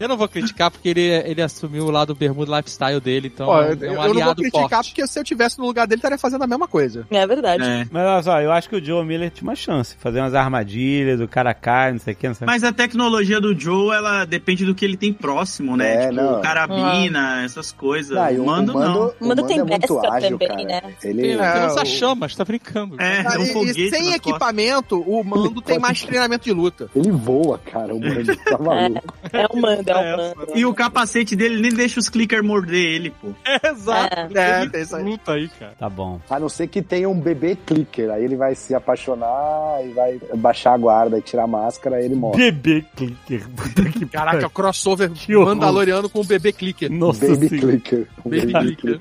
Speaker 4: Eu não vou criticar porque ele, ele assumiu o lado bermuda lifestyle dele, então
Speaker 5: Ó,
Speaker 4: é
Speaker 5: eu,
Speaker 4: um
Speaker 5: eu não vou
Speaker 4: aliado
Speaker 5: criticar
Speaker 4: forte.
Speaker 5: porque se eu tivesse no lugar dele, estaria fazendo a mesma coisa.
Speaker 7: É verdade.
Speaker 3: É.
Speaker 2: Mas olha só, eu acho que o Joel Miller tinha uma chance. Fazer umas armadilhas, o cara cai, não sei o que, não sei o que.
Speaker 3: Mas a tecnologia do Joe, ela depende do que ele tem próximo, né?
Speaker 6: É,
Speaker 3: tipo,
Speaker 6: não.
Speaker 3: carabina, essas coisas.
Speaker 6: Ah, e o- o
Speaker 3: Mando, não.
Speaker 6: o
Speaker 7: Mando tem
Speaker 6: é muito
Speaker 7: besta
Speaker 6: ágil,
Speaker 7: também,
Speaker 6: cara.
Speaker 7: né?
Speaker 6: Ele,
Speaker 4: Ele
Speaker 5: É,
Speaker 4: lança
Speaker 5: o-
Speaker 4: chamas, tá brincando.
Speaker 3: É, é
Speaker 5: E-
Speaker 3: um
Speaker 5: e
Speaker 3: foguete.
Speaker 5: sem
Speaker 3: nas costas.
Speaker 5: equipamento, (laughs) o mando tem mais treinamento de luta.
Speaker 6: ele voa, cara. O mano (laughs) tá maluco.
Speaker 7: É o Mando, é o Mando.
Speaker 3: E o capacete dele nem deixa os clicker morder ele, pô.
Speaker 4: Exato.
Speaker 7: É.
Speaker 5: É, tem isso aí.
Speaker 4: Luta aí, cara.
Speaker 2: Tá bom.
Speaker 6: A não ser que tenha um bebê clicker. Aí ele vai se apaixonar e vai baixar a guarda e tirar a máscara e ele morre.
Speaker 2: Bebê clicker. Puta que
Speaker 5: Caraca,
Speaker 2: pariu.
Speaker 5: o (laughs) crossover
Speaker 2: Que horror.
Speaker 5: mandaloriano com o bebê clicker.
Speaker 2: Nossa
Speaker 6: Baby
Speaker 2: senhora.
Speaker 6: clicker. Um Baby, clicker.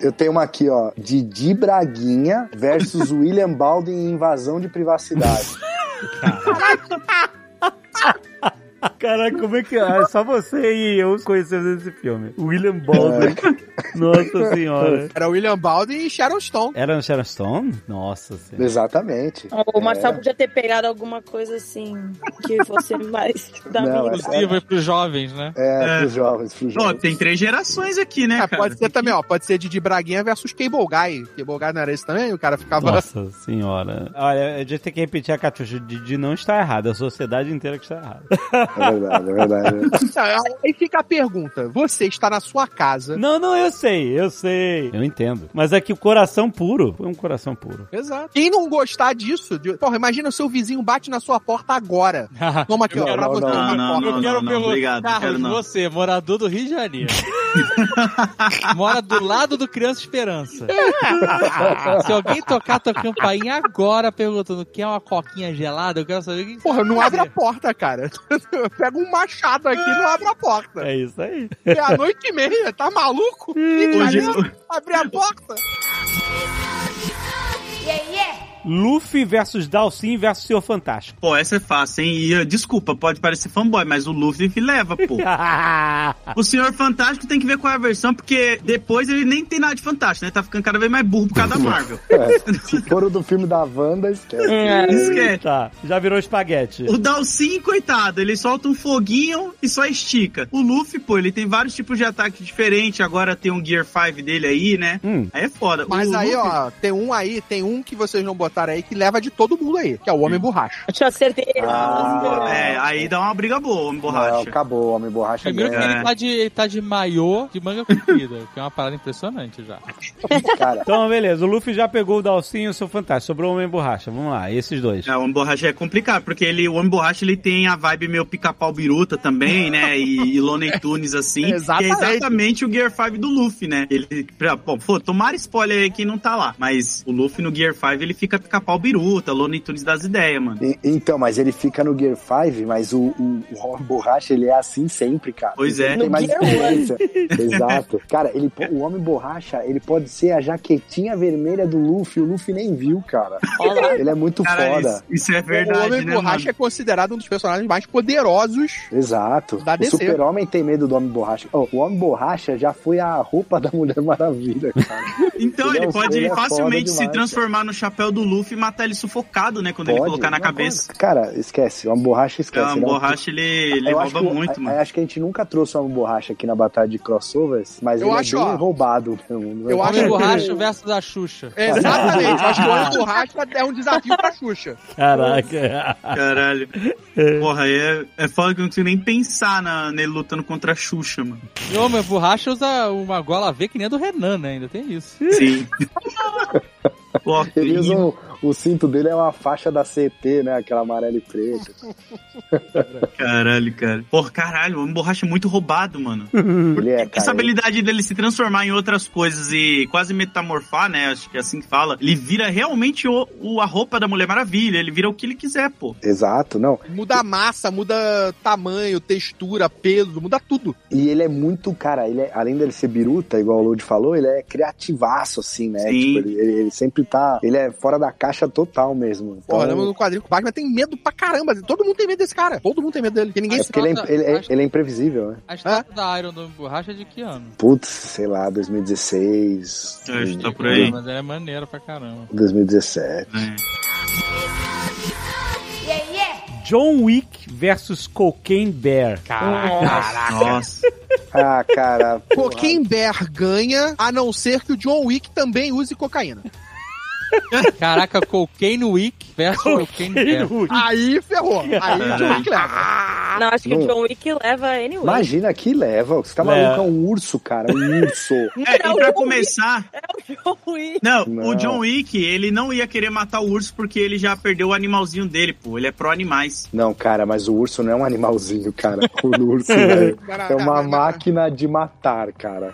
Speaker 6: Eu tenho uma aqui, ó. Didi Braguinha versus William Baldwin em invasão de privacidade.
Speaker 2: É Caraca, como é que é? Só você e eu conhecemos esse filme. William Baldwin (laughs) Nossa senhora.
Speaker 5: Era William Baldwin e Sharon Stone.
Speaker 2: Era no Sharon Stone? Nossa
Speaker 3: É.
Speaker 2: senhora.
Speaker 6: Exatamente.
Speaker 5: É.
Speaker 7: O Marcel podia ter pegado alguma coisa assim que fosse
Speaker 6: (laughs)
Speaker 7: mais da
Speaker 6: Não,
Speaker 7: minha.
Speaker 4: Inclusive é. pros jovens, né?
Speaker 6: É, pros jovens, pros
Speaker 3: Ó,
Speaker 6: jovens.
Speaker 3: tem três gerações aqui, né,
Speaker 5: É,
Speaker 3: cara?
Speaker 5: (laughs) pode ser também, ó. Pode ser Didi Braguinha versus Cable Guy. Cable Guy não era esse também? O cara ficava.
Speaker 2: Nossa senhora. Olha, eu devia ter que repetir a Catiuxa. Didi não está errada, é a sociedade inteira que está errada.
Speaker 6: É verdade,
Speaker 3: (laughs)
Speaker 6: é verdade.
Speaker 5: Então, Aí fica a pergunta: você está na sua casa.
Speaker 2: Não, não, eu sei, eu sei. Eu entendo. Mas é que o coração puro foi um coração puro.
Speaker 5: Exato. Quem não gostar disso, de... porra, imagina o seu vizinho bate na sua porta agora. Toma aqui,
Speaker 4: Eu
Speaker 5: ó.
Speaker 4: quero-
Speaker 5: pra
Speaker 6: não,
Speaker 5: você,
Speaker 6: não,
Speaker 5: uma
Speaker 3: não,
Speaker 5: porta.
Speaker 4: eu quero
Speaker 3: não,
Speaker 4: meu
Speaker 3: obrigado,
Speaker 4: Carlos,
Speaker 3: quero não.
Speaker 4: você, morador do Rio de Janeiro. (laughs) Mora do lado do Criança Esperança. (laughs) Se alguém tocar a tua campainha agora perguntando quer uma coquinha gelada, eu quero saber o que
Speaker 5: Porra, não abre a porta, cara. (laughs) Pega um machado aqui e não abre a
Speaker 2: (laughs)
Speaker 5: porta.
Speaker 2: É isso aí.
Speaker 5: É a noite e meia, tá maluco? Que
Speaker 3: Hoje-
Speaker 5: maneiro, abrir a porta.
Speaker 2: Luffy versus Dalsin versus Senhor Fantástico.
Speaker 3: Pô, essa é fácil, hein? E, uh, desculpa, pode parecer fanboy, mas o Luffy que leva, pô. o Senhor Fantástico tem que ver qual é a versão, porque depois ele nem tem nada de fantástico, né? Tá ficando cada vez mais burro por causa da Marvel.
Speaker 6: É, se for o do filme da Wanda, esquece.
Speaker 7: É.
Speaker 4: né?
Speaker 3: Esquece.
Speaker 2: Tá, já virou espaguete.
Speaker 3: é O Dalsin, coitado, ele solta um foguinho e só estica. O Luffy, pô, ele tem vários tipos de ataque diferente. Agora tem um Gear 5 dele aí, né?
Speaker 2: Hum.
Speaker 3: Aí é foda. O
Speaker 5: Mas aí,
Speaker 3: Luffy-
Speaker 5: ó, tem um aí, tem um que vocês não botaram aí que leva de todo mundo aí, que é o Homem Borracha.
Speaker 7: Eu tinha certeza.
Speaker 6: Ah,
Speaker 3: É, aí dá uma briga boa, homem
Speaker 6: Não,
Speaker 3: borracha. É
Speaker 6: acabou, homem borracha
Speaker 4: Primeiro que
Speaker 6: ganha.
Speaker 4: ele tá de, ele tá de maiô de manga comprida, que é uma parada impressionante já.
Speaker 6: Cara,
Speaker 2: Então, beleza. O Luffy já pegou o Dalsin e o Senhor Fantástico. Sobrou o Homem Borracha. Vamos lá, esses dois.
Speaker 3: É, o Homem Borracha é complicado, porque ele, o Homem Borracha ele tem a vibe meio pica-pau biruta também, né? E, e
Speaker 6: (laughs)
Speaker 3: Looney Tunes, assim. que
Speaker 5: Exatamente.
Speaker 3: é exatamente o Gear 5 do Luffy, né? Ele, pra- bom, pô, tomara spoiler aí quem não tá lá. Mas o Luffy no Gear 5, ele fica pica-pau biruta, Looney Tunes das ideias, mano.
Speaker 6: e- então, mas ele fica no Gear 5, mas o, o, o homem borracha, ele é assim sempre, cara.
Speaker 3: Pois é.
Speaker 6: Ele tem mais
Speaker 7: No Gear
Speaker 6: experiência. (laughs) Exato. Cara, ele, po- o homem borracha, ele pode ser a jaquetinha vermelha do Luffy, o Luffy nem viu, cara. Ele é muito
Speaker 3: Cara,
Speaker 6: foda.
Speaker 3: isso, isso é verdade,
Speaker 5: o Homem
Speaker 3: né,
Speaker 5: Borracha
Speaker 3: mano?
Speaker 5: é considerado um dos personagens mais poderosos.
Speaker 6: Exato.
Speaker 5: Da
Speaker 6: o
Speaker 5: DC.
Speaker 6: super-homem tem medo do homem borracha. Ó, o homem borracha já foi a roupa da Mulher Maravilha, cara.
Speaker 3: Então,
Speaker 6: Ele é
Speaker 3: ele
Speaker 6: um-
Speaker 3: pode
Speaker 6: ele é foda
Speaker 3: facilmente se
Speaker 6: demais,
Speaker 3: transformar no chapéu do Luffy e matar ele sufocado, né? (laughs) Quando ele
Speaker 6: Pode?
Speaker 3: colocar na
Speaker 6: Não,
Speaker 3: cabeça.
Speaker 6: Cara, esquece. O homem borracha
Speaker 3: Então, o Homem
Speaker 6: esquece. ele é um-
Speaker 3: Borracha, ele, ele
Speaker 6: Eu
Speaker 3: rouba
Speaker 6: acho que, é,
Speaker 3: muito,
Speaker 6: a-
Speaker 3: mano.
Speaker 6: Acho que a gente nunca trouxe uma borracha aqui na batalha de crossovers, mas
Speaker 5: Eu
Speaker 6: ele
Speaker 5: acho,
Speaker 6: é bem
Speaker 5: ó.
Speaker 6: roubado. Mesmo.
Speaker 5: Eu acho
Speaker 4: Homem
Speaker 5: que-
Speaker 4: borracha versus da Xuxa.
Speaker 6: É,
Speaker 5: Exatamente. Acho que o Homem Borracha é um desafio pra Xuxa.
Speaker 2: Caraca.
Speaker 3: Caralho. Porra, aí é, é foda que eu não consigo nem pensar na, nele lutando contra a Xuxa, mano.
Speaker 4: E o Homem borracha usa uma gola V que nem a do Renan, né? Ainda tem isso.
Speaker 3: (laughs) Sim. Pô,
Speaker 6: (laughs) Ele usa
Speaker 3: e-
Speaker 6: um- o cinto dele é uma faixa da CT, né? Aquela amarela e preta.
Speaker 3: caralho, cara. Porra, caralho, o Homem Borracha é muito roubado, mano.
Speaker 6: Ele é, cara.
Speaker 3: Essa habilidade dele se transformar em outras coisas e quase metamorfar, né? Acho que é assim que fala. Ele vira realmente o, o- a roupa da Mulher Maravilha. Ele vira o que ele quiser, pô.
Speaker 6: Exato, não.
Speaker 5: Muda a massa, muda tamanho, textura, peso, muda tudo.
Speaker 6: E ele é muito, cara, ele é- além dele ser biruta, igual o Lud falou, ele é criativaço, assim, né?
Speaker 3: Sim.
Speaker 6: Tipo, ele, ele- ele sempre tá. Ele é fora da caixa total mesmo. Então,
Speaker 5: Porra, lembra do quadrinho que o Batman tem medo pra caramba. Todo mundo tem medo desse cara. Todo mundo tem medo dele. Porque ninguém
Speaker 6: é
Speaker 5: se
Speaker 6: porque ele é, imp- ele é-
Speaker 4: acho-
Speaker 6: ele é imprevisível, né?
Speaker 4: A estátua da Iron do Homem borracha é de que ano?
Speaker 6: Putz, sei lá, 2016.
Speaker 3: Eu acho que tá por aí.
Speaker 4: Mas ela é maneira pra caramba.
Speaker 6: 2017.
Speaker 3: É.
Speaker 2: John Wick versus Cocaine Bear.
Speaker 3: Nossa.
Speaker 6: Ah, cara. porra.
Speaker 5: Cocaine Bear ganha, a não ser que o John Wick também use cocaína.
Speaker 4: Caraca, Cocaine Week versus Cocaine Bear.
Speaker 5: Aí ferrou. Aí o John Wick leva.
Speaker 7: Não, acho que o
Speaker 6: Não.
Speaker 7: John Wick leva anyway.
Speaker 6: Imagina que leva. Você tá
Speaker 2: É.
Speaker 6: maluco? É um urso, cara. Um urso.
Speaker 3: É, e pra começar,
Speaker 7: John Wick.
Speaker 3: Não,
Speaker 6: Não.
Speaker 3: o John Wick, ele não ia querer matar o urso porque ele já perdeu o animalzinho dele, pô. Ele é pró-animais.
Speaker 6: Não, cara, mas o urso não é um animalzinho, cara. (laughs) O urso, velho. É uma máquina de matar, cara.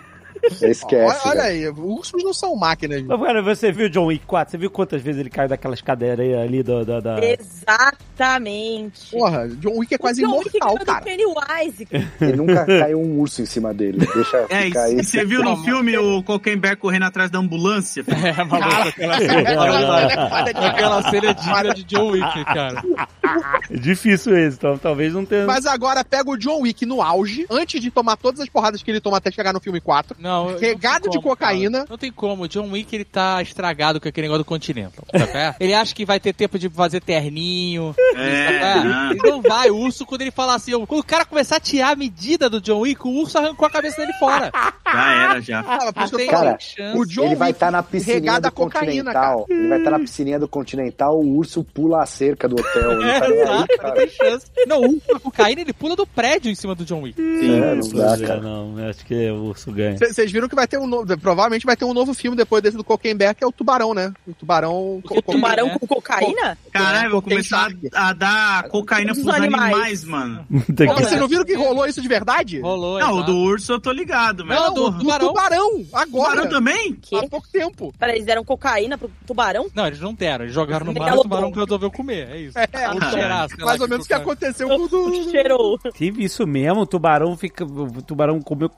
Speaker 6: Esquece. né?
Speaker 5: Olha, olha
Speaker 6: velho.
Speaker 5: aí, ursos não são máquinas.
Speaker 2: Mas, cara, você viu John Wick 4? Você viu quantas vezes ele caiu daquelas cadeiras ali da. da, da...
Speaker 7: Exatamente.
Speaker 5: Porra, John Wick é quase
Speaker 7: o John Wick
Speaker 5: imortal,
Speaker 7: ganhou do
Speaker 5: cara.
Speaker 7: Pennywise.
Speaker 6: E nunca caiu um urso em cima dele. Deixa
Speaker 3: É,
Speaker 6: ficar
Speaker 3: e
Speaker 6: aí.
Speaker 3: e você viu no filme o Coquember correndo atrás da ambulância?
Speaker 6: (laughs)
Speaker 2: Tá
Speaker 7: né?
Speaker 4: É, maluco, aquela cena, aquela cena é digna de John Wick, cara.
Speaker 2: (laughs) Difícil esse, então talvez não tenha.
Speaker 5: Mas agora pega o John Wick no auge, antes de tomar todas as porradas que ele toma até chegar no filme 4.
Speaker 4: Não, eu-
Speaker 5: Regado
Speaker 4: não
Speaker 5: de
Speaker 4: tem como,
Speaker 5: cocaína.
Speaker 4: cara. Não tem como. O John Wick, ele tá estragado com aquele negócio do Continental. Tá certo? ele acha que vai ter tempo de fazer terninho.
Speaker 3: É,
Speaker 4: tá certo?
Speaker 3: não.
Speaker 4: Ele não vai. O urso, quando ele fala assim... Quando o cara começar a tirar a medida do John Wick, o urso arrancou a cabeça dele
Speaker 5: (laughs)
Speaker 4: fora.
Speaker 3: já era, já.
Speaker 5: Ah, por
Speaker 4: Não
Speaker 5: isso que eu
Speaker 4: tem
Speaker 5: falo.
Speaker 6: Cara,
Speaker 4: chance.
Speaker 5: O John
Speaker 6: ele vai
Speaker 5: Wick
Speaker 6: estar na piscininha
Speaker 5: regada
Speaker 6: do
Speaker 5: a cocaína, cara.
Speaker 6: Continental. Ele vai estar na piscininha do Continental, o urso pula a cerca do hotel. Ele tá nem aí,
Speaker 4: Exato, não
Speaker 6: cara.
Speaker 4: tem chance. Não, o urso com a cocaína, ele pula do prédio em cima do John Wick.
Speaker 3: Sim.
Speaker 6: É, não dá,
Speaker 2: Pois é,
Speaker 6: cara.
Speaker 2: não, eu acho que o urso ganha. (laughs)
Speaker 5: Cê- Vocês viram que vai ter um novo. Provavelmente vai ter um novo filme depois desse do Coquenberg, que é o Tubarão, né? O Tubarão.
Speaker 4: Porque
Speaker 5: co-
Speaker 7: Tubarão
Speaker 4: né?
Speaker 7: com cocaína?
Speaker 3: Caralho, vou
Speaker 5: Tem
Speaker 3: começar
Speaker 5: shark.
Speaker 3: a, a dar cocaína
Speaker 7: Os
Speaker 3: pros animais.
Speaker 7: animais.
Speaker 3: mano.
Speaker 2: Tem
Speaker 5: Pô,
Speaker 2: que-
Speaker 5: Vocês não viram que rolou isso de verdade?
Speaker 4: Rolou,
Speaker 3: Não, o
Speaker 4: exato.
Speaker 3: do urso eu tô ligado, mas.
Speaker 4: Não, do-
Speaker 5: Do
Speaker 3: porra.
Speaker 5: Tubarão.
Speaker 4: Tubarão.
Speaker 5: agora.
Speaker 3: Tubarão também?
Speaker 7: Que?
Speaker 5: Há pouco tempo.
Speaker 7: Peraí, eles deram cocaína pro tubarão?
Speaker 4: Não, eles não deram. Eles jogaram no mar e o
Speaker 7: Megalodon.
Speaker 4: tubarão que resolveu comer. É isso.
Speaker 5: É,
Speaker 4: Ou
Speaker 3: cara.
Speaker 4: cheirar, sei lá,
Speaker 5: mais ou menos o que
Speaker 4: cocaína.
Speaker 5: aconteceu com o
Speaker 7: (laughs)
Speaker 5: do.
Speaker 7: Cheirou.
Speaker 2: Tive isso mesmo, o tubarão fica. O tubarão comeu.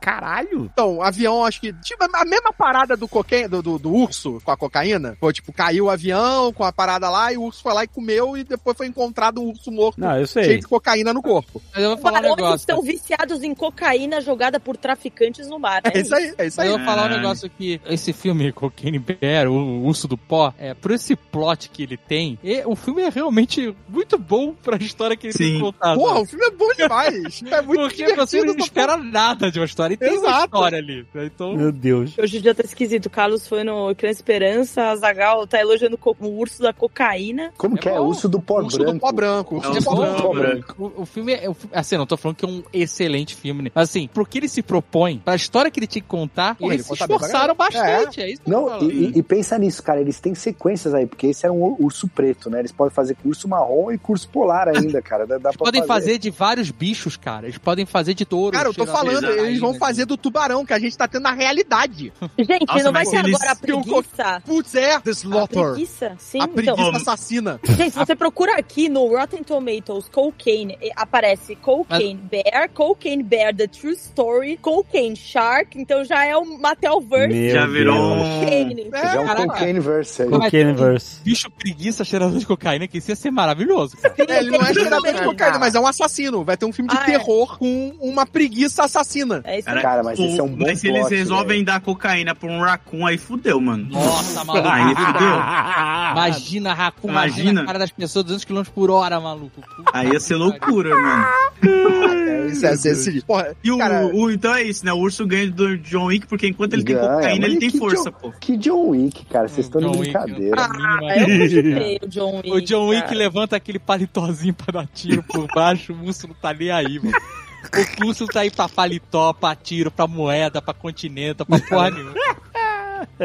Speaker 2: Caralho!
Speaker 5: Então, avião, acho que. Tipo, a mesma parada do, coque... do, do, do urso com a cocaína. Foi tipo, caiu o avião com a parada lá e o urso foi lá e comeu e depois foi encontrado o urso morto.
Speaker 2: Não, eu
Speaker 5: Cheio
Speaker 2: sei.
Speaker 5: de cocaína no corpo.
Speaker 4: Mas eu vou falar um
Speaker 7: Tubarões
Speaker 4: negócio.
Speaker 7: estão viciados em cocaína jogada por traficantes no mar.
Speaker 5: É isso aí, é isso
Speaker 4: Mas
Speaker 5: aí.
Speaker 4: eu vou falar um
Speaker 3: Caralho.
Speaker 4: negócio que esse filme, Cocaine Bear, o Urso do Pó, é, por esse plot que ele tem, e- o filme é realmente muito bom pra história que ele
Speaker 3: Sim.
Speaker 4: tem contado.
Speaker 5: Porra, o filme é bom demais. É muito
Speaker 4: Porque
Speaker 5: divertido.
Speaker 4: você não
Speaker 5: essa
Speaker 4: espera nada de uma história. E tem uma
Speaker 5: Exato.
Speaker 4: história ali. né? Então,
Speaker 2: Meu Deus.
Speaker 7: Hoje em dia tá esquisito. O Carlos foi no Criança Esperança, a Zagal tá elogiando co- o urso da cocaína.
Speaker 6: Como
Speaker 4: É
Speaker 6: que é?
Speaker 4: bom.
Speaker 6: Urso do pó
Speaker 5: Urso
Speaker 6: branco.
Speaker 5: do pó branco.
Speaker 3: É
Speaker 5: Urso
Speaker 3: um
Speaker 5: do pó
Speaker 3: urso
Speaker 5: branco.
Speaker 3: do pó branco.
Speaker 5: né?
Speaker 4: O, o filme é. o fi- assim, eu não tô falando que é um excelente filme, né? Mas assim, pro que ele se propõe, pra história que ele tinha que contar,
Speaker 5: Porra, ele
Speaker 4: eles se
Speaker 5: conta bem pra
Speaker 4: esforçaram bastante. É. isso que eu tô
Speaker 6: Não,
Speaker 4: falando.
Speaker 6: e, e- e pensa nisso, cara. Eles têm sequências aí, porque esse é um urso preto, né? Eles podem fazer curso marrom e curso polar ainda, cara. Dá, dá pra
Speaker 4: podem fazer de vários bichos, cara. Eles podem fazer de touro.
Speaker 5: É, Cara, eu tô falando,
Speaker 3: Exato.
Speaker 5: eles vão fazer do tubarão que a gente tá tendo na realidade.
Speaker 7: Gente,
Speaker 3: Nossa,
Speaker 7: não vai
Speaker 3: mas
Speaker 7: ter
Speaker 3: eles-
Speaker 7: agora a
Speaker 5: que o co-
Speaker 7: preguiça?
Speaker 5: Putz, é. The
Speaker 7: A
Speaker 5: Slaughter.
Speaker 7: preguiça? Sim,
Speaker 5: A
Speaker 7: então.
Speaker 5: preguiça assassina.
Speaker 7: Gente, se você procura aqui no Rotten Tomatoes Cocaine, e- aparece Cocaine Bear, Cocaine Bear The True Story, Cocaine Shark, então já é um Matel Verse.
Speaker 2: Meu
Speaker 3: já virou
Speaker 2: Deus.
Speaker 3: um.
Speaker 7: Cocaine.
Speaker 5: É,
Speaker 6: Já é um
Speaker 4: Caraca.
Speaker 6: Cocaine Verse aí.
Speaker 4: Mas tem
Speaker 2: Cocaine-verse.
Speaker 4: Bicho preguiça cheirador de cocaína, que isso ia ser maravilhoso, cara.
Speaker 5: É, ele não é cheirador de
Speaker 7: Cara.
Speaker 5: cocaína, mas é um assassino. Vai ter um filme de
Speaker 7: Ah, é.
Speaker 5: terror com uma preguiça assassina.
Speaker 7: É isso
Speaker 3: Caraca.
Speaker 6: Cara, mas esse é um bom
Speaker 3: Mas se eles
Speaker 6: plot,
Speaker 3: resolvem
Speaker 6: velho.
Speaker 3: dar cocaína pra um raccoon, aí fudeu, mano.
Speaker 4: (laughs) Nossa, maluco.
Speaker 3: Aí fudeu.
Speaker 4: Imagina, Raccoon,
Speaker 3: Imagina.
Speaker 4: imagina. a cara das pessoas 200 km por hora, maluco. Puta
Speaker 3: Aí ia ser
Speaker 4: que
Speaker 3: loucura, mano.
Speaker 5: É, isso é, isso é, isso é- porra,
Speaker 3: E o,
Speaker 5: Cara-
Speaker 3: o- então é isso, né? O urso ganha do John Wick, porque enquanto ele tem
Speaker 6: Ganha,
Speaker 3: cocaína,
Speaker 6: mas
Speaker 3: ele tem
Speaker 6: que
Speaker 3: força,
Speaker 6: John-
Speaker 3: pô.
Speaker 6: Que John Wick, cara. Vocês estão de
Speaker 4: Hum, John Wick, né? é
Speaker 6: brincadeira.
Speaker 4: pariu,
Speaker 2: (laughs)
Speaker 7: Ah, eu
Speaker 4: mano.
Speaker 7: gostei o John Wick.
Speaker 4: O um John Wick
Speaker 7: cara.
Speaker 4: levanta aquele paletózinho pra dar tiro por baixo, o urso não tá nem aí, mano. O urso tá aí pra paletó, pra tiro, pra moeda, pra continente, pra porra nenhuma.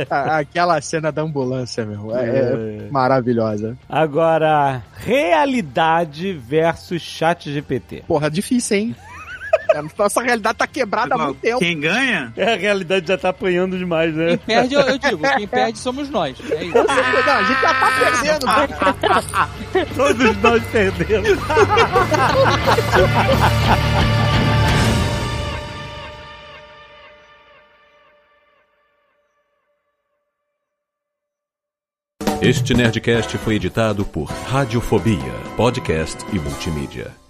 Speaker 5: a- aquela cena da ambulância, meu. É, é maravilhosa.
Speaker 2: Agora, realidade versus chat GPT.
Speaker 5: Porra, difícil, hein? (laughs) A Nossa realidade tá quebrada há muito tempo.
Speaker 3: Quem ganha?
Speaker 2: É, a realidade já tá apanhando demais,
Speaker 4: Quem
Speaker 2: né?
Speaker 4: perde, eu, eu digo, quem perde somos nós. É isso.
Speaker 5: Com certeza, não, a gente já tá perdendo, né?
Speaker 2: Todos nós perdemos.
Speaker 9: Este Nerdcast foi editado por Radiofobia, podcast e multimídia.